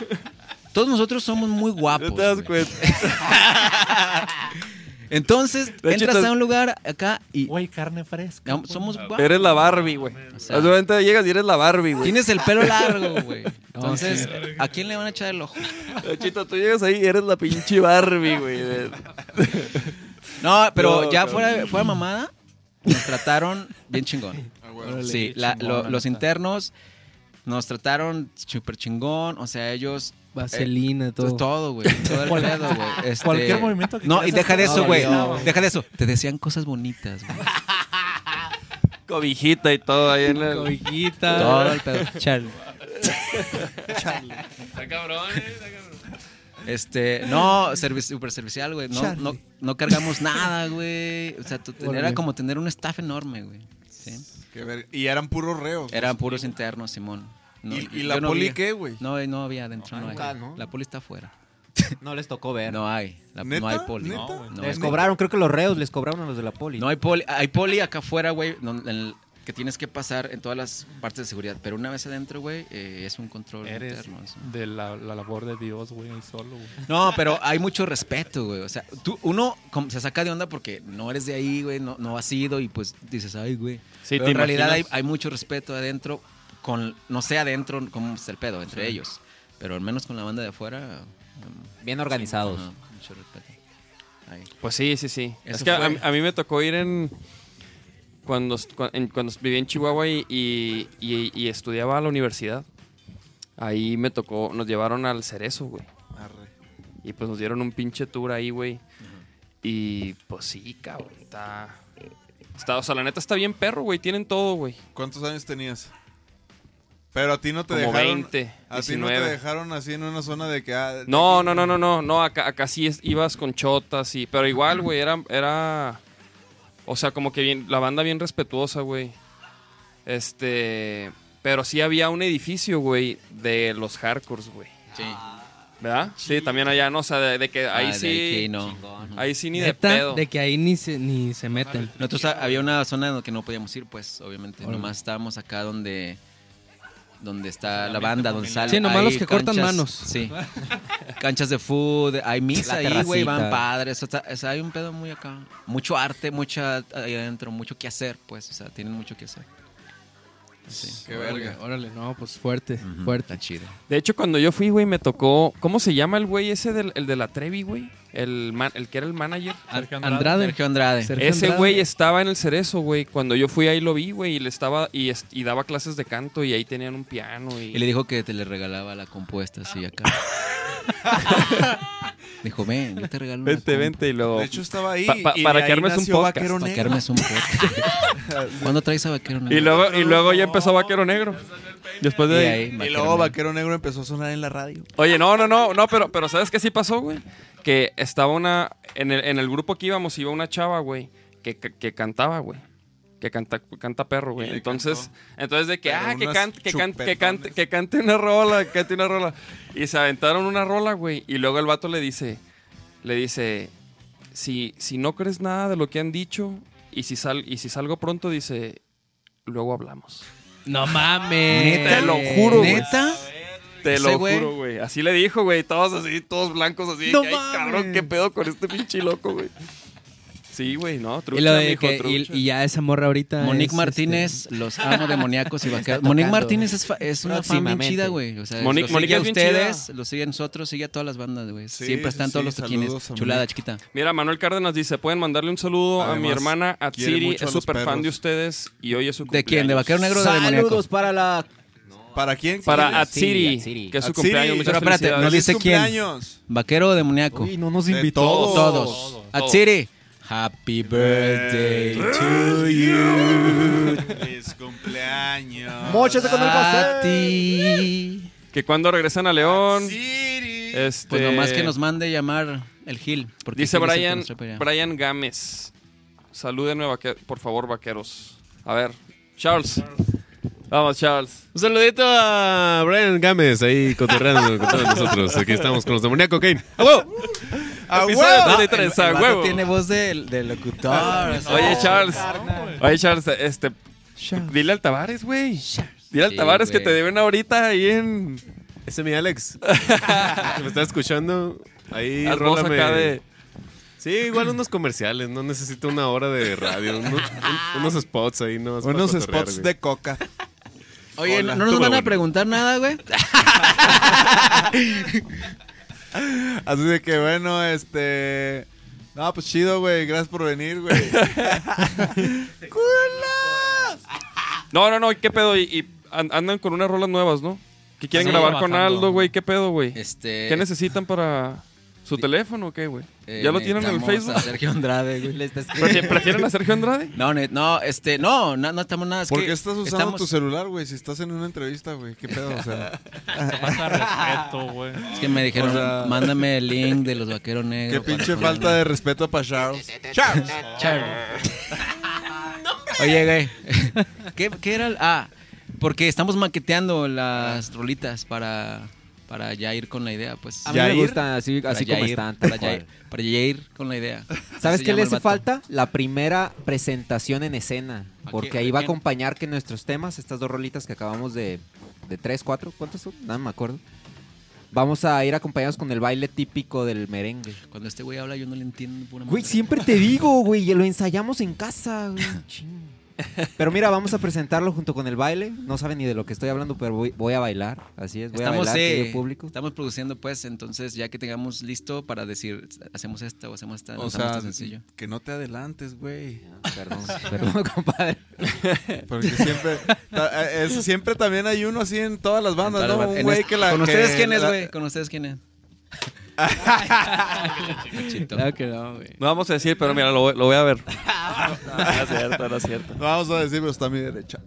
Speaker 3: Todos nosotros somos muy guapos.
Speaker 2: No te das
Speaker 3: güey.
Speaker 2: cuenta.
Speaker 3: Entonces,
Speaker 2: De hecho,
Speaker 3: entras
Speaker 2: estás-
Speaker 3: a un lugar acá y
Speaker 6: Güey, carne fresca.
Speaker 3: no,
Speaker 6: güey.
Speaker 3: somos guapos.
Speaker 2: Eres la Barbie, güey.
Speaker 3: sea-
Speaker 2: Haz de cuenta, llegas y eres la Barbie, güey.
Speaker 3: Tienes el pelo largo, güey. Entonces, ¿a quién le van a echar el ojo?
Speaker 2: Chito, tú llegas ahí y eres la pinche Barbie, güey.
Speaker 3: No, pero
Speaker 2: No,
Speaker 3: ya
Speaker 2: cabrón.
Speaker 3: fuera, fuera mamada, nos trataron bien chingón.
Speaker 6: Ah, Órale,
Speaker 3: Sí,
Speaker 6: qué
Speaker 3: la-
Speaker 6: chingón,
Speaker 3: lo-
Speaker 6: la
Speaker 3: los
Speaker 6: neta.
Speaker 3: internos nos trataron súper chingón. O sea, ellos
Speaker 8: Vaselina, todo.
Speaker 3: eh, pues, Todo, todo, güey. Todo el
Speaker 6: Cual-
Speaker 3: pedo, güey. Este-
Speaker 6: cualquier movimiento que
Speaker 3: No,
Speaker 6: quieras
Speaker 3: y deja de
Speaker 6: hacer,
Speaker 3: eso,
Speaker 6: no,
Speaker 3: güey.
Speaker 6: no, güey.
Speaker 3: Deja de eso. Te decían cosas bonitas, güey.
Speaker 2: Cobijita y todo ahí en el...
Speaker 8: Cobijita.
Speaker 3: Todo el pedo.
Speaker 4: eh,
Speaker 8: Chale.
Speaker 3: Este, no, servi- super servicial, güey. No, no, no cargamos nada, güey. O sea, tú- era como tener un staff enorme, güey. Sí.
Speaker 4: Qué ver- Y eran puros reos.
Speaker 3: Eran puros internos, Simón. No,
Speaker 4: Pues, ¿Y- y
Speaker 3: yo
Speaker 4: la poli
Speaker 3: había-
Speaker 4: qué, güey?
Speaker 3: No, no había adentro. No, hay.
Speaker 5: nunca, ¿no?
Speaker 3: La poli está afuera.
Speaker 5: No les tocó ver.
Speaker 3: No hay. La-
Speaker 4: ¿Neta?
Speaker 3: no hay poli.
Speaker 4: ¿Neta?
Speaker 3: No, güey, no
Speaker 5: les
Speaker 3: hay.
Speaker 5: cobraron, creo que los reos les cobraron a los de la poli.
Speaker 3: No hay poli. Hay poli acá afuera, güey, don- en el- que tienes que pasar en todas las partes de seguridad. Pero una vez adentro, güey, eh, es un control
Speaker 6: Eres
Speaker 3: interno. es un-
Speaker 6: de la, la labor de Dios, güey, ahí solo, güey.
Speaker 3: No, pero hay mucho respeto, güey. O sea, tú, uno como se saca de onda porque no eres de ahí, güey, no, no has ido y pues dices, ay, güey.
Speaker 2: Sí,
Speaker 3: Pero
Speaker 2: ¿te
Speaker 3: en realidad hay,
Speaker 2: imaginas?
Speaker 3: hay mucho respeto adentro, con, no sé adentro cómo está el pedo, entre ellos. Pero al menos con la banda de afuera. um,
Speaker 5: Bien organizados.
Speaker 3: ajá, mucho respeto. Ahí.
Speaker 2: Pues sí, sí, sí.
Speaker 3: Eso
Speaker 2: es que a,
Speaker 3: fue.
Speaker 2: a mí me tocó ir en. Cuando, cua- en- cuando viví en Chihuahua y, y- y- y estudiaba a la universidad, ahí me tocó. Nos llevaron al Cerezo, güey. Y pues nos dieron un pinche tour ahí, güey. Y pues sí, cabrón. Está, está- O sea, la neta está bien perro, güey. Tienen todo, güey.
Speaker 4: ¿Cuántos años tenías? Pero a ti no te
Speaker 2: Como
Speaker 4: dejaron.
Speaker 2: 20,
Speaker 4: a ti no te
Speaker 2: 19.
Speaker 4: dejaron así en una zona de que. ah,
Speaker 2: No, no, no, no, no, no, acá, acá sí es- ibas con chotas y... Pero igual, güey, era, era... O sea, como que bien, la banda bien respetuosa, güey. Este... Pero sí había un edificio, güey, de los hardcores, güey.
Speaker 3: Sí.
Speaker 2: ¿Verdad? Sí, también allá, ¿no? O sea, de, de que ahí
Speaker 3: Ah, de
Speaker 2: sí...
Speaker 3: que no.
Speaker 2: Ahí sí ni
Speaker 8: Neta,
Speaker 2: de pedo.
Speaker 8: de que ahí ni se, ni se meten.
Speaker 3: Nosotros a- había una zona en la que no podíamos ir, pues, obviamente. Nomás estábamos acá donde donde está la banda, donde sale.
Speaker 8: Sí, nomás
Speaker 3: hay
Speaker 8: los que cortan
Speaker 3: canchas-
Speaker 8: manos.
Speaker 3: Sí. Canchas de fútbol, hay misa
Speaker 5: La
Speaker 3: ahí, güey, van
Speaker 5: terracita.
Speaker 3: padres. O sea, o sea, hay un pedo muy acá. Mucho arte, mucha ahí adentro, mucho que hacer, pues. O sea, tienen mucho que hacer. Sí.
Speaker 4: Qué
Speaker 8: Órale,
Speaker 4: verga.
Speaker 8: Órale, no, pues fuerte,
Speaker 3: Ujú,
Speaker 8: fuerte.
Speaker 3: Está chido.
Speaker 2: De hecho, cuando yo fui, güey, me tocó... ¿Cómo se llama el güey ese del el de la Trevi, güey? El, man- el que era el manager.
Speaker 6: Sergio
Speaker 8: Andrade.
Speaker 3: Sergio Andrade.
Speaker 8: Sergio
Speaker 2: Ese
Speaker 8: Andrade.
Speaker 2: güey estaba en el cerezo, güey. Cuando yo fui ahí lo vi, güey, y le estaba y, est- y daba clases de canto y ahí tenían un piano y,
Speaker 3: Y le dijo que te le regalaba la compuesta así acá. dijo, ven, yo te regalo una
Speaker 2: vente,
Speaker 3: compu".
Speaker 2: vente y luego
Speaker 4: De hecho, estaba ahí.
Speaker 2: Pa- pa-
Speaker 4: y
Speaker 2: para
Speaker 4: de
Speaker 2: que
Speaker 4: ahí
Speaker 2: armes un
Speaker 4: nació
Speaker 2: podcast,
Speaker 4: Vaquero
Speaker 3: Para que
Speaker 4: Negro.
Speaker 3: armes un podcast. ¿Cuándo traes a Vaquero Negro?
Speaker 2: y luego y luego ya empezó Vaquero Negro. Después
Speaker 3: Y
Speaker 2: de
Speaker 3: ahí,
Speaker 2: ahí.
Speaker 4: Y
Speaker 3: Vaquero
Speaker 4: luego
Speaker 3: Negro.
Speaker 4: Vaquero Negro empezó a sonar en la radio.
Speaker 2: Oye, no, no, no, no, pero pero ¿sabes qué sí pasó, güey? Que estaba una en el, en el grupo que íbamos iba una chava, güey, que, que, que cantaba, güey. Que canta, canta perro, güey.
Speaker 4: Y le
Speaker 2: Entonces, entonces de que,
Speaker 4: Pero
Speaker 2: ah, que
Speaker 4: unas
Speaker 2: cante, que cante, que cante,
Speaker 4: chupetones.
Speaker 2: que cante una rola, que cante una rola. Y se aventaron una rola, güey. Y luego el vato le dice, le dice, si, si no crees nada de lo que han dicho y si, sal, y si salgo pronto, dice, luego hablamos.
Speaker 8: No mames.
Speaker 2: Te lo juro, güey.
Speaker 3: ¿Neta?
Speaker 2: Te
Speaker 3: Ese
Speaker 2: lo
Speaker 3: güey.
Speaker 2: juro, güey. Así le dijo, güey. Todos así, todos blancos así.
Speaker 8: No
Speaker 2: que, Ay, cabrón,
Speaker 8: mames.
Speaker 2: qué pedo con este pinche loco, güey. Sí, güey, no, trucha,
Speaker 8: Y, lo de
Speaker 2: mijo,
Speaker 8: que- y-
Speaker 2: trucha.
Speaker 8: y ya esa morra ahorita. es,
Speaker 3: Monique
Speaker 8: este,
Speaker 3: Martínez, los amo demoníacos y vaqueros. Monique
Speaker 8: tocando.
Speaker 3: Martínez es, fa- es una fan bien
Speaker 5: Próximamente.
Speaker 3: chida, güey. O sea,
Speaker 2: Monique-
Speaker 3: lo sigue
Speaker 2: Monique
Speaker 3: a
Speaker 2: es bien
Speaker 3: ustedes,
Speaker 2: chida.
Speaker 3: lo sigue a nosotros, sigue a todas las bandas, güey.
Speaker 4: Sí,
Speaker 3: Siempre están
Speaker 4: sí,
Speaker 3: todos los
Speaker 4: sí,
Speaker 3: toquines.
Speaker 4: saludos a
Speaker 3: Chulada,
Speaker 4: Monique.
Speaker 3: chiquita.
Speaker 2: Mira, Manuel Cárdenas dice, pueden mandarle un saludo a mi
Speaker 4: Además,
Speaker 2: hermana
Speaker 4: quiere
Speaker 2: Atsiri.
Speaker 4: mucho a
Speaker 2: Es
Speaker 4: los
Speaker 2: súper fan
Speaker 4: perros.
Speaker 2: de ustedes y hoy es su
Speaker 3: ¿De
Speaker 2: cumpleaños.
Speaker 3: quién? ¿De Vaquero Negro o de Demoníaco?
Speaker 5: Saludos para la
Speaker 4: ¿Para quién?
Speaker 2: Para
Speaker 4: ¿Quién es?
Speaker 2: Atsiri,
Speaker 5: Atsiri.
Speaker 2: que es su
Speaker 4: Atsiri.
Speaker 2: cumpleaños. Muchas
Speaker 3: Pero espérate,
Speaker 2: felicidades.
Speaker 3: no
Speaker 4: Feliz
Speaker 3: dice quién.
Speaker 4: cumpleaños.
Speaker 3: ¿Vaquero o demoníaco?
Speaker 5: Uy, no nos
Speaker 4: De
Speaker 5: invitó.
Speaker 4: todos. Eh.
Speaker 3: Todos. Atsiri. Happy birthday to you.
Speaker 4: Feliz cumpleaños.
Speaker 5: Móchate con el
Speaker 3: A
Speaker 5: pastel.
Speaker 3: ti.
Speaker 2: Que cuando regresan a León...
Speaker 4: Atsiri.
Speaker 2: Este,
Speaker 3: Pues nomás que nos mande llamar el Gil. Porque
Speaker 2: Dice
Speaker 3: Gil es el que
Speaker 2: Brian,
Speaker 3: nos trae para allá.
Speaker 2: Brian Gámez. Salúdenme, vaque- por favor, vaqueros. A ver, Charles. Vamos, Charles.
Speaker 7: Un saludito a Brian Gámez ahí cotorreando con todos nosotros. Aquí estamos con los demoníacos, Kane. ¡A huevo!
Speaker 4: ¡A
Speaker 2: Episodio
Speaker 4: huevo!
Speaker 3: No,
Speaker 2: 33,
Speaker 3: Ah,
Speaker 2: a
Speaker 3: el- el vato
Speaker 2: huevo.
Speaker 3: tiene voz de, de locutor. o sea.
Speaker 2: Oye, Charles. Oye, Charles, este. Dile al Tavares, güey. Dile al
Speaker 3: Sí,
Speaker 2: Tavares que
Speaker 3: güey.
Speaker 2: te deben ahorita ahí en.
Speaker 7: Ese es mi Alex. que me está escuchando. Ahí,
Speaker 2: haz voz
Speaker 7: rólame.
Speaker 2: acá de-
Speaker 7: Sí, igual unos comerciales. No necesito una hora de radio. uno- un- unos spots ahí, ¿no?
Speaker 4: Unos spots de coca.
Speaker 3: Oye,
Speaker 7: Hola.
Speaker 3: ¿no, no nos
Speaker 7: Tú,
Speaker 3: van a
Speaker 7: bueno.
Speaker 3: preguntar nada, güey?
Speaker 4: Así de que bueno, este. No, pues chido, güey. Gracias por venir, güey.
Speaker 2: No, no, no, ¿qué pedo? Y, y an- andan con unas rolas nuevas, ¿no? Que quieren
Speaker 8: Sí,
Speaker 2: grabar con
Speaker 8: trabajando.
Speaker 2: Aldo, güey. ¿Qué pedo, güey?
Speaker 3: Este,
Speaker 2: ¿Qué necesitan para.? ¿Su teléfono o qué, güey?
Speaker 3: Eh,
Speaker 2: ¿Ya lo tienen en el
Speaker 3: necesitamos
Speaker 2: Facebook?
Speaker 3: a Sergio Andrade, güey.
Speaker 2: ¿Prefi- ¿Prefieren a Sergio Andrade?
Speaker 3: No, ne- no, este, no, no, no estamos nada. Es
Speaker 4: ¿Por
Speaker 3: que
Speaker 4: qué estás usando
Speaker 3: estamos-
Speaker 4: tu celular, güey? Si estás en una entrevista, güey. ¿Qué pedo? O sea,
Speaker 6: Falta de respeto, güey.
Speaker 3: Es que me dijeron,
Speaker 4: O sea-
Speaker 3: mándame el link de los vaqueros
Speaker 4: qué
Speaker 3: negros. para
Speaker 4: pinche
Speaker 3: ponerlo".
Speaker 4: falta de respeto para Charles.
Speaker 3: Oye, güey. ¿Qué, qué era? el- Ah, porque estamos maqueteando las rolitas para, para ya ir con la idea, pues.
Speaker 5: A mí me
Speaker 4: Yair.
Speaker 5: gustan así, así
Speaker 3: para
Speaker 5: como
Speaker 3: ya ir,
Speaker 5: están.
Speaker 3: Para
Speaker 5: tal
Speaker 3: ya, ir,
Speaker 5: cual.
Speaker 3: para ya ir con la idea.
Speaker 5: ¿Sabes
Speaker 3: Así
Speaker 5: qué
Speaker 3: se llama
Speaker 5: le
Speaker 3: el
Speaker 5: hace
Speaker 3: vato.
Speaker 5: falta? La primera presentación en escena.
Speaker 3: ¿A
Speaker 5: Porque
Speaker 3: quién-
Speaker 5: ahí
Speaker 3: a
Speaker 5: va a
Speaker 3: quién?
Speaker 5: acompañar que nuestros temas, estas dos rolitas que acabamos de. de tres, cuatro, ¿cuántas son? No, no me acuerdo. Vamos a ir acompañados con el baile típico del merengue.
Speaker 3: Cuando este güey habla, yo no le entiendo. Pura
Speaker 5: Güey,
Speaker 3: madre.
Speaker 5: siempre te digo, güey, y lo ensayamos en casa, güey. Ching. Pero mira, vamos a presentarlo junto con el baile. No saben ni de lo que estoy hablando, pero voy, voy a bailar. Así es, voy
Speaker 3: Estamos,
Speaker 5: a bailar,
Speaker 3: eh,
Speaker 5: querido público.
Speaker 3: estamos produciendo, pues, entonces ya que tengamos listo para decir, hacemos esta o hacemos esta,
Speaker 4: O
Speaker 3: lanzamos
Speaker 4: sea,
Speaker 3: este sencillo.
Speaker 4: que no te adelantes, güey.
Speaker 5: Perdón, perdón, compadre.
Speaker 4: Porque siempre, ta- eh, es- siempre también hay uno así en todas las
Speaker 3: Tal-
Speaker 4: bandas, ¿no? Un
Speaker 3: en
Speaker 4: güey
Speaker 3: este-
Speaker 4: que la.
Speaker 3: ¿Con
Speaker 4: que
Speaker 3: ustedes quién es,
Speaker 4: la-
Speaker 3: güey? ¿Con ustedes quién es? Chito.
Speaker 8: Claro que no, güey.
Speaker 2: No vamos a decir, pero mira, lo, voy- lo voy a ver. no, no es cierto, no es cierto.
Speaker 4: No vamos a decir, pero está a mi derecha.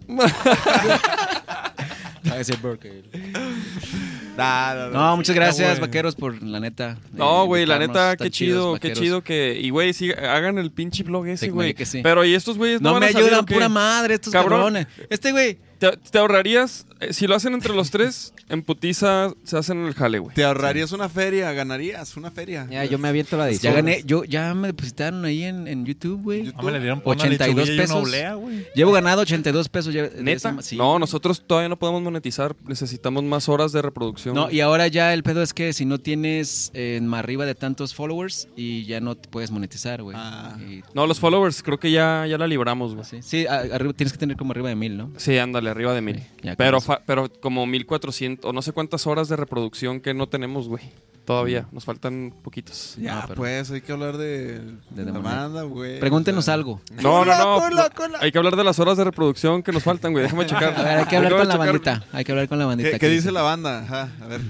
Speaker 4: Nah, no, no.
Speaker 3: No, muchas gracias,
Speaker 6: güey.
Speaker 3: vaqueros, por la neta.
Speaker 2: No,
Speaker 3: eh,
Speaker 2: güey, la
Speaker 3: invitarnos.
Speaker 2: neta,
Speaker 3: Están
Speaker 2: qué
Speaker 3: chidos,
Speaker 2: chido, qué
Speaker 3: vaqueros.
Speaker 2: chido que. Y, güey, sí, hagan el pinche blog ese,
Speaker 3: Tecmaya
Speaker 2: güey.
Speaker 3: que sí.
Speaker 2: Pero, ¿y estos güeyes no,
Speaker 3: No,
Speaker 2: van
Speaker 3: me
Speaker 2: a salir,
Speaker 3: ayudan,
Speaker 2: o qué?
Speaker 3: pura madre, estos
Speaker 2: Cabrón.
Speaker 3: cabrones. Este güey.
Speaker 2: Te, te ahorrarías, eh, si lo hacen entre los tres, en putiza se hacen el jale, güey.
Speaker 4: Te ahorrarías una feria, ganarías una feria.
Speaker 5: Ya, yo me aviento la
Speaker 3: Ya
Speaker 5: edición.
Speaker 3: gané, yo, ya me depositaron ahí en, en YouTube, güey.
Speaker 4: YouTube.
Speaker 6: No me le dieron por
Speaker 3: 82
Speaker 6: una lechuguilla y una
Speaker 3: pesos.
Speaker 6: olea, güey.
Speaker 3: Llevo ganado 82 pesos. ya- de
Speaker 2: Neta.
Speaker 3: esa- sí.
Speaker 2: No, nosotros todavía no podemos monetizar. Necesitamos más horas de reproducción.
Speaker 3: No,
Speaker 2: güey.
Speaker 3: y ahora ya el pedo es que si no tienes eh, más arriba de tantos followers y ya no te puedes monetizar, güey.
Speaker 4: Ah.
Speaker 3: Y-
Speaker 2: No, los followers creo que ya, ya la libramos, güey.
Speaker 3: Sí, sí, a- arriba, tienes que tener como arriba de mil, ¿no?
Speaker 2: Sí, ándale, arriba de mil.
Speaker 3: Sí, ya con
Speaker 2: pero,
Speaker 3: eso.
Speaker 2: fa- pero como 1400 o no sé cuántas horas de reproducción que no tenemos, güey. Todavía,
Speaker 3: Mm.
Speaker 2: nos faltan poquitos.
Speaker 4: Ya,
Speaker 3: No, pero-
Speaker 4: pues, hay que hablar de, de la
Speaker 3: Demoniac.
Speaker 4: banda, güey.
Speaker 3: Pregúntenos algo.
Speaker 2: No, no, no. Hay que hablar de las horas de reproducción que nos faltan, güey. Déjame checar.
Speaker 3: A ver, hay que
Speaker 2: Déjame
Speaker 3: hablar con la
Speaker 2: checar
Speaker 3: bandita. Hay que hablar con la bandita.
Speaker 4: ¿Qué,
Speaker 3: ¿qué
Speaker 4: qué dice la banda? Ajá, a ver.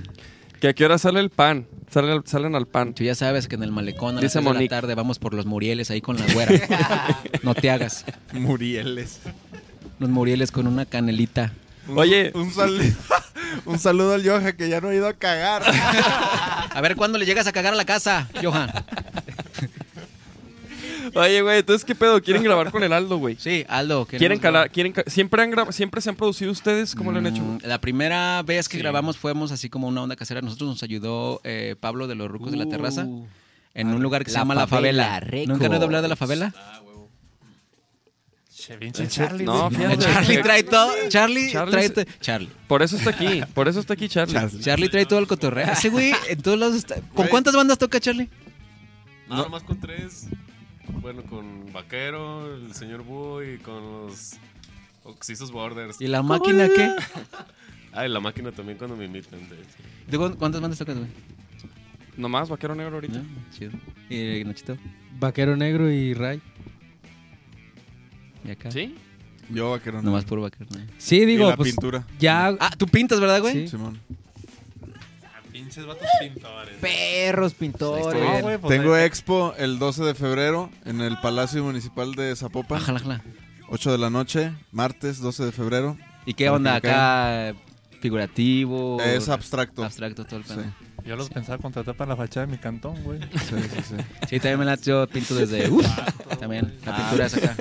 Speaker 2: Que a qué hora sale el pan. Salen, al- salen al pan.
Speaker 3: Tú ya sabes que en el malecón a las
Speaker 2: Dice
Speaker 3: seis de la
Speaker 2: Monique.
Speaker 3: tarde vamos por los murieles ahí con la güera. no te hagas.
Speaker 4: Murieles.
Speaker 3: Los murieles con una canelita.
Speaker 2: Oye.
Speaker 4: Un, sal- un saludo al Yoja que ya no ha ido a cagar.
Speaker 3: A ver cuándo le llegas a cagar a la casa, Johan.
Speaker 2: Oye, güey, entonces, ¿qué pedo? ¿Quieren grabar con el Aldo, güey?
Speaker 3: Sí, Aldo. queremos
Speaker 2: ¿Quieren
Speaker 3: grabar.
Speaker 2: calar? ¿Quieren ca- ¿Siempre, han gra- ¿Siempre se han producido ustedes? ¿Cómo lo han hecho?
Speaker 3: Mm,
Speaker 2: güey?
Speaker 3: La primera vez que grabamos fuimos así como una onda casera. Nosotros nos ayudó eh, Pablo de los Rucos de la Terraza en un lugar que se
Speaker 5: La
Speaker 3: llama
Speaker 5: Favela,
Speaker 3: La Favela.
Speaker 5: Records.
Speaker 3: ¿Nunca han oído hablar de La Favela?
Speaker 6: Che, pinche Charlie.
Speaker 2: No,
Speaker 6: güey.
Speaker 2: fíjate.
Speaker 3: Charlie trae todo. Charlie,
Speaker 2: Charlie
Speaker 3: trae
Speaker 2: se-
Speaker 3: to- Charlie.
Speaker 2: Por eso está aquí. Por eso está aquí Charlie.
Speaker 3: Charlie trae todo el cotorreo. Ese güey en todos lados está. ¿Con
Speaker 7: Güey.
Speaker 3: cuántas bandas toca Charlie?
Speaker 7: No, nomás con tres. Bueno, con Vaquero, el señor Búho y con los Oxisos Borders.
Speaker 3: ¿Y la máquina qué?
Speaker 7: Ah, y la máquina también cuando me invitan. de hecho.
Speaker 3: ¿Tú cu- cuántas bandas tocas, güey?
Speaker 2: Nomás, vaquero negro ahorita.
Speaker 3: ¿No? Chido. ¿Y eh, Nachito?
Speaker 8: Vaquero Negro y Ray.
Speaker 3: ¿Y acá?
Speaker 2: ¿Sí?
Speaker 4: Yo, vaquero. no.
Speaker 3: Nomás puro vaquero. ¿no?
Speaker 8: Sí, digo,
Speaker 4: Y la
Speaker 8: pues
Speaker 4: pintura.
Speaker 8: ya
Speaker 3: Ah, tú pintas, ¿verdad, güey?
Speaker 8: Sí.
Speaker 4: Simón.
Speaker 6: Pinches vatos pintores.
Speaker 5: Perros, pintores.
Speaker 3: Ahí está.
Speaker 4: Ah,
Speaker 6: No, güey, pues,
Speaker 4: Tengo
Speaker 6: ahí-
Speaker 4: expo el 12 de febrero en el Palacio Municipal de Zapopan.
Speaker 3: Ajala, ajala.
Speaker 4: 8 de la noche, martes 12 de febrero.
Speaker 3: ¿Y qué onda
Speaker 4: Ok, ok.
Speaker 3: acá? eh, ¿Figurativo?
Speaker 4: Es abstracto.
Speaker 3: Abstracto todo el
Speaker 4: Sí.
Speaker 3: pedo.
Speaker 6: Yo los pensaba contratar para la fachada de mi cantón, güey.
Speaker 4: Sí, sí, sí.
Speaker 3: Sí, también me la yo pinto desde. Uf, también, la pintura es acá.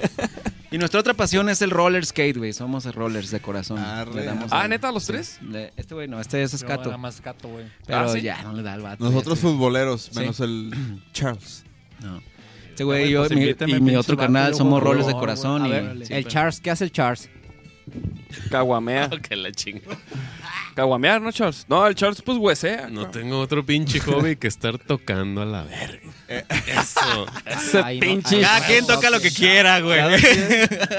Speaker 3: Y nuestra otra pasión es el roller skate, güey. Somos rollers de corazón.
Speaker 4: Arre.
Speaker 3: Le damos
Speaker 2: Ah,
Speaker 3: al-
Speaker 2: neta, los tres.
Speaker 3: le- este güey no, este es
Speaker 6: Yo era
Speaker 3: escato.
Speaker 6: más cato, güey.
Speaker 3: Pero
Speaker 2: Ah, ¿sí?
Speaker 3: ya, no le da al vato.
Speaker 4: Nosotros
Speaker 3: ya,
Speaker 4: futboleros, menos el Charles.
Speaker 3: este- no. Este güey y
Speaker 6: Ah,
Speaker 3: yo
Speaker 6: pues
Speaker 3: mi-
Speaker 6: invíteme,
Speaker 3: y mi
Speaker 6: pinche
Speaker 3: otro
Speaker 6: vato,
Speaker 3: canal
Speaker 6: yo
Speaker 3: somos
Speaker 6: voy,
Speaker 3: rollers de
Speaker 6: voy,
Speaker 3: corazón.
Speaker 5: A
Speaker 3: y-
Speaker 5: ver,
Speaker 3: sí,
Speaker 5: el
Speaker 3: pero-
Speaker 5: Charles, ¿qué hace el Charles?
Speaker 2: Caguamea.
Speaker 7: Que la chinga.
Speaker 2: Caguamear, ¿no, Charles? No, el Charles, pues, huesea.
Speaker 7: No tengo otro pinche hobby que estar tocando a la verga. Eso.
Speaker 2: Ese
Speaker 5: Ay, no,
Speaker 2: pinche.
Speaker 5: ay,
Speaker 7: Cada quien toca lo que quiera, güey.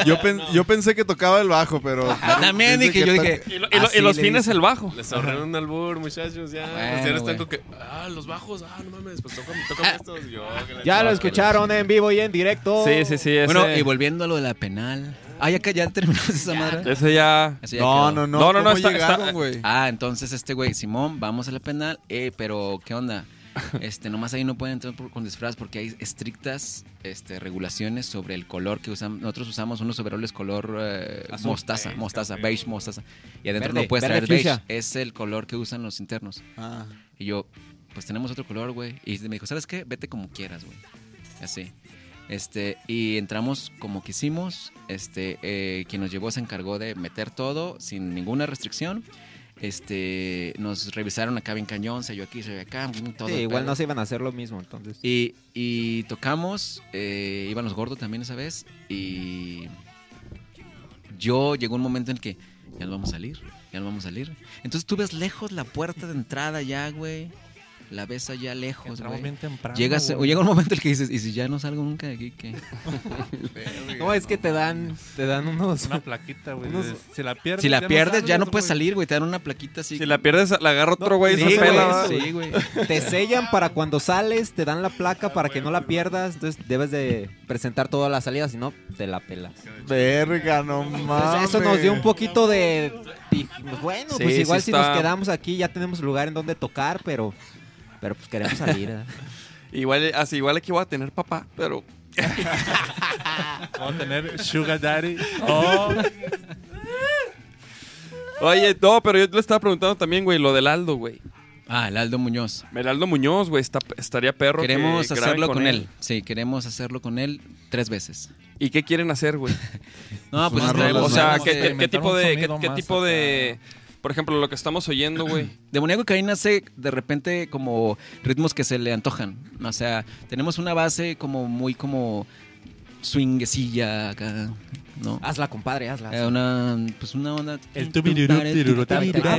Speaker 4: Yo, pen- yo pensé que tocaba el bajo, pero.
Speaker 3: También
Speaker 4: dice
Speaker 3: dije,
Speaker 4: que
Speaker 3: yo
Speaker 4: ta-
Speaker 3: dije.
Speaker 2: Y, lo- y lo- y
Speaker 3: así
Speaker 2: los
Speaker 3: le
Speaker 2: fines
Speaker 3: dice.
Speaker 2: el bajo.
Speaker 7: Les ahorré un albur, muchachos. Ya.
Speaker 3: Bueno,
Speaker 7: los señores
Speaker 3: güey.
Speaker 7: están con que. Ah, los bajos. Ah, no mames. Pues tocan, tocan estos. Yo, que la
Speaker 5: Ya lo
Speaker 7: chinga.
Speaker 5: escucharon en vivo y en directo.
Speaker 2: Sí, sí, sí. Ese,
Speaker 3: Oh. Bueno, y volviendo a lo de la penal. Ah, ya, que- ya terminamos esa madre.
Speaker 2: ese ya.
Speaker 3: Ese ya
Speaker 4: No,
Speaker 3: quedó.
Speaker 4: no, no.
Speaker 2: No, no, no,
Speaker 4: ¿cómo
Speaker 2: está- está-
Speaker 4: llegaron, güey?
Speaker 3: Ah, entonces este güey, Simón, vamos a la penal. Eh, pero, ¿qué onda? Este, nomás ahí no pueden entrar por- con disfraz porque hay estrictas este, regulaciones sobre el color que usan. Nosotros usamos unos overoles color eh,
Speaker 5: Azul.
Speaker 3: mostaza,
Speaker 6: Beige,
Speaker 3: mostaza,
Speaker 6: café.
Speaker 3: beige mostaza. Y adentro
Speaker 5: Verde,
Speaker 3: no puedes
Speaker 5: verde
Speaker 3: traer beige.
Speaker 5: fucsia.
Speaker 3: Es el color que usan los internos.
Speaker 4: Ah.
Speaker 3: Y yo, pues tenemos otro color, güey. Y me dijo, ¿sabes qué? Vete como quieras, güey. Así. Este, y entramos como quisimos. Este, eh, quien nos llevó se encargó de meter todo sin ninguna restricción. Este, nos revisaron acá bien cañón, se yo aquí, se yo acá, mm, todo.
Speaker 5: Sí,
Speaker 3: el
Speaker 5: igual
Speaker 3: pedo.
Speaker 5: no se iban a hacer lo mismo, entonces.
Speaker 3: Y, y tocamos, eh, iban los gordos también esa vez. Y yo llegó un momento en que ya no vamos a salir, ya no vamos a salir. Entonces tú ves lejos la puerta de entrada ya, güey. La ves allá lejos,
Speaker 6: Entramos
Speaker 3: güey.
Speaker 6: bien temprano.
Speaker 3: Llegas, o
Speaker 6: güey.
Speaker 3: llega un momento en el que dices, ¿y si ya no salgo nunca de aquí? ¿qué?
Speaker 5: No, es que te dan, te dan unos.
Speaker 6: Una plaquita, güey. de- Si la pierdes.
Speaker 3: Si la
Speaker 6: no
Speaker 3: pierdes, ya
Speaker 6: sales,
Speaker 3: no puedes
Speaker 6: güey.
Speaker 3: salir, güey. Te dan una plaquita así.
Speaker 2: Si la pierdes, la agarra otro güey y
Speaker 5: sí,
Speaker 2: se
Speaker 5: güey,
Speaker 2: pela. ¿va?
Speaker 5: eso,
Speaker 3: Sí, güey.
Speaker 5: Te sellan para cuando sales, te dan la placa para que no la pierdas. Entonces debes de presentar toda la salida, si no, te la pelas.
Speaker 4: Verga, no mames.
Speaker 5: Entonces, eso nos dio un poquito de. di- pues, bueno,
Speaker 2: Sí,
Speaker 5: pues
Speaker 2: sí
Speaker 5: igual si nos
Speaker 2: está.
Speaker 5: quedamos aquí ya tenemos lugar en donde tocar, pero. Pero pues queremos salir. ¿eh?
Speaker 2: Igual, así, igual aquí voy a tener papá, pero
Speaker 6: Vamos a tener Sugar Daddy. Oh,
Speaker 2: Oye, no, pero yo le estaba preguntando también, güey, lo del Aldo, güey.
Speaker 3: Ah, el Aldo Muñoz.
Speaker 2: El Aldo Muñoz, güey, está- estaría perro. que
Speaker 3: Queremos
Speaker 2: graben
Speaker 3: hacerlo con él. Sí, queremos hacerlo con él tres veces.
Speaker 2: ¿Y qué quieren hacer, güey?
Speaker 3: No, pues
Speaker 4: una
Speaker 3: traemos-
Speaker 4: rola,
Speaker 2: o sea,
Speaker 3: traemos
Speaker 2: ¿qué,
Speaker 3: de-
Speaker 2: qué- qué tipo de.
Speaker 6: Experimentar un
Speaker 2: Qué,
Speaker 6: sonido
Speaker 2: qué
Speaker 6: más
Speaker 2: tipo
Speaker 6: acá.
Speaker 2: de. Por ejemplo, lo que estamos oyendo, güey.
Speaker 3: Demoníaco Caín hace de repente como ritmos que se le antojan. O sea, tenemos una base como muy como swinguecilla acá, ¿no?
Speaker 5: hazla, compadre, hazla.
Speaker 3: Eh, una, pues una onda.
Speaker 6: el tubirurú,
Speaker 5: Ah,
Speaker 6: tirurú, tirurú,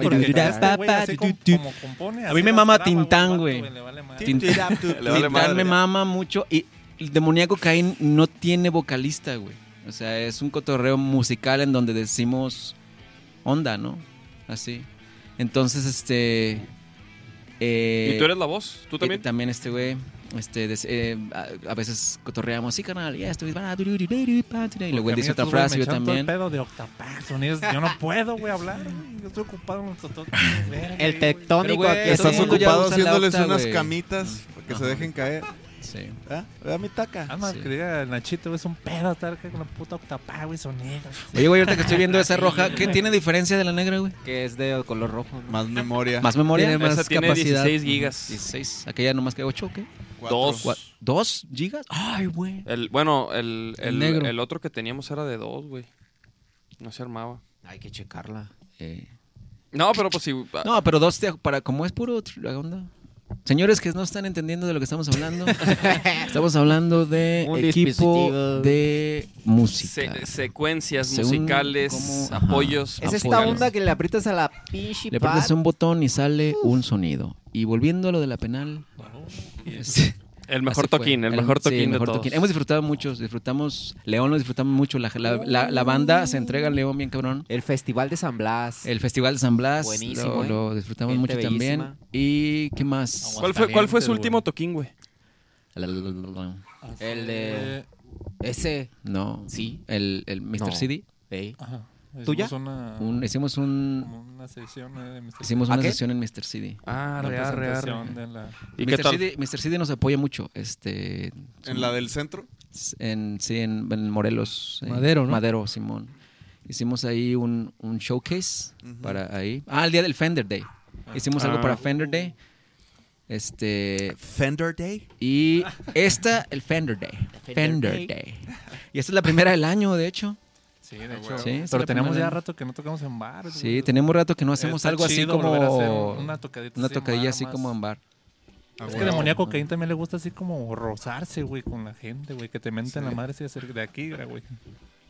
Speaker 5: porque
Speaker 6: tirurú,
Speaker 3: papá,
Speaker 6: este güey, así como-
Speaker 3: tu, tu.
Speaker 6: como compone,
Speaker 3: A
Speaker 6: así
Speaker 3: mí me
Speaker 6: lo
Speaker 3: mama
Speaker 6: graba, güey,
Speaker 3: Tintán,
Speaker 6: el vato,
Speaker 3: güey.
Speaker 6: le vale madre.
Speaker 3: Tint-
Speaker 2: Le vale
Speaker 3: Tintán
Speaker 2: madre.
Speaker 3: me mama mucho. Y el demoníaco Caín no tiene vocalista, güey. O sea, es un cotorreo musical en donde decimos onda, ¿no? Así. Entonces, este. eh,
Speaker 2: ¿Y tú eres la voz? ¿Tú
Speaker 3: Eh,
Speaker 2: también?
Speaker 3: este güey. Este, des- eh, a, a veces cotorreamos, sí, carnal, ya estoy. va, dururi, beri, pa, tira", Y luego él
Speaker 6: Porque a mí
Speaker 3: dice otra
Speaker 6: estos, güey,
Speaker 3: frase,
Speaker 6: me
Speaker 3: yo
Speaker 6: echan todo el
Speaker 3: también.
Speaker 6: pedo de Octopack, sonidos, yo no puedo, güey, hablar. güey, Yo estoy ocupado en todo- verga,
Speaker 5: El
Speaker 6: güey.
Speaker 5: tectónico
Speaker 3: Pero, güey,
Speaker 5: aquí.
Speaker 4: Estás
Speaker 3: Todo el mundo ya
Speaker 4: ocupado
Speaker 3: usa la
Speaker 4: haciéndoles
Speaker 3: octa,
Speaker 4: unas
Speaker 3: güey.
Speaker 4: camitas para que se dejen caer.
Speaker 3: Sí.
Speaker 4: ¿Ah? Vea mi taca.
Speaker 6: Ah, más
Speaker 3: Sí.
Speaker 6: que diga el Nachito, güey, es un pedo estar acá con la puta Octopack, güey, sonidos.
Speaker 3: Oye, güey, ahorita que estoy viendo esa roja, ¿qué tiene diferencia de la negra, güey?
Speaker 5: Que es de color rojo. ¿no?
Speaker 4: Más memoria.
Speaker 3: Más memoria,
Speaker 8: Tiene
Speaker 2: Esa
Speaker 8: más
Speaker 2: tiene
Speaker 8: capacidad.
Speaker 2: 16 gigas.
Speaker 3: 16. Aquella nomás que 8, ¿qué?
Speaker 4: Cuatro.
Speaker 2: Dos.
Speaker 3: Gua- ¿Dos gigas? Ay, güey.
Speaker 2: El, bueno, el,
Speaker 8: El
Speaker 2: el-
Speaker 8: negro.
Speaker 2: el otro que teníamos era de dos, güey. No se armaba.
Speaker 5: Hay que checarla.
Speaker 3: Eh,
Speaker 2: No, pero pues si.
Speaker 3: No, pero dos, te- para como es puro tr- la onda. Señores que no están entendiendo de lo que estamos hablando, estamos hablando de
Speaker 5: Un
Speaker 3: equipo
Speaker 5: dispositivo.
Speaker 3: de música.
Speaker 2: se- secuencias
Speaker 3: Según
Speaker 2: musicales,
Speaker 3: cómo- ajá.
Speaker 2: apoyos.
Speaker 5: Es
Speaker 3: Ah,
Speaker 5: esta
Speaker 3: póngalo.
Speaker 5: onda que le aprietas a la pinche
Speaker 3: Le
Speaker 5: pad.
Speaker 3: aprietas un botón y sale un sonido. Y volviendo a lo de la penal. sí,
Speaker 2: El mejor
Speaker 3: así fue.
Speaker 2: toquín, el,
Speaker 3: Era-
Speaker 2: mejor
Speaker 3: sí,
Speaker 2: toquín
Speaker 3: el
Speaker 2: de
Speaker 3: mejor
Speaker 2: todos.
Speaker 3: toquín. Hemos disfrutado mucho, disfrutamos, León lo disfrutamos mucho, la, la- la- la banda se entrega a León bien cabrón.
Speaker 5: El Festival de San Blas.
Speaker 3: El Festival de San Blas
Speaker 5: Buenísimo,
Speaker 3: lo,
Speaker 5: ¿eh?
Speaker 3: lo disfrutamos
Speaker 5: Gente
Speaker 3: mucho también.
Speaker 5: bellísima.
Speaker 3: ¿Y qué más?
Speaker 2: ¿Cuál fue, ¿Cuál fue su último toquín, güey?
Speaker 3: La- la- la- la- la-
Speaker 5: El de-
Speaker 6: Eh,
Speaker 5: Ese.
Speaker 3: No.
Speaker 5: Sí.
Speaker 3: El, el Mr.
Speaker 5: No.
Speaker 3: CD.
Speaker 5: Ey.
Speaker 6: Ajá.
Speaker 5: ¿Tú ya?
Speaker 6: Hicimos una,
Speaker 3: Un- hicimos un
Speaker 6: como una sesión eh, de Mr.
Speaker 3: hicimos
Speaker 5: ¿A
Speaker 3: una
Speaker 5: qué?
Speaker 3: sesión en Mr. CD.
Speaker 2: Ah, arre,
Speaker 6: una
Speaker 2: arre, arre.
Speaker 6: presentación de la-
Speaker 2: ¿Y qué
Speaker 3: Mr.
Speaker 2: tal?
Speaker 3: CD, Mr. CD nos apoya mucho. Este,
Speaker 4: En la del centro.
Speaker 3: En, sí, en, en Morelos. eh,
Speaker 8: Madero, ¿no?
Speaker 3: Madero, Simón. Hicimos ahí un, un showcase para ahí. Ah, el día del Fender Day. Hicimos algo
Speaker 2: Ah.
Speaker 3: para Fender Day. Este,
Speaker 4: Fender Day.
Speaker 3: y esta, el Fender Day. Fender, Day. Y esta es la primera del año, de hecho.
Speaker 6: Sí, de hecho.
Speaker 3: Sí, es
Speaker 6: pero
Speaker 3: la
Speaker 6: tenemos
Speaker 3: primera.
Speaker 6: ya rato que no tocamos en bar.
Speaker 3: Sí, tenemos rato que no hacemos
Speaker 6: Pues, Está
Speaker 3: algo así
Speaker 6: chido volver a hacer
Speaker 3: como.
Speaker 6: una tocadita
Speaker 3: Una
Speaker 6: así en
Speaker 3: tocadilla
Speaker 6: bar,
Speaker 3: así
Speaker 6: más.
Speaker 3: como en bar.
Speaker 6: Es que demoníaco Caín también le gusta así como rozarse, güey, con la gente, güey, que te menten
Speaker 4: Sí.
Speaker 6: la madre si hacer de aquí, güey. 30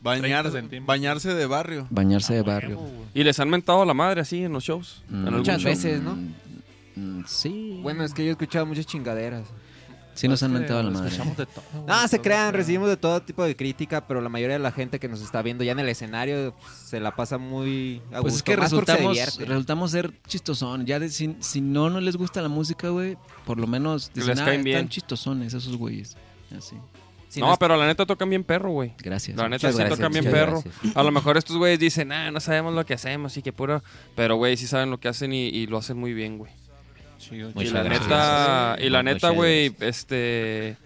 Speaker 4: Bañarse,
Speaker 6: centímetros.
Speaker 4: bañarse de barrio.
Speaker 3: Bañarse
Speaker 6: Ah,
Speaker 3: de barrio.
Speaker 2: ¿Y les han mentado la madre así en los shows? ¿En
Speaker 3: Mm,
Speaker 2: algún
Speaker 5: Muchas
Speaker 2: show?
Speaker 5: veces, ¿no?
Speaker 3: mm, Sí.
Speaker 5: Bueno, es que yo he escuchado muchas chingaderas.
Speaker 3: sí nos han mentado la
Speaker 6: pues, eh, Nos
Speaker 3: madre.
Speaker 6: escuchamos de todo, güey,
Speaker 5: No, se
Speaker 6: todo,
Speaker 5: crean,
Speaker 6: güey.
Speaker 5: recibimos de todo tipo de crítica, pero la mayoría de la gente que nos está viendo ya en el escenario pues, se la pasa muy a
Speaker 3: Pues
Speaker 5: gusto,
Speaker 3: es
Speaker 6: Ah,
Speaker 3: que
Speaker 5: más porque se
Speaker 3: resultamos,
Speaker 5: divierte.
Speaker 3: resultamos ser chistosón. Ya de- si, si no no les gusta la música, güey, por lo menos
Speaker 2: Que
Speaker 3: dicen,
Speaker 2: les
Speaker 3: "Ah,
Speaker 2: caen
Speaker 3: están
Speaker 2: bien".
Speaker 3: chistosones esos güeyes. Así.
Speaker 5: Si
Speaker 2: no,
Speaker 5: no es-
Speaker 2: pero la neta tocan bien perro, güey.
Speaker 3: Gracias.
Speaker 2: La neta
Speaker 5: Muchas
Speaker 2: sí
Speaker 5: gracias,
Speaker 2: tocan bien
Speaker 5: muchas
Speaker 2: perro. A lo mejor estos güeyes dicen, ah, no sabemos lo que hacemos y que puro. Pero, güey, sí saben lo que hacen y, y lo hacen muy bien, güey.
Speaker 6: Chido,
Speaker 2: Y
Speaker 5: Muchas
Speaker 2: la
Speaker 5: gracias.
Speaker 2: neta, y la
Speaker 3: pues
Speaker 5: Muchas
Speaker 2: neta, güey, este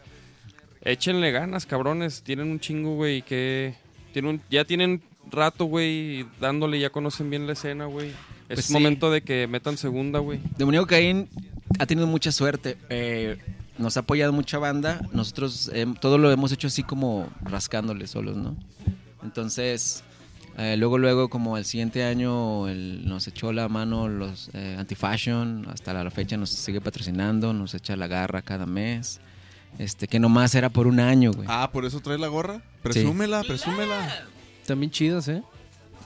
Speaker 2: échenle ganas, cabrones, tienen un chingo, güey, que tienen un- ya tienen rato, güey, dándole, ya conocen bien la escena, güey. Es
Speaker 3: Pues sí.
Speaker 2: momento de que metan segunda, güey.
Speaker 3: Demonio Caín ha tenido mucha suerte. eh, nos ha apoyado mucha banda. Nosotros em, todo lo hemos hecho así como rascándole solos, ¿no? Entonces, eh, luego, luego, como el siguiente año, el- nos echó la mano los eh, Antifashion. Hasta la, la fecha nos sigue patrocinando, nos echa la garra cada mes. Este, que nomás era por un año, güey.
Speaker 4: Ah, por eso trae la gorra. Presúmela, presúmela.
Speaker 8: También chidas, ¿eh?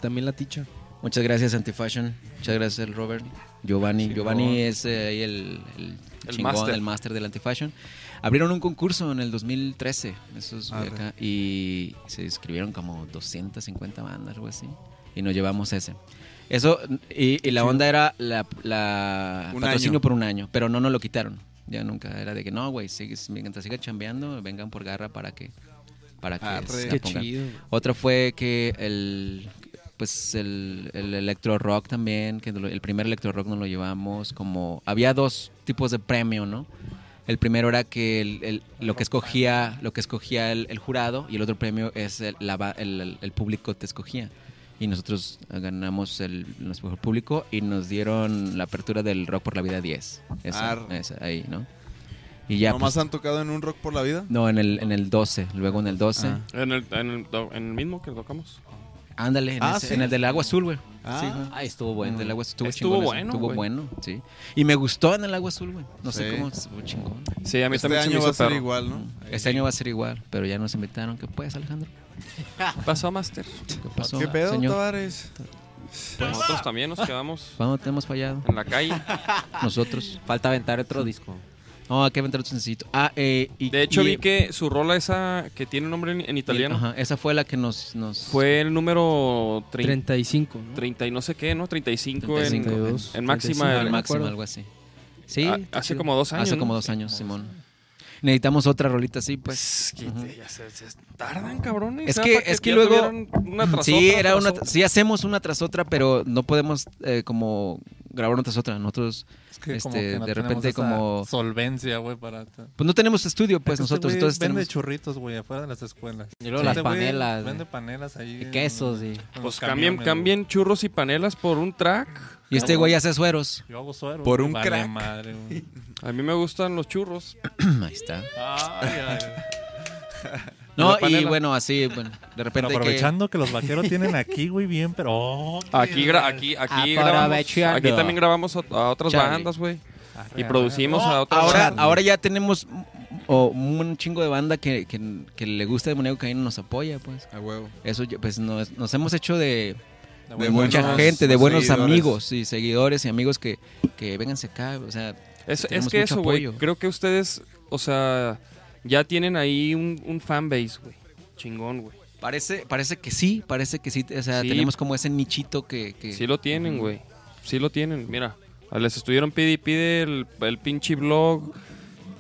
Speaker 8: También la ticha.
Speaker 3: Muchas gracias, Antifashion. Muchas gracias, el Robert. Giovanni. Giovanni es eh, ahí el, el
Speaker 2: El
Speaker 3: chingón,
Speaker 2: máster.
Speaker 3: el máster del Antifashion. Abrieron un concurso en el 2013, esos de acá, y se inscribieron como 250 bandas, algo así. Y nos llevamos ese. Eso, y, y la onda era la, la
Speaker 4: Un
Speaker 3: patrocinio
Speaker 4: año.
Speaker 3: por un año, pero no nos lo quitaron. Ya nunca era de que no, güey, sigues- mientras siga chambeando, vengan por garra para que, para que
Speaker 4: Arre.
Speaker 3: se la
Speaker 8: Qué
Speaker 3: pongan.
Speaker 8: chido.
Speaker 3: Otra fue que el pues el, el electro rock también, que lo- el primer electro rock nos lo llevamos como había dos tipos de premio, ¿no? El primero era que el- el- lo que escogía, lo que escogía el, el jurado y el otro premio es el, la ba- el- el- el público te escogía. Y nosotros ganamos el nuestro mejor público y nos dieron la apertura del Rock por la Vida 10. Esa,
Speaker 4: Arre.
Speaker 3: esa, ahí, ¿no? Y ya
Speaker 4: ¿Nomás
Speaker 3: pues,
Speaker 4: han tocado en un rock por la vida?
Speaker 3: no, en el en el 12, luego en el 12.
Speaker 4: Ah.
Speaker 2: En el, en el, en el mismo que tocamos.
Speaker 3: Ándale, en,
Speaker 4: Ah,
Speaker 3: ese-
Speaker 4: sí.
Speaker 3: en el del agua azul, güey.
Speaker 4: Ah.
Speaker 3: Sí, güey.
Speaker 5: Ay, estuvo
Speaker 3: En
Speaker 5: bueno.
Speaker 3: el del agua
Speaker 2: Mm,
Speaker 3: azul estuvo,
Speaker 2: Estuvo
Speaker 3: chingón,
Speaker 2: bueno,
Speaker 3: Estuvo
Speaker 2: güey.
Speaker 3: bueno, sí. Y me gustó en el agua azul, güey. No sé
Speaker 4: Sí.
Speaker 3: cómo estuvo chingón.
Speaker 2: Sí, a mí
Speaker 4: Este
Speaker 2: también se
Speaker 4: año
Speaker 2: me
Speaker 4: va a
Speaker 2: hizo
Speaker 4: ser
Speaker 2: perro.
Speaker 4: igual, ¿no?
Speaker 3: Este año va a ser igual, pero ya nos invitaron. ¿Qué pues, Alejandro?
Speaker 2: Pasó, Master.
Speaker 3: ¿Qué pasó,
Speaker 4: ¿Qué pedo,
Speaker 3: señor?
Speaker 4: Tavares?
Speaker 2: Nosotros también nos quedamos
Speaker 3: ¿Cuándo te hemos fallado?
Speaker 2: en la calle.
Speaker 3: Nosotros.
Speaker 5: Ah, Falta aventar otro disco.
Speaker 3: No, aquí vendrá otro sencillito. Ah, eh, y,
Speaker 2: De hecho,
Speaker 3: y-
Speaker 2: vi que su rola esa que tiene nombre en, en
Speaker 3: y-
Speaker 2: italiano
Speaker 3: ajá, esa fue la que nos... nos
Speaker 2: fue el número 30,
Speaker 8: 35, ¿no?
Speaker 2: 30 y no sé qué, ¿no? 35, en-
Speaker 3: 35,
Speaker 2: en,
Speaker 8: en-
Speaker 2: en máxima.
Speaker 8: 35,
Speaker 2: el-
Speaker 3: al
Speaker 8: me
Speaker 3: máximo,
Speaker 8: acuerdo.
Speaker 3: algo así. Sí.
Speaker 2: Ah,
Speaker 3: está
Speaker 2: hace
Speaker 3: chido.
Speaker 2: como dos años,
Speaker 3: Hace
Speaker 2: ¿no?
Speaker 3: como dos años, Simón. Necesitamos otra rolita así, pues.
Speaker 2: Pues, que te- ya se, se tardan, cabrones.
Speaker 3: Es
Speaker 2: ya
Speaker 3: que-
Speaker 2: para
Speaker 3: es que
Speaker 2: ya
Speaker 3: luego-
Speaker 2: tuvieran Una tras
Speaker 3: sí,
Speaker 2: otra,
Speaker 3: era
Speaker 2: tras
Speaker 3: una,
Speaker 2: otra.
Speaker 3: sí hacemos una tras otra, pero no podemos eh, como grabar una tras otra. Nosotros
Speaker 6: Es que como
Speaker 3: Este,
Speaker 6: que no
Speaker 3: de
Speaker 6: tenemos
Speaker 3: repente
Speaker 6: esa
Speaker 3: como-
Speaker 6: solvencia, güey, para
Speaker 3: pues no tenemos estudio, pues
Speaker 6: Este
Speaker 3: nosotros
Speaker 6: güey
Speaker 3: entonces
Speaker 6: vende
Speaker 3: tenemos
Speaker 6: churritos, güey, afuera de las escuelas.
Speaker 5: Y luego
Speaker 6: Sí.
Speaker 5: las
Speaker 6: Este güey
Speaker 5: panelas.
Speaker 6: Vende
Speaker 5: güey.
Speaker 6: panelas ahí.
Speaker 5: Y
Speaker 6: en-
Speaker 5: quesos, sí.
Speaker 6: en
Speaker 2: Pues
Speaker 6: los
Speaker 2: cambien,
Speaker 6: camiones,
Speaker 2: cambien churros y panelas por un track.
Speaker 3: y este güey hace sueros.
Speaker 6: güey. Yo hago suero.
Speaker 4: Por
Speaker 6: güey,
Speaker 4: un
Speaker 6: vale
Speaker 4: crack.
Speaker 6: madre, güey.
Speaker 2: A mí me gustan los churros.
Speaker 3: Ahí está.
Speaker 6: Ay, ay, ay.
Speaker 3: No,
Speaker 2: la
Speaker 3: y
Speaker 2: panela.
Speaker 3: bueno, así, bueno, de
Speaker 6: Pero
Speaker 3: repente que-
Speaker 6: aprovechando que... los vaqueros tienen aquí, güey, bien, pero. oh,
Speaker 2: Aquí,
Speaker 3: Ah,
Speaker 2: gra- aquí, aquí, grabamos,
Speaker 5: Aprovechando.
Speaker 2: aquí también grabamos a, a otras
Speaker 3: Charlie.
Speaker 2: bandas, güey.
Speaker 6: arre,
Speaker 2: Y
Speaker 6: arre.
Speaker 2: producimos a otras
Speaker 3: Ah, ahora,
Speaker 2: bandas.
Speaker 3: ahora ya tenemos oh, un chingo de banda que, que, que le gusta de Moneo Caín y nos apoya, pues.
Speaker 4: A huevo.
Speaker 3: Eso ya- pues nos, nos hemos hecho de,
Speaker 6: De
Speaker 3: de
Speaker 6: buenos-
Speaker 3: mucha gente, de buenos
Speaker 4: seguidores.
Speaker 3: amigos y seguidores y amigos que, que vénganse acá, o sea,
Speaker 2: Es, es
Speaker 3: tenemos
Speaker 2: que
Speaker 3: mucho
Speaker 2: eso, güey.
Speaker 3: apoyo.
Speaker 2: Creo que ustedes, o sea, ya tienen ahí un, un fanbase, güey. Chingón, güey.
Speaker 3: Parece, este, parece que sí, parece que sí. O sea,
Speaker 2: Sí.
Speaker 3: tenemos como ese nichito que. que-
Speaker 2: Sí lo tienen, güey. Sí lo tienen, mira. Les estuvieron pide y pide el, el pinche blog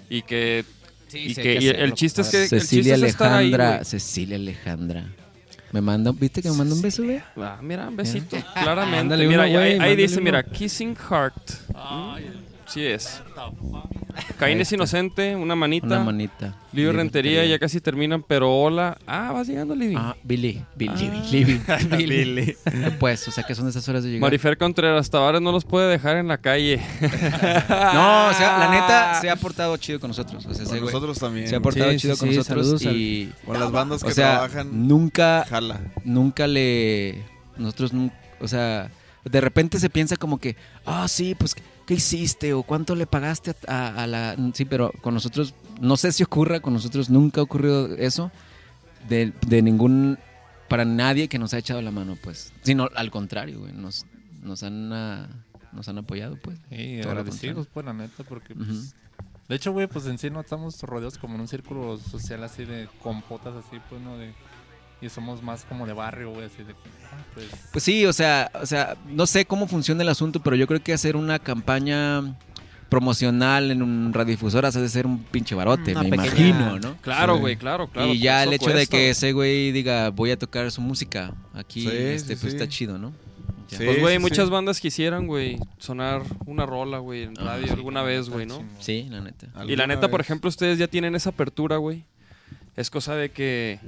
Speaker 2: y que... y que, y el chiste es que...
Speaker 3: Cecilia
Speaker 2: el chiste es estar ahí,
Speaker 3: Alejandra.
Speaker 2: güey.
Speaker 3: Cecilia Alejandra. Me manda, ¿viste que me manda un beso, güey?
Speaker 2: Ah, mira, un besito, claramente.
Speaker 8: Mándale
Speaker 2: mira,
Speaker 8: uno,
Speaker 2: ahí-
Speaker 8: güey,
Speaker 2: ahí,
Speaker 8: mándale
Speaker 2: dice,
Speaker 8: uno.
Speaker 2: mira, Kissing Heart. Sí es. Caín es inocente, una manita.
Speaker 3: Una manita.
Speaker 2: Livio
Speaker 3: Libre
Speaker 2: Rentería, ya casi terminan, pero hola. Ah, vas llegando, Livio.
Speaker 3: Ah, Billy, Billy, Billy, Billy. No, Pues, o sea, que son esas horas de llegar.
Speaker 2: Marifer Contreras Tavares no los puede dejar en la calle.
Speaker 3: no, o sea, la neta se ha portado chido con nosotros. O sea, ese
Speaker 4: Con
Speaker 3: güey
Speaker 4: nosotros también.
Speaker 3: se ha
Speaker 4: güey.
Speaker 3: portado
Speaker 8: Sí,
Speaker 3: chido
Speaker 8: sí,
Speaker 3: con
Speaker 8: sí,
Speaker 3: nosotros
Speaker 8: saludos al-
Speaker 3: y.
Speaker 4: Con las bandas que
Speaker 3: O sea,
Speaker 4: trabajan,
Speaker 3: nunca
Speaker 4: jala.
Speaker 3: nunca le. Nosotros nunca. O sea, de repente se piensa como que, ah, sí, pues, ¿qué hiciste? ¿O cuánto le pagaste a, a- a la.? Sí, pero con nosotros, no sé si ocurra, con nosotros nunca ha ocurrido eso. De, de ningún. Para nadie que nos ha echado la mano, pues. Sino al contrario, güey. Nos, nos han. ah, nos han apoyado, pues.
Speaker 6: Sí,
Speaker 3: Todo lo
Speaker 6: agradecidos,
Speaker 3: contrario.
Speaker 6: pues, la neta, porque.
Speaker 3: Ujú.
Speaker 6: pues, De hecho, güey, pues en sí no estamos rodeados como en un círculo social así de compotas, así, pues, ¿no? De, y somos más como de barrio, güey, así de. ah, Pues,
Speaker 3: Pues sí, o sea, o sea, no sé cómo funciona el asunto, pero yo creo que hacer una campaña promocional en un radiodifusora se ha de ser un pinche barote,
Speaker 5: Una
Speaker 3: me
Speaker 5: pequeña-
Speaker 3: imagino, ¿no?
Speaker 2: Claro,
Speaker 4: Sí.
Speaker 2: güey, claro, claro.
Speaker 3: y ya
Speaker 2: eso
Speaker 3: el hecho de
Speaker 2: cuesta.
Speaker 3: que ese güey diga voy a tocar su música aquí,
Speaker 4: Sí,
Speaker 3: este,
Speaker 4: sí,
Speaker 3: pues
Speaker 4: sí.
Speaker 3: está chido, ¿no? ya.
Speaker 4: Sí,
Speaker 2: Pues, güey,
Speaker 4: sí,
Speaker 2: muchas
Speaker 4: sí.
Speaker 2: bandas quisieran, güey, sonar una rola, güey,
Speaker 4: Ah,
Speaker 2: en radio alguna vez, güey, ¿no?
Speaker 3: Sí, la neta.
Speaker 2: Y la
Speaker 4: Alguna
Speaker 2: neta, por
Speaker 4: vez.
Speaker 2: ejemplo, ustedes ya tienen esa apertura, güey. Es cosa de que.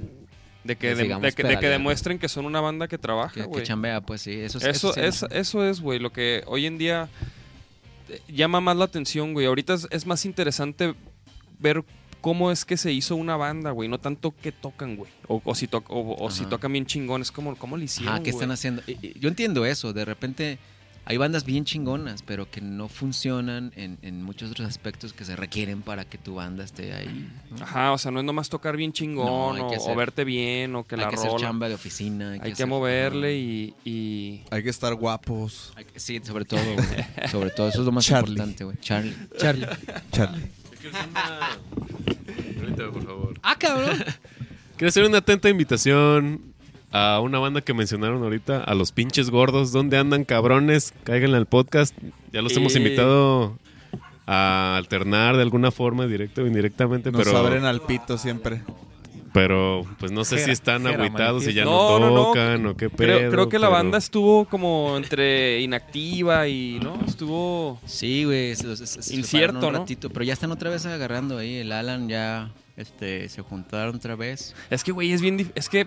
Speaker 2: De que,
Speaker 3: Que
Speaker 2: de-
Speaker 3: sigamos
Speaker 2: de que- de que
Speaker 3: pedaleando.
Speaker 2: demuestren que son una banda que trabaja,
Speaker 3: Que, que
Speaker 2: Ah, güey.
Speaker 3: chambea, pues sí. Eso, es-
Speaker 2: Eso,
Speaker 3: sí,
Speaker 2: es, eso es, güey, lo que hoy en día eh, llama más la atención, güey. Ahorita es, es más interesante ver cómo es que se hizo una banda, güey. No tanto qué tocan, güey. O, o si, toc- o, o si
Speaker 3: Ajá.
Speaker 2: tocan bien chingón. Es como, ¿cómo le hicieron,
Speaker 3: Ah, ¿qué están
Speaker 2: güey?
Speaker 3: haciendo? Y- y Yo entiendo eso. De repente hay bandas bien chingonas, pero que no funcionan en, en muchos otros aspectos que se requieren para que tu banda esté ahí. ¿no?
Speaker 2: Ajá, o sea, no es nomás tocar bien
Speaker 3: No,
Speaker 2: chingón
Speaker 3: hay que
Speaker 2: o, o
Speaker 3: hacer-
Speaker 2: verte bien o que
Speaker 3: hay
Speaker 2: la
Speaker 3: que hacer
Speaker 2: rola.
Speaker 3: chamba de oficina.
Speaker 2: hay que
Speaker 3: hacer-
Speaker 2: moverle y- y,
Speaker 4: Hay que estar guapos.
Speaker 3: Hay que- Sí, sobre todo, güey. Sobre todo, eso es lo más
Speaker 4: Charlie.
Speaker 3: importante, güey. Charlie.
Speaker 8: Charlie.
Speaker 4: Charlie.
Speaker 7: Quiero hacer una- Permítame, por favor.
Speaker 8: Ah, cabrón.
Speaker 7: Quiero hacer una atenta invitación a una banda que mencionaron ahorita, a los pinches gordos. ¿Dónde andan, cabrones? Cáiganle al podcast. Ya los hemos
Speaker 2: Eh.
Speaker 7: invitado a alternar de alguna forma, directa o indirectamente,
Speaker 4: Nos
Speaker 7: pero,
Speaker 4: abren al pito siempre.
Speaker 7: pero pues no sé si
Speaker 6: Jera,
Speaker 7: están
Speaker 6: jera,
Speaker 7: agüitados si ya
Speaker 2: manifiesta.
Speaker 7: no,
Speaker 2: No, no, no.
Speaker 7: tocan o qué pedo.
Speaker 2: Creo, creo que la
Speaker 7: pero-
Speaker 2: banda estuvo como entre inactiva y, ¿no? Estuvo...
Speaker 3: Sí, güey, se los- se- se
Speaker 2: Incierto,
Speaker 3: separaron un
Speaker 2: ¿no?
Speaker 3: ratito, pero ya están otra vez agarrando ahí. El Alan ya este, se juntaron otra vez.
Speaker 2: Es que, güey, es bien... dif- Es que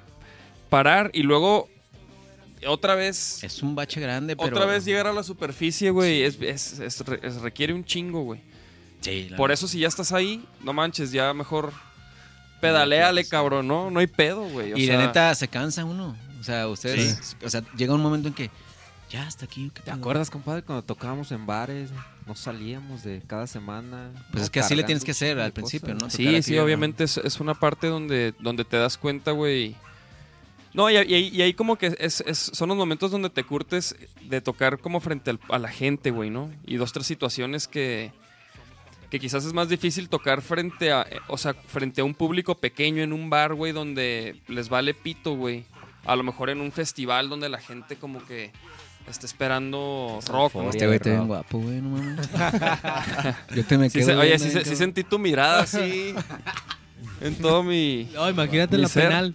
Speaker 2: parar y luego otra vez...
Speaker 3: Es un bache grande, pero.
Speaker 2: Otra vez llegar a la superficie, güey, es, es- es- re- es- requiere un chingo, güey.
Speaker 3: Sí, la
Speaker 2: Por
Speaker 3: neta.
Speaker 2: eso si ya estás ahí, no manches, ya mejor pedaleale, cabrón, ¿no? No hay pedo, güey. o
Speaker 3: Y
Speaker 2: sea,
Speaker 3: la neta, se cansa uno. O sea, ustedes. O sea, llega un momento en que. Ya, hasta aquí. ¿qué
Speaker 5: ¿Te
Speaker 3: pedo?"
Speaker 5: acuerdas, compadre, cuando tocábamos en bares? No salíamos de cada semana.
Speaker 3: Pues es que así le tienes que hacer al principio, ¿no? tocar
Speaker 2: Sí,
Speaker 3: aquí,
Speaker 2: sí,
Speaker 3: ¿no?
Speaker 2: obviamente es, es una parte donde, donde te das cuenta, güey. No, y, y ahí- y ahí como que es, es- son los momentos donde te curtes de tocar como frente al- a la gente, güey, ¿no? Y dos, tres situaciones que, que quizás es más difícil tocar frente a, eh, o sea, frente a un público pequeño en un bar, güey, donde les vale pito, güey. A lo mejor en un festival donde la gente como que está esperando rock, ¿no?
Speaker 3: Este güey te ve bien guapo, güey, no mames. Yo te me
Speaker 2: Sí
Speaker 3: quedo.
Speaker 2: se- oye,
Speaker 3: viendo
Speaker 2: sí, se-
Speaker 3: ahí,
Speaker 2: sí
Speaker 3: cabrón.
Speaker 2: sentí tu mirada así en todo mi...
Speaker 8: No, imagínate en
Speaker 2: Ni
Speaker 8: la
Speaker 2: ser.
Speaker 8: penal.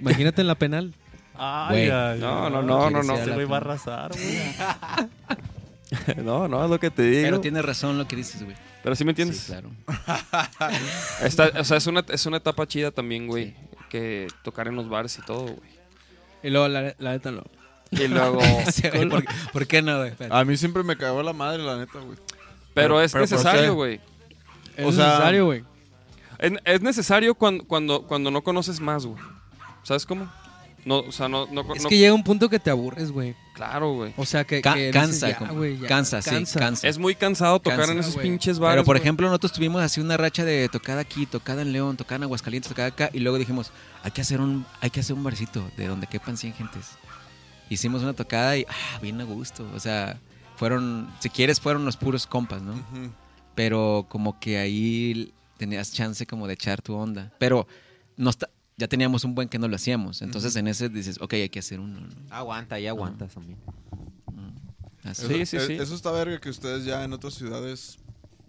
Speaker 8: Imagínate en la penal.
Speaker 6: Ay,
Speaker 3: Güey.
Speaker 6: ay,
Speaker 2: No,
Speaker 6: ay,
Speaker 2: no, no, no, no.
Speaker 6: Ese güey va a arrasar, güey.
Speaker 2: No, no, es lo que te digo.
Speaker 3: Pero
Speaker 2: Pero,
Speaker 3: tienes razón lo que dices, güey.
Speaker 2: sí me entiendes.
Speaker 3: Sí, claro.
Speaker 2: Está- o sea, es una, es una etapa chida también, güey. Que tocar en los bares y todo, güey.
Speaker 8: Y luego, la, la neta, no.
Speaker 2: Y luego.
Speaker 3: Sí, güey, ¿por, por qué no, güey? Ah, Espérate.
Speaker 4: A mí siempre me cagó la madre, la neta, güey.
Speaker 2: pero
Speaker 4: Pero-
Speaker 2: es
Speaker 4: pero, ¿por
Speaker 2: necesario,
Speaker 4: qué?
Speaker 2: güey.
Speaker 8: Es
Speaker 4: O sea-
Speaker 8: necesario, güey.
Speaker 2: Es, es necesario cuando, cuando, cuando no conoces más, güey. ¿Sabes cómo? No, o sea, no. no,
Speaker 8: Es
Speaker 2: no-
Speaker 8: que llega un punto que te aburres, güey.
Speaker 2: Claro, güey.
Speaker 8: O sea, que.
Speaker 3: Ca-
Speaker 8: que dices,
Speaker 3: cansa,
Speaker 8: "Ya,
Speaker 3: com-
Speaker 8: güey, ya,
Speaker 3: cansa, sí, cansa.
Speaker 2: Es muy cansado tocar
Speaker 3: Cansa,
Speaker 2: en esos
Speaker 8: güey.
Speaker 2: pinches bares.
Speaker 3: Pero por
Speaker 2: güey.
Speaker 3: ejemplo, nosotros tuvimos así una racha de tocada aquí, tocada en León, tocada en Aguascalientes, tocada acá, y luego dijimos, hay que hacer un, hay que hacer un barcito de donde quepan 100 gentes. Hicimos una tocada y ah, bien a gusto. O sea, fueron, si quieres, fueron los puros compas, ¿no? Pero como que ahí tenías chance como de echar tu onda. Pero no está- ya teníamos un buen que no lo hacíamos. Entonces en ese dices, ok, hay que hacer uno, ¿no?
Speaker 5: Aguanta, y aguantas también.
Speaker 3: Así.
Speaker 4: Eso-
Speaker 2: Sí, sí,
Speaker 4: e-
Speaker 2: sí.
Speaker 4: Eso está verga que ustedes ya en otras ciudades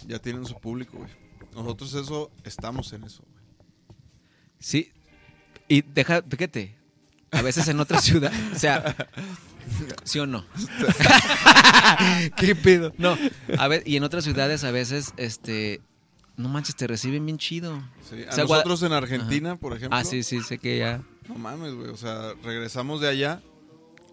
Speaker 4: ya tienen su público, güey. Nosotros eso, estamos en eso, güey.
Speaker 3: Sí. Y deja, fíjate, a veces en otra ciudad, o sea, ¿sí o no? ¿Qué pedo? No, a ver, y en otras ciudades a veces, este, no manches, te reciben bien chido.
Speaker 4: Sí, A
Speaker 3: O sea, Guada-
Speaker 4: nosotros en Argentina, por ejemplo.
Speaker 3: Ah, sí, sí, sé que ya.
Speaker 4: No mames, güey. O sea, regresamos de allá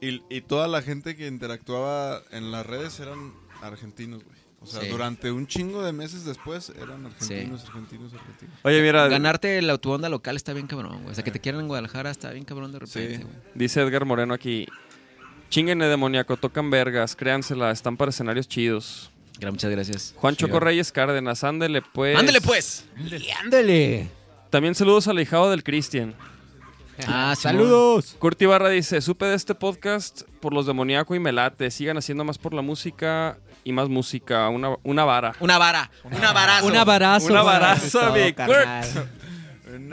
Speaker 4: y, y toda la gente que interactuaba en las redes eran argentinos, güey. O sea,
Speaker 3: Sí.
Speaker 4: durante un chingo de meses después eran argentinos, argentinos, argentinos.
Speaker 2: Oye, mira,
Speaker 3: Ganarte la tu onda local está bien cabrón, güey. O sea, que te quieran en Guadalajara está bien cabrón de repente,
Speaker 4: Sí.
Speaker 3: güey.
Speaker 2: dice Edgar Moreno aquí. Chinguenle demoníaco, tocan vergas, créansela, están para escenarios chidos.
Speaker 3: Gra- Muchas gracias.
Speaker 2: Juan Choco Reyes Cárdenas, ándele pues.
Speaker 3: ¡Ándale, pues!
Speaker 5: ¡Ándale!
Speaker 2: También saludos al ahijado del Cristian.
Speaker 3: Ah,
Speaker 5: ¡Saludos!
Speaker 2: Curti Barra dice, supe de este podcast por los demoníaco y me late. Sigan haciendo más por la música y más música. Una, una vara.
Speaker 3: Una vara, una varazo.
Speaker 8: Un abarazo.
Speaker 2: Una
Speaker 8: güey.
Speaker 2: vara. Eso,
Speaker 5: Todo,
Speaker 2: mi
Speaker 5: carnal.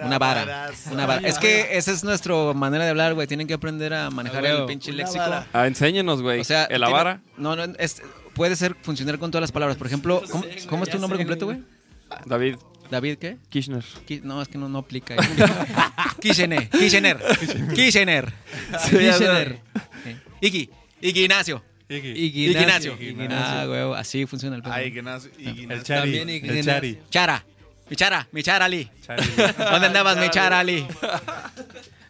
Speaker 3: Una vara. Una vara. Es que esa es nuestra manera de hablar, güey. Tienen que aprender a manejar el
Speaker 8: huevo.
Speaker 3: pinche léxico.
Speaker 2: Ah, enséñenos, güey.
Speaker 3: O sea,
Speaker 2: ¿El la
Speaker 3: tiene-
Speaker 2: vara?
Speaker 3: No, no, es- puede ser funcionar con todas las palabras. Por ejemplo, ¿cómo, cómo es tu nombre completo, güey?
Speaker 2: David
Speaker 3: David, ¿qué?
Speaker 2: Kirchner.
Speaker 3: Ki- No, es que no, no aplica. ahí. Kirchner, Kirchner, Kirchner.
Speaker 2: Sí, ya sé.
Speaker 3: Sí. Iki, Ignacio.
Speaker 6: Iggy.
Speaker 3: Ignacio.
Speaker 6: Ignacio.
Speaker 3: Ah, huevo, así funciona el pedo.
Speaker 4: Ay, Ignacio.
Speaker 2: Pues
Speaker 6: El
Speaker 4: Ignacio.
Speaker 6: Chari.
Speaker 8: También Ignacio.
Speaker 6: El Chari.
Speaker 3: Chara. Mi chara, mi chara Ali.
Speaker 6: Chari.
Speaker 3: ¿Dónde andabas, mi chara Ali?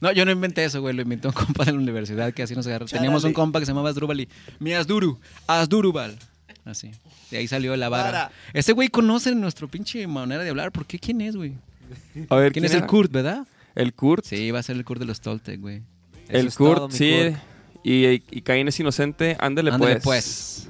Speaker 3: No, yo no inventé eso, güey. Lo inventó un compa de la universidad que así nos agarró. Teníamos un compa que se llamaba Asdrúbal y mi Asduru, Asdurubal. Así. De ahí salió la vara. Este güey conoce nuestro pinche manera de hablar. ¿Por qué? ¿Quién es, güey?
Speaker 2: A ver,
Speaker 3: ¿Quién, es el
Speaker 2: era?
Speaker 3: Kurt, verdad?
Speaker 2: El Kurt.
Speaker 3: Sí, va a ser el Kurt de los Toltec, güey.
Speaker 5: Eso
Speaker 2: El
Speaker 5: es todo,
Speaker 2: Kurt,
Speaker 5: mi
Speaker 2: sí.
Speaker 5: Kurt.
Speaker 2: Y, y Caín es inocente, ándele
Speaker 3: Ándale,
Speaker 2: pues.
Speaker 3: pues.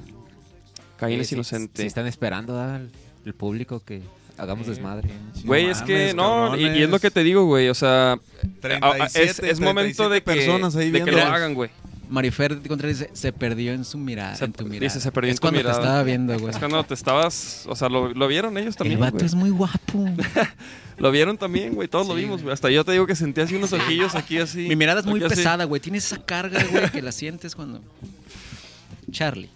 Speaker 2: Caín
Speaker 3: Sí,
Speaker 2: es
Speaker 3: sí,
Speaker 5: Si
Speaker 2: inocente.
Speaker 5: Eh, están esperando ¿verdad? el, el público que hagamos desmadre.
Speaker 2: Güey, es que no, y, y es lo que te digo, güey. O sea, a- a- es,
Speaker 4: 37,
Speaker 2: es momento de que,
Speaker 4: 37 personas ahí
Speaker 2: de que lo
Speaker 4: viéndonos.
Speaker 2: hagan, güey.
Speaker 3: Marifer Contreras dice, se perdió en su mirada,
Speaker 2: Se-
Speaker 3: en tu mirada.
Speaker 2: dice, se perdió
Speaker 3: es
Speaker 2: en tu
Speaker 3: cuando te
Speaker 2: mirada.
Speaker 3: estaba viendo, güey.
Speaker 2: Es cuando te estabas, o sea, lo, lo vieron ellos
Speaker 3: El
Speaker 2: también.
Speaker 3: vato
Speaker 2: güey.
Speaker 3: es muy guapo.
Speaker 2: Lo vieron también, güey. Todos lo vimos, güey. Hasta yo te digo que sentí así unos ojillos aquí así.
Speaker 3: Mi mirada es muy
Speaker 2: aquí así.
Speaker 3: pesada, güey. Tiene esa carga, güey, que la sientes cuando... Charlie.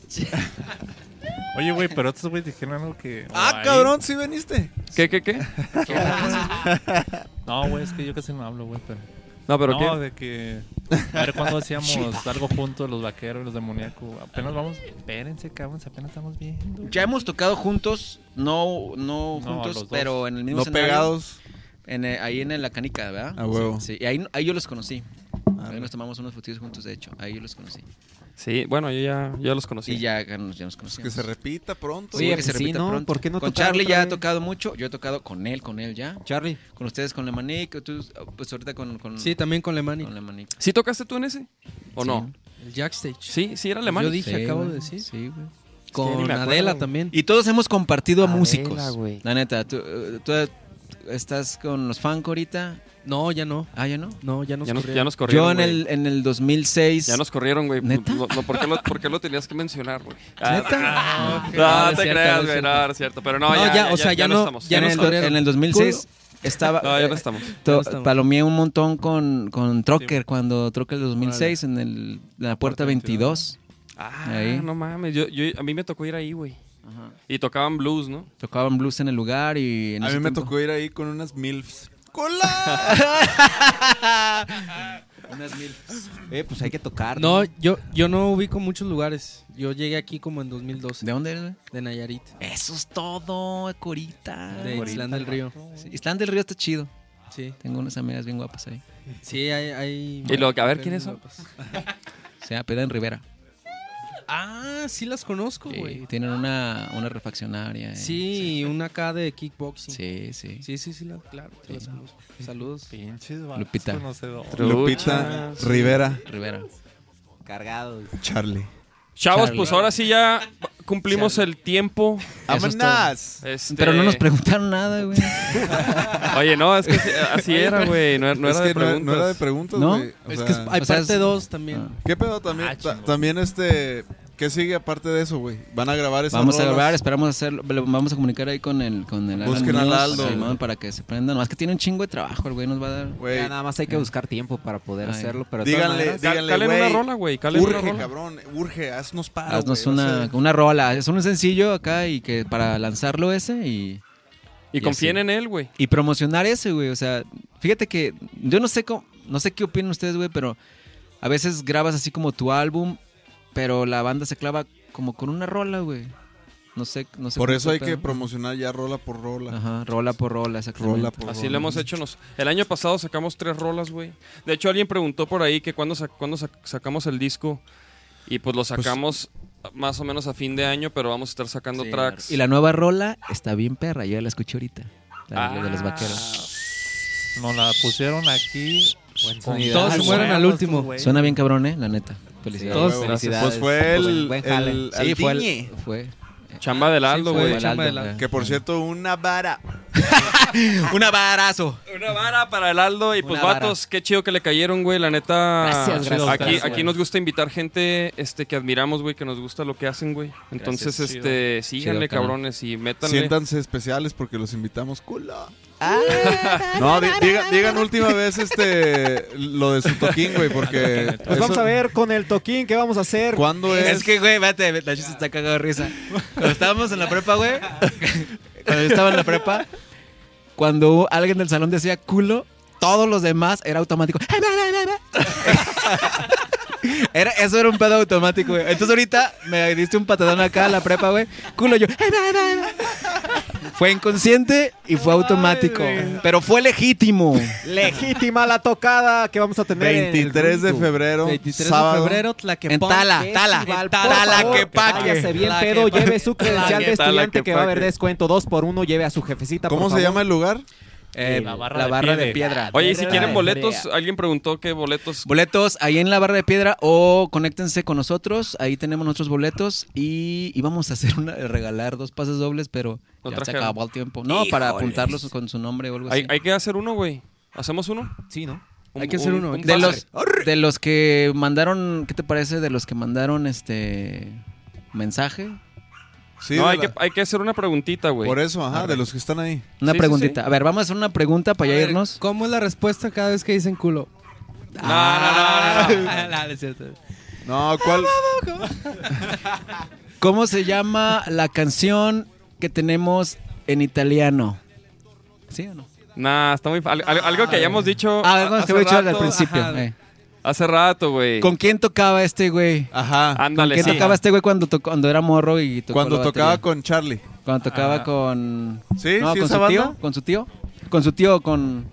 Speaker 6: Oye, güey, pero estos güeyes dijeron algo que.
Speaker 4: Ah,
Speaker 6: Ay.
Speaker 4: cabrón, sí veniste.
Speaker 2: ¿Qué, qué, qué?
Speaker 6: No, güey, es que yo casi no hablo, güey, pero.
Speaker 2: No, pero
Speaker 6: no,
Speaker 2: qué.
Speaker 6: de que. A ver cuándo hacíamos algo juntos, los vaqueros y los demoníacos. Apenas vamos. Espérense, cabrón, si apenas estamos viendo.
Speaker 3: Ya hemos tocado juntos, no, no
Speaker 6: No,
Speaker 3: juntos,
Speaker 6: los dos.
Speaker 3: pero en el mismo
Speaker 4: No
Speaker 3: escenario,
Speaker 4: pegados. pues,
Speaker 3: en, eh, ahí en el- la canica, ¿verdad?
Speaker 4: A huevo. Ah,
Speaker 3: Sí, sí. Y ahí, ahí yo los conocí. Ahí
Speaker 4: Arre.
Speaker 3: nos tomamos unos fotillos juntos, de hecho. Ahí yo los conocí.
Speaker 2: Sí, bueno, yo ya, yo ya los conocí.
Speaker 3: Y ya, ya nos, ya nos conocíamos.
Speaker 4: Que se repita pronto.
Speaker 5: Oye,
Speaker 3: que
Speaker 5: pues
Speaker 3: se
Speaker 5: sí,
Speaker 3: repita
Speaker 5: ¿no?
Speaker 3: pronto.
Speaker 5: ¿Por qué no
Speaker 3: Con
Speaker 5: tocar
Speaker 3: Charlie
Speaker 5: otra
Speaker 3: ya he
Speaker 5: vez?
Speaker 3: tocado mucho. Yo he tocado con él, con él ya.
Speaker 5: Charlie.
Speaker 3: Con ustedes, con Lemanic. Tú, pues ahorita con, con,
Speaker 8: Sí, también con Lemani.
Speaker 3: con Lemanic.
Speaker 2: ¿Sí tocaste tú en ese? ¿O no?
Speaker 8: El Jackstage.
Speaker 2: Sí, sí, era alemán.
Speaker 8: Yo dije,
Speaker 3: Sí,
Speaker 8: acabo
Speaker 3: güey.
Speaker 8: de decir.
Speaker 3: Sí, güey.
Speaker 2: ni me
Speaker 8: Con
Speaker 2: acuerdo,
Speaker 8: Adela
Speaker 2: güey.
Speaker 8: también.
Speaker 3: Y todos hemos compartido a
Speaker 2: Adela,
Speaker 3: músicos.
Speaker 2: güey.
Speaker 3: La neta, tú, eh, tú, eh, estás con los Fanco ahorita.
Speaker 8: No, ya no.
Speaker 3: Ah, ya no.
Speaker 8: No, ya nos
Speaker 2: Ya nos,
Speaker 8: corrieron.
Speaker 2: ya nos corrieron.
Speaker 3: Yo en
Speaker 2: güey.
Speaker 3: el, en el 2006.
Speaker 2: Ya nos corrieron, güey.
Speaker 3: ¿Neta?
Speaker 2: No, no, ¿por, qué lo, por qué lo tenías que mencionar, güey? Ah,
Speaker 3: ¿Neta?
Speaker 2: No,
Speaker 8: No,
Speaker 2: te
Speaker 8: es cierto, no
Speaker 2: creas,
Speaker 8: es
Speaker 2: güey.
Speaker 8: cierto.
Speaker 2: No, no es cierto. Pero no,
Speaker 8: No,
Speaker 2: ya,
Speaker 8: ya, o sea, ya no-
Speaker 2: estamos.
Speaker 8: ya
Speaker 3: en,
Speaker 8: no
Speaker 3: el,
Speaker 8: nos corrieron.
Speaker 3: en el 2006 estaba. eh,
Speaker 2: No, ya no estamos.
Speaker 3: to-
Speaker 8: Ya no estamos.
Speaker 3: palomeé un montón con, con Trocker cuando Trocker el 2006 en el, la puerta 22.
Speaker 2: Ah,
Speaker 3: Ahí.
Speaker 2: no mames. Yo, yo, a mí me tocó ir ahí, güey.
Speaker 3: Ajá.
Speaker 2: Y tocaban blues, ¿no?
Speaker 3: Tocaban blues en el lugar y. en
Speaker 4: A
Speaker 3: ese
Speaker 4: mí me
Speaker 3: tiempo-
Speaker 4: tocó ir ahí con unas MILFs. ¡Cola!
Speaker 3: Unas mil-
Speaker 5: Eh, pues hay que tocar.
Speaker 8: No, yo, yo no ubico muchos lugares. Yo llegué aquí como en 2012.
Speaker 3: ¿De dónde eres, güey?
Speaker 8: De Nayarit.
Speaker 3: Eso es todo, Corita.
Speaker 8: De Islán del Río.
Speaker 3: Sí, Islán del Río está chido.
Speaker 8: Sí.
Speaker 3: Tengo unas amigas bien guapas ahí.
Speaker 8: Sí, hay... hay
Speaker 2: Y luego, a ver, ¿quiénes son?
Speaker 3: Se llama Pedro en Rivera.
Speaker 8: Ah, sí las conozco,
Speaker 3: Sí,
Speaker 8: güey.
Speaker 3: tienen una, una refaccionaria. eh.
Speaker 8: Sí, y una acá de kickboxing. Sí,
Speaker 3: Sí, sí.
Speaker 8: sí, sí, la- claro. te las conozco. Saludos.
Speaker 6: Pinches, vatos
Speaker 3: Lupita.
Speaker 6: conocedores.
Speaker 4: Lupita Rivera
Speaker 3: Rivera.
Speaker 5: Cargados.
Speaker 4: Charlie.
Speaker 2: Chavos,
Speaker 3: Charlie.
Speaker 2: pues ahora sí ya cumplimos el tiempo.
Speaker 3: Eso es todo.
Speaker 2: Este-
Speaker 3: Pero no nos preguntaron nada, güey.
Speaker 2: Oye, no, es que así- así era, güey. No, no
Speaker 4: Es
Speaker 2: era
Speaker 4: que
Speaker 2: de
Speaker 4: no,
Speaker 2: preguntas.
Speaker 4: no era de preguntas,
Speaker 3: ¿No?
Speaker 4: güey. O
Speaker 8: Es
Speaker 4: sea,
Speaker 8: que es- hay
Speaker 3: o sea,
Speaker 8: parte
Speaker 3: es- Ah,
Speaker 8: 2 también.
Speaker 4: ¿Qué pedo también? ta- también este... ¿Qué sigue aparte de eso, güey? ¿Van a grabar esas
Speaker 3: Vamos a
Speaker 4: rolas?
Speaker 3: grabar, esperamos hacerlo. lo Vamos a comunicar ahí con el. Con el
Speaker 4: Busquen al Aldo,
Speaker 3: Simón,
Speaker 4: güey.
Speaker 3: para que se prendan. Más que tiene un chingo de trabajo, el güey nos va a dar.
Speaker 4: Güey,
Speaker 5: Ya nada más hay que buscar tiempo para poder
Speaker 3: Ay.
Speaker 5: hacerlo, pero de todas
Speaker 4: díganle,
Speaker 5: maneras-
Speaker 2: Cal-
Speaker 4: díganle,
Speaker 2: calen una
Speaker 4: güey,
Speaker 2: rola, güey. Calen una
Speaker 4: Urge,
Speaker 2: rola.
Speaker 4: cabrón. Urge, haznos paro,
Speaker 3: Haznos
Speaker 4: Ah, güey, o
Speaker 3: una,
Speaker 4: sea,
Speaker 3: una rola. Es un sencillo acá y que para lanzarlo ese y.
Speaker 2: Y
Speaker 3: Y
Speaker 2: confíen
Speaker 3: así.
Speaker 2: en él, güey.
Speaker 3: y promocionar ese, güey. O sea, fíjate que yo no sé cómo, no sé qué opinan ustedes, güey, pero a veces grabas así como tu álbum, pero la banda se clava como con una rola, güey. No sé, no sé.
Speaker 4: Por
Speaker 3: cómo está
Speaker 4: eso hay
Speaker 3: el
Speaker 4: que
Speaker 3: pedo.
Speaker 4: promocionar ya rola por rola.
Speaker 3: Ajá, rola por rola, exactamente.
Speaker 4: Rola por
Speaker 2: Así
Speaker 4: rola.
Speaker 2: lo hemos hecho. nos- El año pasado sacamos tres rolas, güey. De hecho, alguien preguntó por ahí que cuándo sa- cuándo sac- sacamos el disco. Y pues lo sacamos más o menos a fin de año, pero vamos a estar sacando
Speaker 3: Sí,
Speaker 2: tracks.
Speaker 3: Y la nueva rola está bien perra, yo ya la escuché ahorita. La de-
Speaker 2: Ah.
Speaker 3: de los vaqueros.
Speaker 6: Nos la pusieron aquí. con
Speaker 5: sonido.
Speaker 8: Todos se
Speaker 6: todo eh,
Speaker 8: mueren
Speaker 6: huevo,
Speaker 8: al último.
Speaker 6: estos güeyes.
Speaker 3: Suena bien cabrón, eh, la neta. Felicidades.
Speaker 8: Todos-
Speaker 4: Pues fue el,
Speaker 5: Buen jale.
Speaker 4: el
Speaker 3: sí, fue, el,
Speaker 4: Aldiñe,
Speaker 3: fue
Speaker 2: Chamba del Aldo,
Speaker 8: Sí, fue
Speaker 2: güey.
Speaker 8: el chamba del Aldo.
Speaker 3: güey.
Speaker 4: que por cierto una vara.
Speaker 3: un avarazo.
Speaker 2: Una vara para el Aldo. Y pues,
Speaker 3: Una vara.
Speaker 2: vatos, qué chido que le cayeron, güey. La neta.
Speaker 5: Gracias, gracias,
Speaker 2: Aquí,
Speaker 5: gracias,
Speaker 2: aquí
Speaker 5: güey.
Speaker 2: nos gusta invitar gente este, que admiramos, güey, que nos gusta lo que hacen, güey. Entonces,
Speaker 3: Gracias,
Speaker 2: este, síganle,
Speaker 3: Chido, carnal.
Speaker 2: cabrones, y métanle.
Speaker 4: Siéntanse especiales porque los invitamos. Culo.
Speaker 3: Ah.
Speaker 4: No, di- diga- digan última vez este lo de su toquín, güey, porque
Speaker 5: Pues vamos
Speaker 4: eso-
Speaker 5: a ver con el toquín qué vamos a hacer.
Speaker 4: ¿Cuándo es?
Speaker 3: Es que, güey, vete, la chiste está cagada de risa. Cuando estábamos en la prepa, güey. Cuando yo estaba en la prepa, cuando alguien del salón decía culo, todos los demás era automático. Era, eso era un pedo automático, güey. Entonces ahorita me diste un patadón acá a la prepa, güey. Culo yo. "Ay, va, va, va". Fue inconsciente y fue automático. Pero fue legítimo.
Speaker 5: Legítima la tocada que vamos a tener. en el
Speaker 4: 23 de
Speaker 5: Junco.
Speaker 4: febrero,
Speaker 8: 23
Speaker 4: sábado.
Speaker 8: de febrero, Tlaquepaque.
Speaker 3: En Tala, Tala.
Speaker 8: Festival, por
Speaker 3: Tala,
Speaker 8: favor.
Speaker 3: que paque.
Speaker 5: Váyase bien
Speaker 8: La
Speaker 5: pedo,
Speaker 8: que-
Speaker 5: lleve su credencial
Speaker 8: la
Speaker 5: de
Speaker 8: que-
Speaker 5: estudiante
Speaker 2: la que
Speaker 5: que va a haber
Speaker 2: paque.
Speaker 5: descuento dos por uno, lleve a su jefecita. por
Speaker 4: ¿Cómo se
Speaker 5: favor.
Speaker 4: llama el lugar?
Speaker 3: Eh, la barra, de, piedra.
Speaker 2: Oye, y si quieren
Speaker 3: eh,
Speaker 5: Ay,
Speaker 2: boletos, alguien preguntó qué boletos.
Speaker 3: Boletos ahí en la barra de piedra o conéctense con nosotros. Ahí tenemos nuestros boletos y íbamos a hacer una, regalar dos pases dobles, pero
Speaker 2: No
Speaker 3: ya se
Speaker 2: trajeron.
Speaker 3: acabó el tiempo. No, para apuntarlos con su nombre o algo así.
Speaker 2: Hay, hay que hacer uno, güey. ¿Hacemos uno?
Speaker 5: Sí, ¿no?
Speaker 8: Hay que hacer uno, hay que
Speaker 3: de
Speaker 8: pase.
Speaker 3: los de los que mandaron, ¿qué te parece? De los que mandaron este mensaje.
Speaker 4: Sí,
Speaker 2: no,
Speaker 4: de
Speaker 2: hay,
Speaker 4: la-
Speaker 2: que, hay que hacer una preguntita, güey.
Speaker 4: por eso, ajá, de los que están ahí.
Speaker 3: Una
Speaker 2: Sí, sí,
Speaker 3: preguntita.
Speaker 2: sí.
Speaker 3: A ver, vamos a hacer una pregunta para
Speaker 8: A
Speaker 3: ya
Speaker 8: ver,
Speaker 3: irnos.
Speaker 8: ¿Cómo es la respuesta cada vez que dicen culo?
Speaker 2: No, no, no, no, no.
Speaker 8: Ah, no, no es cierto.
Speaker 4: No, ¿cuál?
Speaker 3: ¿Cómo se llama la canción que tenemos en italiano? ¿Sí o no?
Speaker 2: Nah, está muy. al- al- algo que hayamos dicho.
Speaker 3: Ah, algo
Speaker 2: hace
Speaker 3: que había dicho al
Speaker 2: rato,
Speaker 3: principio.
Speaker 8: ajá.
Speaker 3: eh.
Speaker 2: Hace rato, güey.
Speaker 3: ¿Con quién tocaba este güey?
Speaker 4: Ajá.
Speaker 2: Ándale,
Speaker 3: ¿Quién
Speaker 2: sí.
Speaker 3: tocaba este güey cuando, tocó- cuando era morro y tocó
Speaker 4: Cuando
Speaker 3: la
Speaker 4: tocaba
Speaker 3: batería?
Speaker 4: con Charlie.
Speaker 3: Cuando tocaba con...
Speaker 4: Sí,
Speaker 3: no,
Speaker 4: sí,
Speaker 3: con
Speaker 4: esa
Speaker 3: su
Speaker 4: banda.
Speaker 3: tío, con su tío, con su tío, con,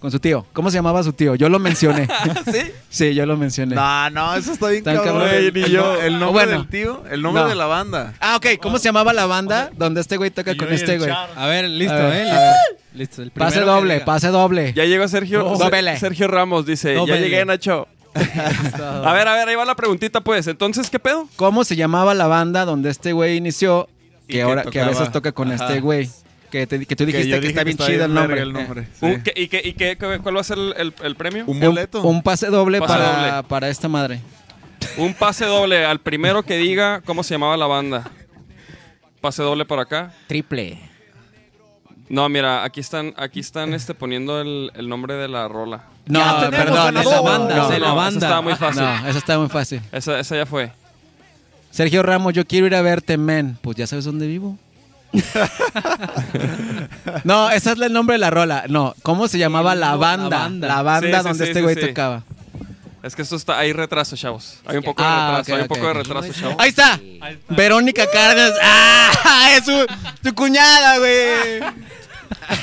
Speaker 3: con su tío. ¿Cómo se llamaba su tío? Yo lo mencioné. ¿Sí? Sí, yo lo mencioné.
Speaker 4: No, Ah, no, eso está bien
Speaker 3: Tan
Speaker 4: cabrón.
Speaker 3: cabrón.
Speaker 4: Güey, ni
Speaker 3: El
Speaker 4: yo.
Speaker 3: no-
Speaker 4: El nombre
Speaker 3: Bueno.
Speaker 4: del tío, el nombre
Speaker 3: No.
Speaker 4: de la banda.
Speaker 3: Ah, ok. ¿Cómo se llamaba la banda donde este güey toca
Speaker 6: Y
Speaker 3: con
Speaker 6: yo y
Speaker 3: este
Speaker 6: el
Speaker 3: güey?
Speaker 6: Charles.
Speaker 8: A ver, listo,
Speaker 3: A ver,
Speaker 8: ¿eh?
Speaker 3: a ver.
Speaker 8: Listo. Listo, el
Speaker 3: Pase
Speaker 8: primero que
Speaker 3: doble,
Speaker 8: diga.
Speaker 3: pase doble.
Speaker 2: Ya llegó Sergio.
Speaker 3: No,
Speaker 2: Se-
Speaker 3: vele.
Speaker 2: Sergio Ramos dice:
Speaker 8: No,
Speaker 2: Ya
Speaker 8: vele.
Speaker 2: llegué, Nacho. a ver, a ver, ahí va la preguntita, pues. Entonces, ¿qué pedo?
Speaker 3: ¿Cómo se llamaba la banda donde este güey inició? Que
Speaker 4: que
Speaker 3: ahora que a
Speaker 4: tocaba.
Speaker 3: veces toca con
Speaker 4: Ajá.
Speaker 3: este güey. Que, te- que tú dijiste que,
Speaker 4: yo dije
Speaker 3: está bien
Speaker 4: estaba
Speaker 3: chido el nombre.
Speaker 4: verga el nombre. sí.
Speaker 2: Un- ¿qué- ¿Y, qué, y qué- qué- cuál va a ser el, el- el premio?
Speaker 4: Un
Speaker 3: Eh, Un,
Speaker 4: boleto.
Speaker 3: un pase doble
Speaker 2: Pase
Speaker 3: para,
Speaker 2: doble.
Speaker 3: para esta madre.
Speaker 2: Un pase doble al primero que diga cómo se llamaba la banda. Pase doble por acá.
Speaker 5: Triple.
Speaker 2: No, mira, aquí están, aquí están este, poniendo el, el nombre de la rola.
Speaker 3: No,
Speaker 5: tenemos
Speaker 3: perdón, es
Speaker 5: ganador.
Speaker 3: la banda.
Speaker 2: No,
Speaker 8: de la
Speaker 2: no,
Speaker 8: banda.
Speaker 2: Esa estaba muy fácil.
Speaker 3: No, eso está muy fácil.
Speaker 2: Esa, esa ya fue.
Speaker 3: Sergio Ramos, yo quiero ir a verte, men. Pues ya sabes dónde vivo. no, ese es el nombre de la rola. No, ¿cómo se llamaba la
Speaker 8: no, la
Speaker 3: banda? La banda,
Speaker 8: banda.
Speaker 2: Sí, sí,
Speaker 3: donde
Speaker 2: sí,
Speaker 3: este
Speaker 2: sí,
Speaker 3: güey
Speaker 2: sí.
Speaker 3: tocaba.
Speaker 2: Es que esto está. Hay retraso, chavos. Hay un poco de
Speaker 3: Ah,
Speaker 2: retraso.
Speaker 3: ok,
Speaker 2: hay un
Speaker 3: ok.
Speaker 2: poco de retraso, chavos.
Speaker 3: Ahí está.
Speaker 2: Uh.
Speaker 3: Verónica Cárdenas. ¡Ah! Es su, su cuñada, güey.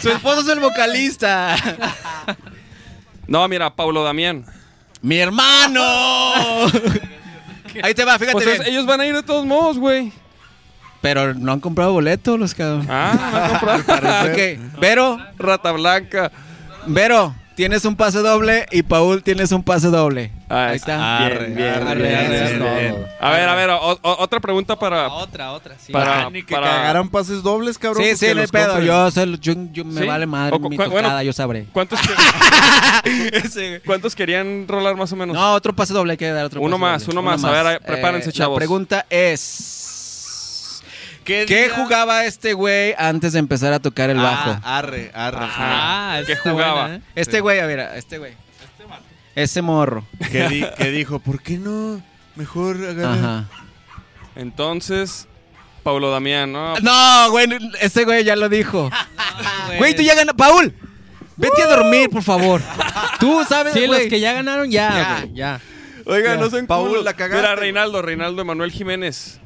Speaker 3: Su esposo es el vocalista.
Speaker 2: No, mira, Paulo Damián.
Speaker 3: ¡Mi hermano! Ahí te va, fíjate
Speaker 2: Pues es-
Speaker 3: bien.
Speaker 2: ellos van a ir de todos modos, güey.
Speaker 3: Pero no han comprado boletos los cabrón.
Speaker 2: Ah, no van a comprar.
Speaker 3: Ok, Vero,
Speaker 2: Rata blanca.
Speaker 3: Vero, tienes un pase doble y Paul tienes un pase doble.
Speaker 2: Ah,
Speaker 3: Ahí
Speaker 2: es-
Speaker 3: está.
Speaker 2: Bien, bien,
Speaker 3: Arre,
Speaker 2: bien,
Speaker 3: arre,
Speaker 2: bien, bien. A ver, a ver, o- o- otra pregunta para.
Speaker 8: Otra, otra, sí.
Speaker 2: para,
Speaker 4: Ah, Ni que
Speaker 2: para-
Speaker 4: cagaran pases dobles, cabrón.
Speaker 3: Sí,
Speaker 4: pues que
Speaker 3: sí, no hay
Speaker 4: los
Speaker 3: pedo.
Speaker 4: compren.
Speaker 3: Yo, soy- yo- yo- me
Speaker 2: ¿Sí?
Speaker 3: vale madre
Speaker 2: O cu-
Speaker 3: mi
Speaker 2: cu-
Speaker 3: tocada,
Speaker 2: bueno.
Speaker 3: yo sabré.
Speaker 2: ¿Cuántos, que- cuántos querían rolar más o menos?
Speaker 3: No, otro pase doble hay que dar otro
Speaker 2: Uno
Speaker 3: pase
Speaker 2: más,
Speaker 3: doble. Eh,
Speaker 2: uno más. A ver, prepárense, chavos.
Speaker 3: La pregunta es ¿Qué, jugaba este güey antes de empezar a tocar el bajo?
Speaker 4: Ah, arre, arre.
Speaker 2: Ah,
Speaker 8: esa
Speaker 2: ¿qué
Speaker 8: está
Speaker 2: jugaba?
Speaker 8: buena, ¿eh?
Speaker 3: este güey, a ver, este güey. Ese morro.
Speaker 2: Este
Speaker 4: Que, di- que dijo, ¿por qué no? Mejor agarra-
Speaker 3: Ajá.
Speaker 2: Entonces, Paulo Damián, ¿no?
Speaker 3: No, güey, ese güey ya lo dijo. Güey, tú ya ganas. Paul, vete a dormir, por favor. Tú sabes,
Speaker 8: Sí, los
Speaker 3: güey.
Speaker 8: que ya ganaron, ya, güey, ya.
Speaker 2: Oiga, no sean
Speaker 4: Paul,
Speaker 2: culos.
Speaker 4: la cagaste.
Speaker 2: Mira, Reinaldo, Reinaldo Emanuel Jiménez.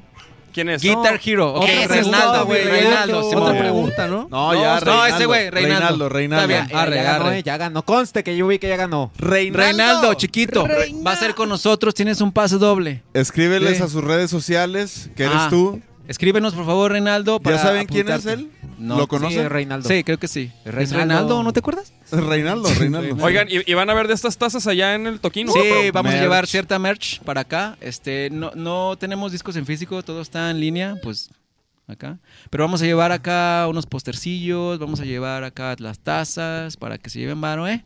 Speaker 2: ¿Quién es?
Speaker 3: Guitar Hero. ok,
Speaker 8: Otra pregunta,
Speaker 3: Reinaldo,
Speaker 8: güey,
Speaker 3: güey. Reinaldo,
Speaker 8: Reinaldo.
Speaker 3: Simón.
Speaker 8: Otra pregunta, ¿no?
Speaker 4: No, ya,
Speaker 3: no, ese güey, Reinaldo.
Speaker 4: Reinaldo, Reinaldo.
Speaker 3: Está bien.
Speaker 8: Arre,
Speaker 5: ya ganó,
Speaker 8: arre.
Speaker 5: eh, ya ganó. Conste que yo vi que ya ganó.
Speaker 4: Reinaldo.
Speaker 3: Reinaldo, chiquito. Va a ser con nosotros, tienes un pase doble.
Speaker 4: Escríbeles
Speaker 3: Sí.
Speaker 4: a sus redes sociales, que eres
Speaker 3: Ah,
Speaker 4: tú.
Speaker 3: Escríbenos, por favor, Reinaldo. Para
Speaker 4: ¿Ya saben quién es
Speaker 3: apuntarte.
Speaker 4: él?
Speaker 3: No.
Speaker 4: ¿Lo
Speaker 5: Sí,
Speaker 4: conocen?
Speaker 5: Reinaldo.
Speaker 3: Sí, creo que sí. ¿Es
Speaker 5: Reinaldo.
Speaker 3: Reinaldo, ¿no te acuerdas?
Speaker 4: Reinaldo, Reinaldo.
Speaker 2: Oigan, ¿y, y van a ver de estas tazas allá en el Toquino?
Speaker 3: Sí, vamos
Speaker 4: merch.
Speaker 3: a llevar cierta merch para acá. Este, no, no tenemos discos en físico, todo está en línea, pues acá. Pero vamos a llevar acá unos postercillos, vamos a llevar acá las tazas para que se lleven varo, ¿eh?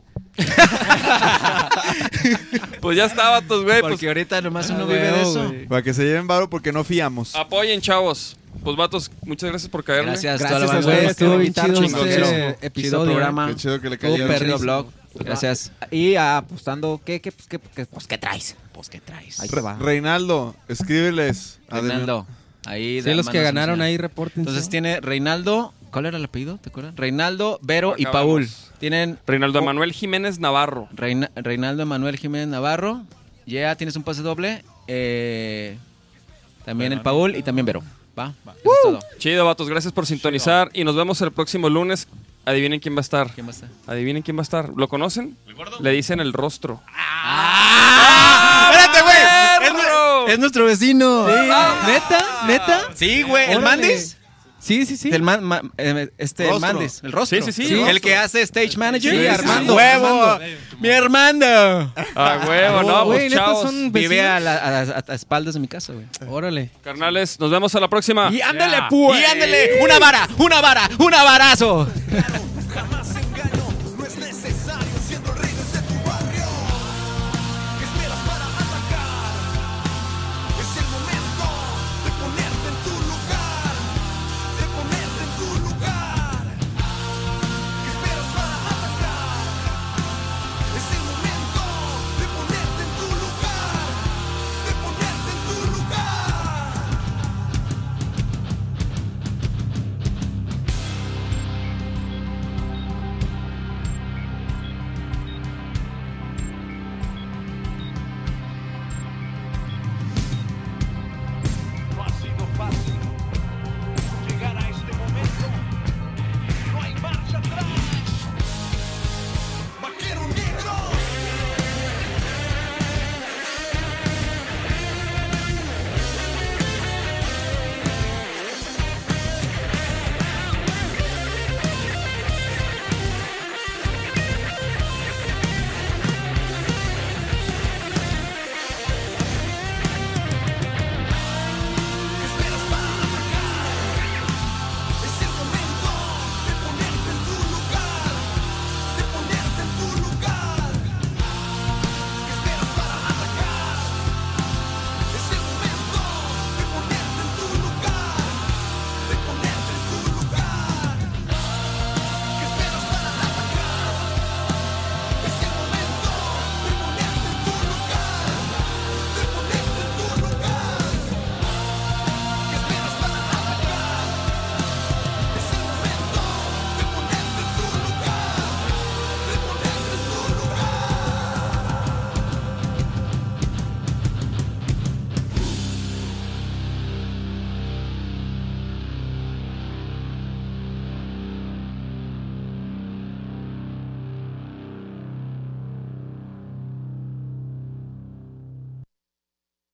Speaker 2: Pues ya está, vatos, güey. Pues
Speaker 3: Porque ahorita nomás uno
Speaker 8: Ah,
Speaker 3: vive de
Speaker 8: güey,
Speaker 3: eso.
Speaker 8: güey.
Speaker 4: Para que se lleven varo porque no fiamos.
Speaker 2: apoyen, chavos. Pues, vatos, muchas gracias por caerme.
Speaker 3: Gracias,
Speaker 5: Gracias
Speaker 3: toda
Speaker 5: a
Speaker 3: la
Speaker 5: ustedes
Speaker 3: banda.
Speaker 5: por
Speaker 8: estuvo bien
Speaker 5: invitarnos.
Speaker 8: chido
Speaker 4: Chingón,
Speaker 8: este
Speaker 3: Chido
Speaker 8: episodio.
Speaker 3: programa.
Speaker 4: Qué chido que le
Speaker 3: Estuvo
Speaker 4: cayeron.
Speaker 3: perrísimo.
Speaker 4: Chido.
Speaker 3: blog. Gracias.
Speaker 5: Y apostando, ¿qué, qué, pues, qué, qué- pues, qué traes?
Speaker 3: Pues qué traes.
Speaker 5: Ahí te va.
Speaker 4: Reinaldo, escríbeles. a
Speaker 3: Reinaldo. Ahí
Speaker 8: Sí, los que
Speaker 3: mándanos
Speaker 8: ganaron
Speaker 3: una-
Speaker 8: ahí, reporten.
Speaker 3: Entonces tiene Reinaldo, ¿cuál era el apellido? ¿Te acuerdas? Reinaldo, Vero y
Speaker 2: Acabamos.
Speaker 3: Paul. Tienen
Speaker 2: Reinaldo Emanuel Jiménez Navarro.
Speaker 3: Reina- Reinaldo Manuel Jiménez Navarro Yeah, tienes un pase doble. Eh, también el Paul y también Vero. Va, eso es todo.
Speaker 2: Chido, vatos. Gracias por sintonizar. Y nos vemos el próximo lunes. Adivinen quién va a estar.
Speaker 3: ¿Quién va a estar?
Speaker 2: Adivinen quién va a estar. ¿Lo conocen? Le dicen el rostro.
Speaker 8: ¡Ah!
Speaker 3: ¡Ah,
Speaker 2: ¡Ah,
Speaker 3: ¡Espérate,
Speaker 2: güey!
Speaker 3: Es nuestro vecino.
Speaker 8: ¿Neta? ¿Neta?
Speaker 3: Ah. Sí, güey. ¿El
Speaker 8: Órale.
Speaker 3: Mandis?
Speaker 8: Sí, sí, sí.
Speaker 3: El man, ma- eh, este, el
Speaker 4: Rostro.
Speaker 3: Mandis. El rostro.
Speaker 2: Sí, sí, sí,
Speaker 3: El
Speaker 2: el rostro.
Speaker 3: que hace stage manager.
Speaker 8: Sí, Armando,
Speaker 3: ¡Huevo!
Speaker 8: Armando.
Speaker 3: ¡Mi hermano!
Speaker 2: A
Speaker 3: Ah,
Speaker 2: huevo, no,
Speaker 8: Güey,
Speaker 2: pues
Speaker 8: neta,
Speaker 2: chavos.
Speaker 8: son
Speaker 3: Vive
Speaker 8: vecinos.
Speaker 3: a, la- a las- a- a espaldas de mi casa, güey.
Speaker 8: Órale.
Speaker 2: Carnales, nos vemos a la próxima.
Speaker 3: Y ándale, pues. Y ándale. Una vara, una vara, un varazo.
Speaker 9: este